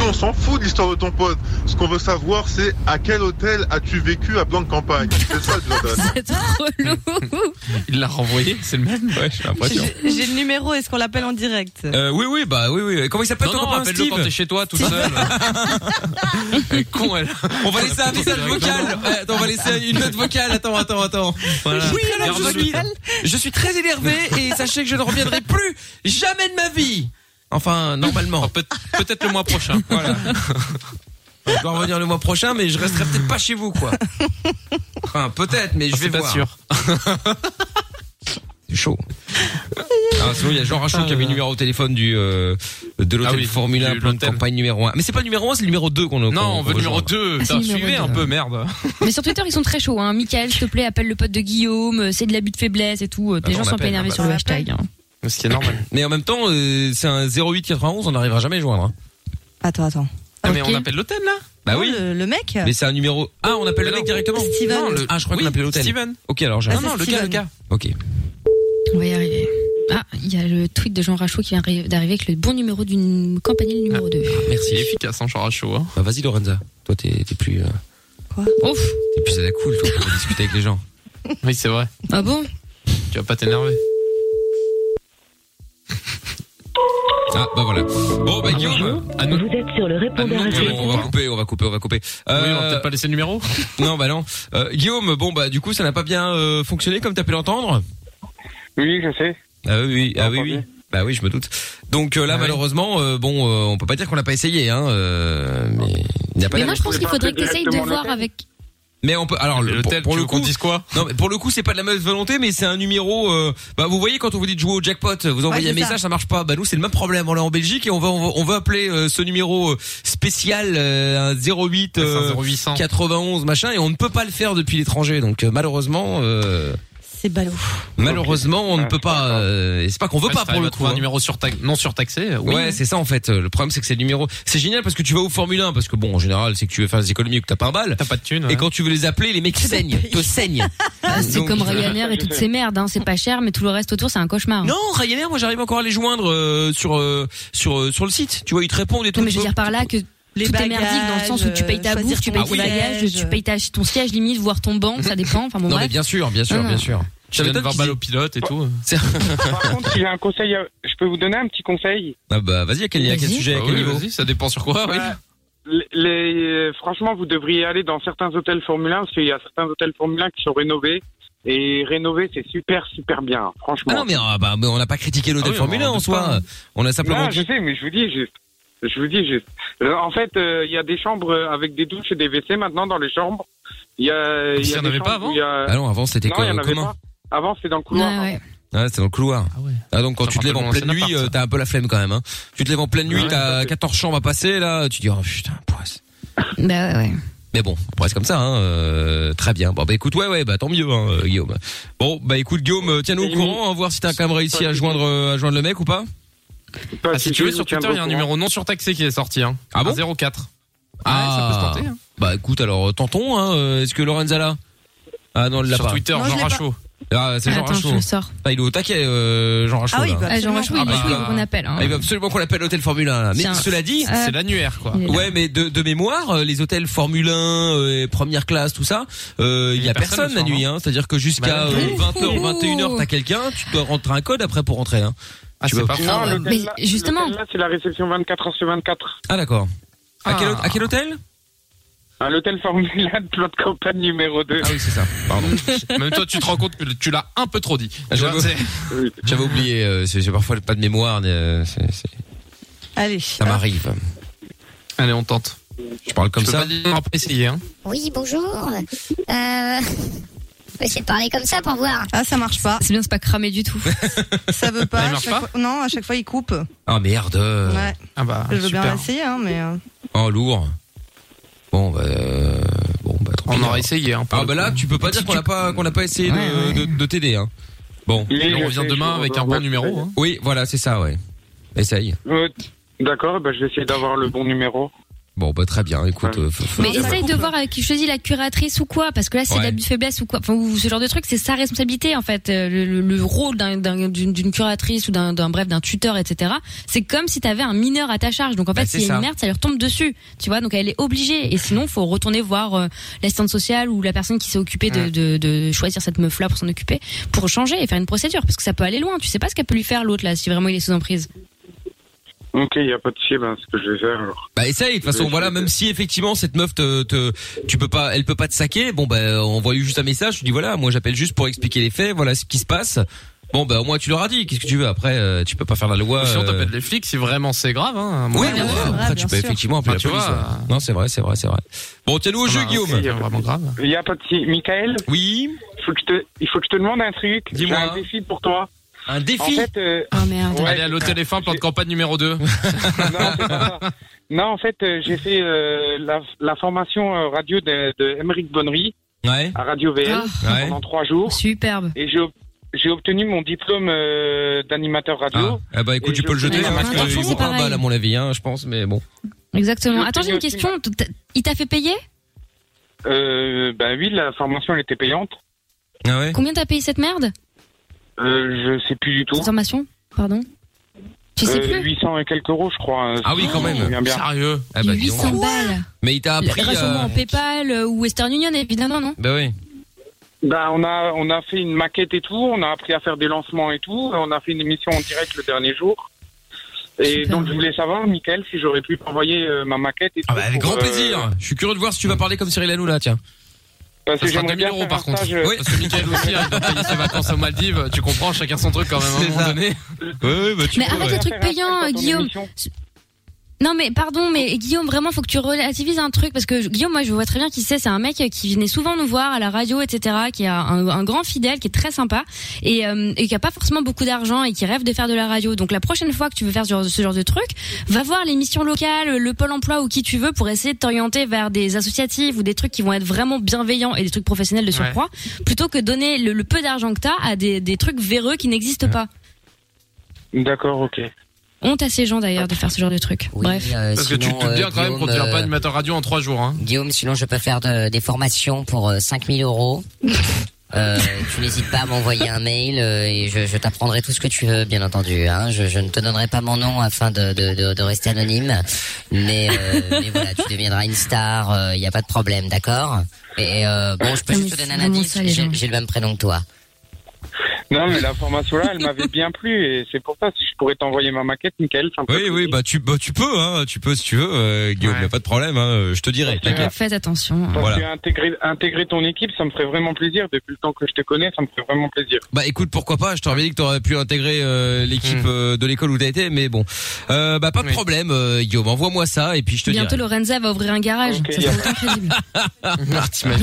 On s'en fout de l'histoire de ton pote. Ce qu'on veut savoir, c'est à quel hôtel as-tu vécu à blanc de campagne C'est ça, Jordan. C'est trop lourd. Il l'a renvoyé, c'est le même Ouais, j'ai l'impression. J'ai le numéro, est-ce qu'on l'appelle en direct Euh, oui, oui, bah oui, oui. Comment il s'appelle Non, ton non, copain, appelle-le Steve quand t'es chez toi, tout seul. Con, elle. On va laisser un message vocal. Ouais, Attends, on va laisser une note vocale. Attends, attends, attends. Voilà. Oui, alors je Garde-le. suis, je suis très énervé et sachez que je ne reviendrai plus jamais de ma vie. Enfin, normalement. Ah, peut-être le mois prochain. *laughs* Voilà. Je dois revenir le mois prochain, mais je resterai peut-être pas chez vous, quoi. Enfin, peut-être, Ah, mais je vais c'est pas voir. sûr. C'est chaud. Ah, sinon, il y a Jean Rachaud qui avait le numéro au téléphone du, euh, de l'hôtel Ah oui, Formule 1, du plan de campagne numéro 1. Mais c'est pas le numéro 1, c'est le numéro 2 qu'on a. Non, on veut le numéro 2. Ah, c'est le numéro Suivez deux. un peu, *laughs* merde. Mais sur Twitter, ils sont très chauds. Hein. Michael, s'il te plaît, appelle le pote de Guillaume. euh, C'est de l'abus de faiblesse et tout. euh, Ah, Les gens on sont un peu l'appelle, énervés hein, sur bah, le on hashtag. hein. Ce qui est normal. Mais en même temps, euh, c'est un 0891, on n'arrivera jamais à le joindre. hein. Attends, attends. Ah, Mais on appelle l'hôtel là Bah Non, oui. Oh, Le, le mec Mais c'est un numéro. Ah, on appelle le Mais mec non. directement Steven. Non, le- Ah, je crois qu'on appelait l'hôtel. Steven. Ok, alors j'ai Ah, raison. c'est Steven. Ok. On va y arriver. Ah, il y a le tweet de Jean Rachaud qui vient arri- d'arriver avec le bon numéro d'une campanile numéro 2. Ah, Merci. efficace, hein, Jean Rachaud. hein. Bah, vas-y, Lorenza. Toi, t'es t'es plus. euh, Quoi Ouf T'es plus à la cool, toi, pour discuter avec les gens. Oui, c'est vrai. Ah bon Tu vas pas t'énerver. Ah, bah voilà. Bon, bah Guillaume. à nous- Vous êtes sur le répondeur Bon, intégré. on va couper, on va couper, on va couper. Oui, on va peut-être pas laisser le numéro. *laughs* Non, bah non. Euh, Guillaume, bon bah du coup ça n'a pas bien euh, fonctionné comme t'as pu l'entendre. Oui, je sais. Ah oui, oui, ah oui, oui. Bah oui, je me doute. Donc euh, là, malheureusement, euh, bon, euh, on peut pas dire qu'on l'a pas essayé, hein. euh, mais il n'y a pas. Mais la- moi, je pense qu'il faudrait que t'essayes de voir avec. Mais on peut. Alors pour, pour le coup, dise quoi Non, mais pour le coup, c'est pas de la mauvaise volonté, mais c'est un numéro. euh, bah, vous voyez quand on vous dit de jouer au jackpot, vous envoyez Ouais, un c'est message, ça. ça marche pas. Bah nous, c'est le même problème. On est en Belgique et on va on va, on va appeler euh, ce numéro euh, spécial euh, un 08 euh, 91 machin et on ne peut pas le faire depuis l'étranger. Donc euh, malheureusement. euh, C'est ballot. Malheureusement, on ne Ouais, peut pas. euh, et c'est pas qu'on veut Après, pas si pour t'arrives le à coup. trouver un hein. numéro surta- non surtaxé. euh, oui. Ouais, c'est ça en fait. Euh, Le problème c'est que c'est le numéro. C'est génial parce que tu vas au Formule 1 parce que bon, en général, c'est que tu veux faire des économies ou que t'as pas un bal. T'as pas de thune. Et quand tu veux les appeler, les mecs saignent, *laughs* te saignent. Ah, C'est comme Ryanair et toutes ces merdes, hein. C'est pas cher, mais tout le reste autour, c'est un cauchemar. hein. Non, Ryanair, moi j'arrive encore à les joindre euh, sur euh, sur euh, sur le site. Tu vois, ils te répondent et tout. Non, mais je veux dire par là que Les tout est merdique dans le sens où tu payes ta bagages, bouffe, tu payes tes choisir ton bagages, siège. tu payes ta- ton siège limite, voire ton banc, *laughs* ça dépend. Enfin bon, non, bref. mais bien sûr, bien sûr, Non, non. bien sûr. Tu donnes 20 balles au pilote et *laughs* tout. *laughs* Par contre, si j'ai un conseil, à- je peux vous donner un petit conseil. Ah bah vas-y, à quel, à quel Vas-y. sujet, à Bah quel oui, niveau vas-y, ça dépend sur quoi. oui. Bah, les- les- franchement, vous devriez aller dans certains hôtels Formule 1 parce qu'il y a certains hôtels Formule 1 qui sont rénovés. Et rénover, c'est super, super bien, hein, franchement. Ah non, mais, ah, bah, mais on n'a pas critiqué l'hôtel Ah oui, Formule 1 on en en doute soi. pas. On a simplement. Non, je sais, mais je vous dis, je, je vous dis, je- euh, en fait, euh, il y a des chambres euh, avec des douches et des WC maintenant dans les chambres. Il y a. S'il y y a en des avait pas chambres où il y a- Ah non, avant, c'était Non, co- il y en avait commun. pas. Avant, c'était dans le couloir. Ah, c'était dans le couloir. Ah, donc quand Ça tu te rappelle lèves en mon pleine ancien nuit, appart, euh, t'as un peu la flemme quand même. Hein. Tu te lèves en pleine nuit, Ouais, t'as 14 chambres à passer, là, tu dis oh putain, poisse. Bah ouais, ouais. Mais bon, on reste comme ça, hein. euh, très bien. Bon bah écoute, ouais ouais, bah tant mieux, hein, euh, Guillaume. Bon bah écoute, Guillaume, euh, tiens-nous au courant, hein, voir si t'as quand même réussi à joindre euh, à joindre le mec ou pas. Ah, si tu veux, sur Twitter, il y a un numéro non surtaxé qui est sorti. Hein. Ah bon 04. Ah, ça peut se tenter, hein. Bah écoute, alors euh, tentons. Hein. euh, Est-ce que Lorenza là Ah non, elle l'a Sur pas. Twitter, Moi, je Jean l'ai pas. Rachaud. Ah, c'est Jean Attends, je Rachaud. le sors. Ah, il est au taquet, euh, Jean Rachaud. Ah oui, là. il va Ah, Jean absolument- Rachaud, il Ah, faut bah, qu'on appelle, hein. Ah, Il va absolument qu'on appelle l'hôtel Formule 1. Là. Mais Tiens, cela dit, euh, C'est l'annuaire quoi. il est là. Ouais, mais de, de mémoire, euh, les hôtels Formule 1, euh, et première classe, tout ça, euh, il y a personne personne, le la soir, nuit. hein. Hein. C'est-à-dire que jusqu'à Bah, euh, oui. 20h, Ouh. 21h, t'as quelqu'un, tu dois rentrer un code après pour rentrer. Hein. Ah, Tu c'est vas- pas Non, fou. l'hôtel là- justement. l'hôtel Là, c'est la réception 24 h sur 24. Ah d'accord. À, quel, hôte- à quel hôtel À l'hôtel Formule 1 de Plot Campagne numéro 2. Ah oui, c'est ça. Pardon. Même toi, *laughs* tu te rends compte que tu l'as un peu trop dit. Tu vois, Ah, J'avoue. c'est- *laughs* J'avais oublié, euh, c'est- j'ai parfois pas de mémoire, euh, c'est- c'est- Allez. ça m'arrive. Ah. Allez, on tente. Je parle comme Je peux ça. pas dire, on va essayer, hein. Oui, bonjour. Euh, on peut essayer de parler comme ça pour voir. Ah, ça marche pas. C'est bien, c'est pas cramé du *laughs* tout. ça veut *laughs* Ah, pas. il à marche chaque pas fois- Non, à chaque fois, il coupe. Ah merde. Ouais. Ah bah, Je veux bien super. essayer, hein, mais. euh, Oh lourd. Bon bah euh, bon bah tant On pis. aura essayé. Hein, Ah bah là, tu peux pas dire qu'on n'a pas qu'on n'a pas essayé de- de, de t'aider hein. Bon, Il est- on revient demain avec un bon numéro. hein. Oui, voilà, c'est ça, Ah ouais. Essaye. Euh, D'accord, bah, je vais essayer d'avoir le bon numéro. Bon bah très bien, écoute. euh, faut- faut- Mais essaye de voir avec qui choisit la curatrice ou quoi, parce que là, c'est Ouais. d'abus de faiblesse ou quoi. Enfin, ou ce genre de truc, c'est sa responsabilité, en fait. Euh, Le, le- le rôle d'un- d'un- d'une d'une curatrice ou d'un, d'un- bref, d'un tuteur, etc. C'est comme si t'avais un mineur à ta charge. Donc, en fait, Bah, c'est s'il y a ça. une merde, ça lui retombe dessus. Tu vois, donc elle est obligée. Et sinon, faut retourner voir euh, l'assistante sociale ou la personne qui s'est occupée de, Ouais. de- de choisir cette meuf-là pour s'en occuper, pour changer et faire une procédure, parce que ça peut aller loin. Tu sais pas ce qu'elle peut lui faire, l'autre, là, si vraiment il est sous emprise. Ok, il n'y a pas de souci, ben, ce que je vais faire alors. Bah essaye. De toute façon, voilà, même si effectivement cette meuf te, te- tu peux pas, elle peut pas te saquer. Bon bah envoie-lui juste un message. Tu dis voilà, moi j'appelle juste pour expliquer les faits. Voilà ce qui se passe. Bon bah au moins tu leur as dit. Qu'est-ce que tu veux après euh, Tu peux pas faire la loi. Ou sinon, euh, t'appelles les flics si vraiment c'est grave. Hein, à un Oui, moment, bien euh, sûr. Après, Bah, tu peux effectivement appeler Enfin, la police. tu vois, ouais. euh, Non, c'est vrai, c'est vrai, c'est vrai. Bon, tiens-nous au Ça jeu, va, Guillaume. c'est vraiment grave. Il n'y a pas de souci. Michael Oui Il faut que je te, il faut que je te demande un truc. Dis-moi. J'ai un défi pour toi. Un En fait, euh, ouais, Allez à l'hôtel F1, plan de campagne numéro 2. Non, en fait, euh, j'ai fait euh, la, la formation euh, radio de, de Émeric Bonnery à Radio VL Ah. Ouais. pendant trois jours. Superbe. Et j'ai ob- j'ai obtenu mon diplôme euh, d'animateur radio. Ah bah *laughs* écoute, Et tu peux le je- jeter. Ouais, hein, parce enfin, qu'il c'est vaut un pareil. bal à mon avis, hein, je pense, mais bon. Exactement. Attends, j'ai une question. T'as- Il t'a fait payer? Euh, ben oui, la formation elle était payante. Ah ouais. Combien t'as payé cette merde? Euh, je sais plus du tout. Formation? Pardon? Tu sais Euh, plus 800 et quelques euros, je crois. Ah oui, quand même. Sérieux. Ah bah, dis donc. 800 balles. Mais il t'a appris. Rassemblement euh, en PayPal euh, ou Western Union, évidemment, non Bah oui. Bah on a on a fait une maquette et tout, on a appris à faire des lancements et tout, on a fait une émission en direct le dernier jour. Et donc je voulais savoir, Michael, si j'aurais pu t'envoyer euh, ma maquette et tout. Ah bah, Avec pour, grand euh, plaisir. Je suis curieux de voir si tu vas parler comme Cyril Hanouna, tiens. Parce Ça que sera j'aimerais 2000 bien euros faire par un contre. stage, euh, Parce que Michael aussi, hein, il doit payer ses vacances aux Maldives. Tu comprends, chacun son truc quand même à un moment donné. Ouais, bah mais arrête les trucs payants, euh, Guillaume. Non mais pardon, mais Guillaume, vraiment, faut que tu relativises un truc parce que Guillaume, moi, je vois très bien qui c'est. C'est un mec qui venait souvent nous voir à la radio, etc., qui a un, un grand fidèle, qui est très sympa et, euh, et qui a pas forcément beaucoup d'argent et qui rêve de faire de la radio. Donc la prochaine fois que tu veux faire ce genre, ce genre de truc, va voir l'émission locale, le pôle emploi ou qui tu veux pour essayer de t'orienter vers des associatives ou des trucs qui vont être vraiment bienveillants et des trucs professionnels de surcroît, plutôt que donner le, le peu d'argent que t'as à des, des trucs véreux qui n'existent pas. D'accord, ok. Honte à ces gens d'ailleurs de faire ce genre de truc. Bref. Euh, Parce que tu te euh, doutes bien quand même qu'on ne devient pas animateur radio en 3 jours. Hein. Guillaume, sinon je peux faire de- des formations pour 5000 *laughs* euros. Euh, tu n'hésites pas à m'envoyer un mail euh, et je, je t'apprendrai tout ce que tu veux, bien entendu. Hein. Je, je ne te donnerai pas mon nom afin de, de, de, de rester anonyme, mais, *laughs* euh, mais voilà, tu deviendras une star. Il n'y a pas de problème, d'accord Et euh, bon, je peux juste te donner un indice. J'ai j'ai le même prénom que toi. Non, mais la formation là, elle m'avait bien plu et c'est pour ça si je pourrais t'envoyer ma maquette, Michael. ça me Oui, oui, bah tu, bah, tu peux, hein, tu peux si tu veux, euh, Guillaume, y a pas de problème, hein, euh, je te dirai. t'inquiète. Faites attention. hein. Parce Voilà. que intégrer, intégrer ton équipe, ça me ferait vraiment plaisir. Depuis le temps que je te connais, ça me ferait vraiment plaisir. Bah écoute, pourquoi pas, je t'aurais dit que t'aurais pu intégrer euh, Hmm. l'équipe euh, de l'école où t'as été, mais bon. Euh, bah pas de problème, euh, Guillaume, envoie-moi ça et puis je te Bientôt *laughs* dirai. Ah, Lorenza va ouvrir un garage. Ça serait autant crédible. T'imagines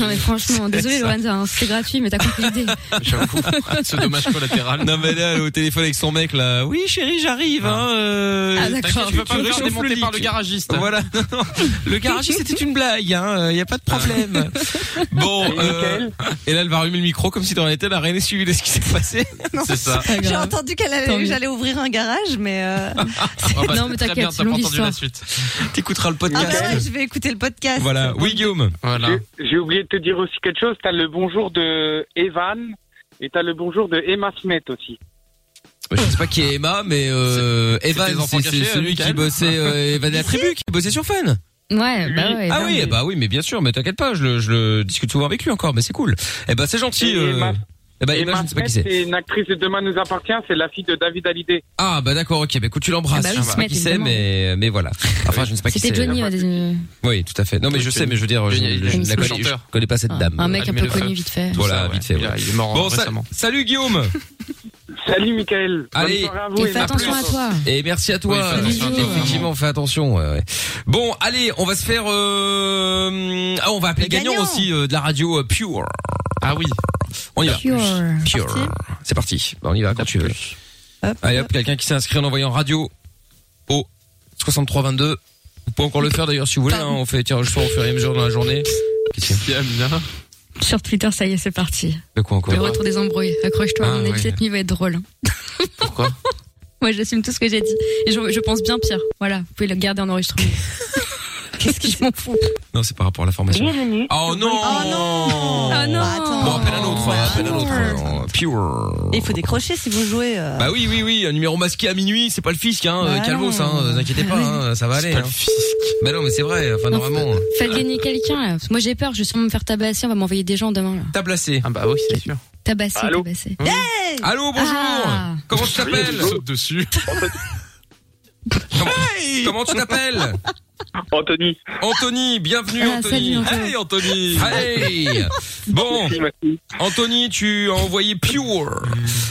*laughs* Non mais franchement, désolé Lorenza, hein, c'est gratuit, mais t'as compris *laughs* l'idée. J'avoue, ce dommage collatéral. Non mais là, elle est au téléphone avec son mec là. Oui chérie, j'arrive. Hein, euh, Ah, d'accord. t'inquiète, Tu veux pas me faire réchauffes démonter le par leak. le garagiste. Voilà. Non, non. Le garagiste c'était une blague. Hein. euh, y a pas de problème. Ah. bon. euh, et là, elle va rallumer le micro comme si dans l'été, elle a rien suivi de ce qui s'est *laughs* passé. C'est ça. J'ai entendu qu'elle allait- Tant mieux. j'allais ouvrir un garage, mais. *laughs* euh, Ah bah, Non, mais très t'inquiète, *laughs* bien, c'est t'as pas longue entendu la histoire. suite. T'écouteras le Ah podcast. bah ouais, je vais écouter le podcast. Voilà. Oui, Guillaume. J'ai- J'ai oublié de te dire aussi quelque chose. T'as le bonjour de Evan et t'as le bonjour de Emma Smet aussi. Je sais pas qui est Emma, mais euh, Evan, tes enfants c'est cachés, c'est celui Michael qui bossait euh, *laughs* Evan et la tribu, qui bossait sur Fun. Ouais, bah ouais. ah non, oui, mais- bah oui, mais bien sûr, mais t'inquiète pas, je le, je le discute souvent avec lui encore, mais c'est cool. Eh ben c'est gentil. euh, Emma- eh ben Emma, Emma je ne sais pas qui Smet, c'est. une actrice de Demain nous appartient. C'est la fille de David Hallyday. Ah bah d'accord, ok, bah écoute, tu l'embrasses. Ah bah oui, je sais se pas mettre, qui c'est, évidemment. mais euh, mais voilà. Enfin, je ne sais pas qui c'est. C'était Johnny, ouais, des- Oui, tout à fait. Non mais Oui, je Johnny. sais, mais je veux dire, je, Johnny, je Johnny, ne la le connais, je chanteur. connais pas cette dame. un mec un peu Admire le connu feu. vite fait. Voilà, vite fait. ouais. il est hein, mort bon, sa- récemment. salut Guillaume. *laughs* Salut Michael. Allez, soirée à vous Et et fais à attention plus. à toi. Et merci à toi. Oui, fais attention. Effectivement, fais attention. ouais, ouais. Bon, allez, on va se faire. euh, Ah, on va appeler Le gagnant, gagnant. aussi euh, de la radio euh, Pure. Ah oui. On y va. Pure. Pure. C'est parti. Bah, on y va quand tu veux. Allez hop, quelqu'un qui s'est inscrit en envoyant radio au 6322. Vous pouvez encore le faire d'ailleurs si vous voulez. hein. On fait tiens, je soir au fur et à mesure de la journée. Qu'est-ce qu'il y a, Amina Sur Twitter, ça y est, c'est parti. De quoi encore Le retour des embrouilles. Accroche-toi, Ah, mon ami, oui. cette nuit va être drôle. *laughs* hein. Pourquoi Moi, j'assume tout ce que j'ai dit. Et je, je pense bien pire. Voilà, vous pouvez le garder en *laughs* enregistrement. Qu'est-ce que je m'en fous Non, c'est par rapport à la formation. Bienvenue. Oh non Oh non Oh non Bon, appelle un autre, ouais, appelle un autre. ouais. Pure. Et il faut décrocher si vous jouez. euh, Bah oui, oui, oui, un numéro masqué à minuit, c'est pas le fisc, hein, Bah euh, calmos, hein, vous inquiétez pas, hein, ça va aller. hein. Bah non, mais c'est vrai, enfin, normalement. euh, Faites gagner quelqu'un, là. Parce que Moi, j'ai peur, je vais sûrement me faire tabasser, on va m'envoyer des gens demain, là. T'as placé. Ah bah oui, c'est sûr. Tabasser, Allô tabasser. Mmh. Allô, bonjour Ah. Comment tu t'appelles Saute dessus. comment, comment tu t'appelles Anthony. Anthony, bienvenue Ah, Anthony. salut, Anthony. Hey Anthony. Hey. Bon, Anthony, tu as envoyé Pure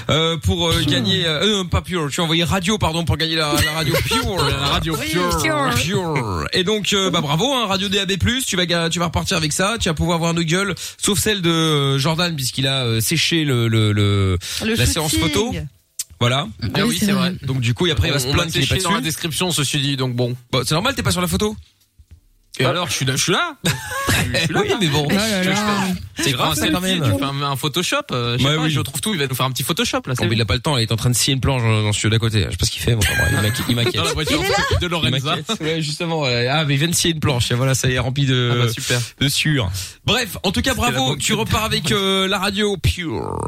euh, pour euh, gagner. Euh, euh, pas Pure, tu as envoyé Radio, pardon, pour gagner la, la radio Pure. La radio Pure. Pure. Pure. Et donc, euh, bah bravo, hein, Radio DAB+. Tu vas, ga- tu vas repartir avec ça. Tu vas pouvoir avoir nos gueules, sauf celle de euh, Jordan puisqu'il a euh, séché le, le, le- Le la shooting. séance photo. Voilà. Ah oui, c'est vrai. Donc du coup, et après, il va On- se on plaindre m'a qu'il est pas séché dans la dessus. description, ceci dit, donc bon. Bah, c'est normal, t'es pas sur la photo. Et alors, je suis là, je suis là. *laughs* Oui, mais bon. Ah C'est grave, c'est c'est quand même. Tu fais un, un Photoshop, euh, je sais Bah pas, oui. je trouve tout, il va nous faire un petit Photoshop là. Non, mais il a pas le temps, il est en train de scier une planche dans dans le studio d'à côté. Je sais pas ce qu'il fait, mais enfin, bref, il m'inqui- il m'inquiète. Dans la voiture de Lorenza. Ouais, justement, ouais. ah, mais il vient de scier une planche, et voilà, ça y est rempli de, Ah bah, super. de sueur. Bref, en tout cas, bravo, tu repars avec euh, la radio Pure.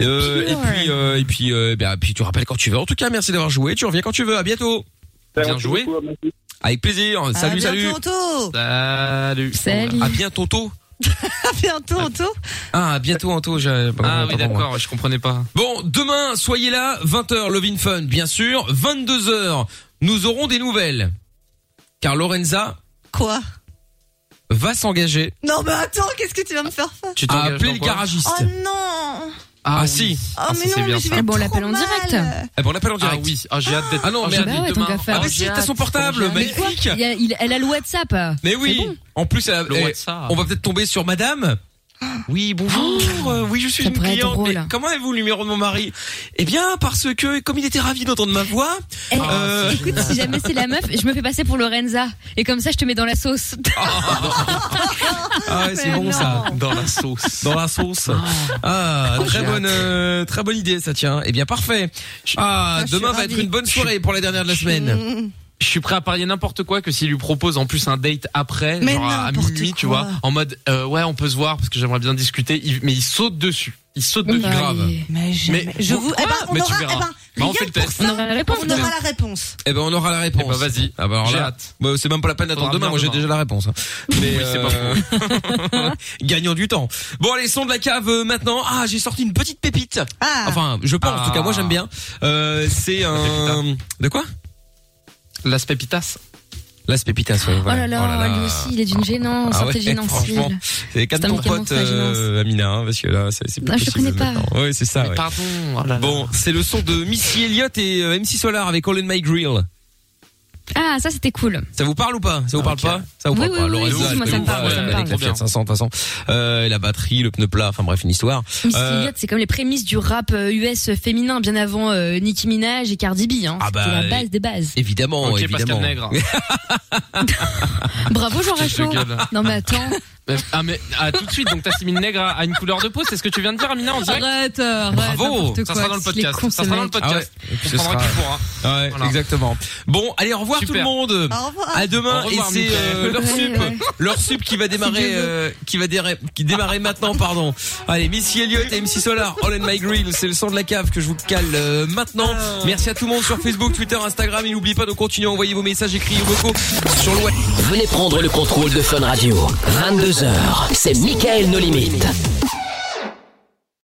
Euh, Et puis, euh, et puis, euh, bah, puis tu rappelles quand tu veux. En tout cas, merci d'avoir joué, tu reviens quand tu veux, à bientôt. Bien joué. Avec plaisir, à salut, salut. bientôt, Anto. Salut. Salut. À bientôt, Anto. À bientôt, Anto. Ah, à bientôt, Anto. j'ai- Ah oui, pardon, moi. d'accord, je comprenais pas. Bon, demain, soyez là, 20h, Love in Fun, bien sûr. 22h, nous aurons des nouvelles. Car Lorenza... Quoi va s'engager Non, mais attends, qu'est-ce que tu vas me faire faire Tu t'engages À appeler dans le quoi garagiste. Oh non Ah, si. Oh, mais non, mais je vais Bon, on trop l'appelle en mal. direct. Eh ben, on l'appelle en direct. Ah oui, j'ai hâte d'être. Ah non, Ah mais bah ouais, tant qu'à faire. Ah, mais si, t'as son portable, Mais magnifique. quoi Il y a- il- Elle a le WhatsApp. Mais oui. En plus, elle a- eh, on va peut-être tomber *gasps* sur madame. Oui, bonjour. euh, oui, je suis Ça une pourrait être cliente. drôle. mais comment avez-vous le numéro de mon mari Eh bien, parce que comme il était ravi d'entendre ma voix, Eh, euh, Écoute, si jamais c'est la meuf, je me fais passer pour Lorenza. Et comme ça, je te mets dans la sauce. Ah ouais, c'est bon ça. Dans la sauce. Dans la sauce. Ah, Oh, très j'ai bonne, hâte. euh, très bonne idée ça tiens. Eh bien parfait. Ah, je suis demain va ravie. être une bonne soirée pour la dernière de la semaine. Je suis prêt à parier n'importe quoi que s'il lui propose en plus un date après, Mais genre à à n'importe minuit, tu quoi. vois, en mode euh, ouais, on peut se voir parce que j'aimerais bien discuter, il- mais il saute dessus. Il saute dessus. Grave. Mais je vous- eh ben, on aura- eh ben, Bah, on fait le test. On aura la réponse. On aura la réponse. Eh ben on aura la réponse. Eh ben, vas-y. Ah bah alors J'ai là, hâte. bah, c'est même pas la peine d'attendre Faudra demain. Moi venir j'ai demain. déjà la réponse. hein. Mais Oui, c'est pas pas *laughs* Gagnant du temps. Bon allez, son de la cave euh, maintenant. Ah, j'ai sorti une petite pépite. Ah. Enfin, je pense. En tout cas, moi j'aime bien. Euh, c'est un. De quoi Las Pepitas. Las Pepitas. Ouais, Oh là voilà. là, lui aussi, il est d'une gênance. Ah sortez ouais, gênance, franchement, Cyril. c'est calme C'est un ton médicament pote, très euh, Amina, hein, parce que là, c'est c'est plus Non, je te possible connais pas. maintenant. Ouais, c'est ça. ouais. Pardon. oh Bon, c'est le son de Missy Elliott et euh, MC Solar avec All in My Grill. Ah, ça, c'était cool. Ça vous parle ou pas Ça vous parle pas Ça vous Oui, parle Ah, oui, pas oui, Lorenzo, oui, elle moi, ça connaît me parle, pas, ça me avec parle. la Fiat 500 de toute façon. Euh, et la batterie, le pneu plat, enfin bref, une histoire. Missy Euh, Elliott, c'est comme les prémices du rap euh, US féminin, bien avant euh, Nicki Minaj et Cardi B. Hein. Ah C'était bah, la base des bases. Évidemment, Ok, Pascal évidemment. Nègre. Bravo, *laughs* Jean Je te Rachaud. gueule. Non, mais attends. Mais- Ah mais ah, tout de suite donc t'assimines nègre à, à une couleur de peau, c'est ce que tu viens de dire Amina en direct Arrête, euh, arrête. Bravo, n'importe ça quoi, sera dans le c'est les podcast. cons, ça ces sera dans le mecs. podcast. Ah ouais, On ce prendra sera- qui pourra. Ah ouais, Voilà. exactement. Bon, allez, au revoir Super. tout le monde. Au revoir. À demain Au et revoir, c'est euh, Mickaël. leur Ouais, sup, ouais. leur sup qui va *laughs* Si démarrer, Dieu veut. euh, qui va déra- qui démarrer maintenant, pardon. Allez, Missy Elliott et MC Solar, All in My Grill, c'est le son de la cave que je vous cale euh, maintenant. Ah. Merci à tout le monde sur Facebook, Twitter, Instagram. Et n'oubliez pas de continuer à envoyer vos messages écrits ou vocaux sur le web. Venez prendre le contrôle de Fun Radio. 22h, c'est Michael No Limite.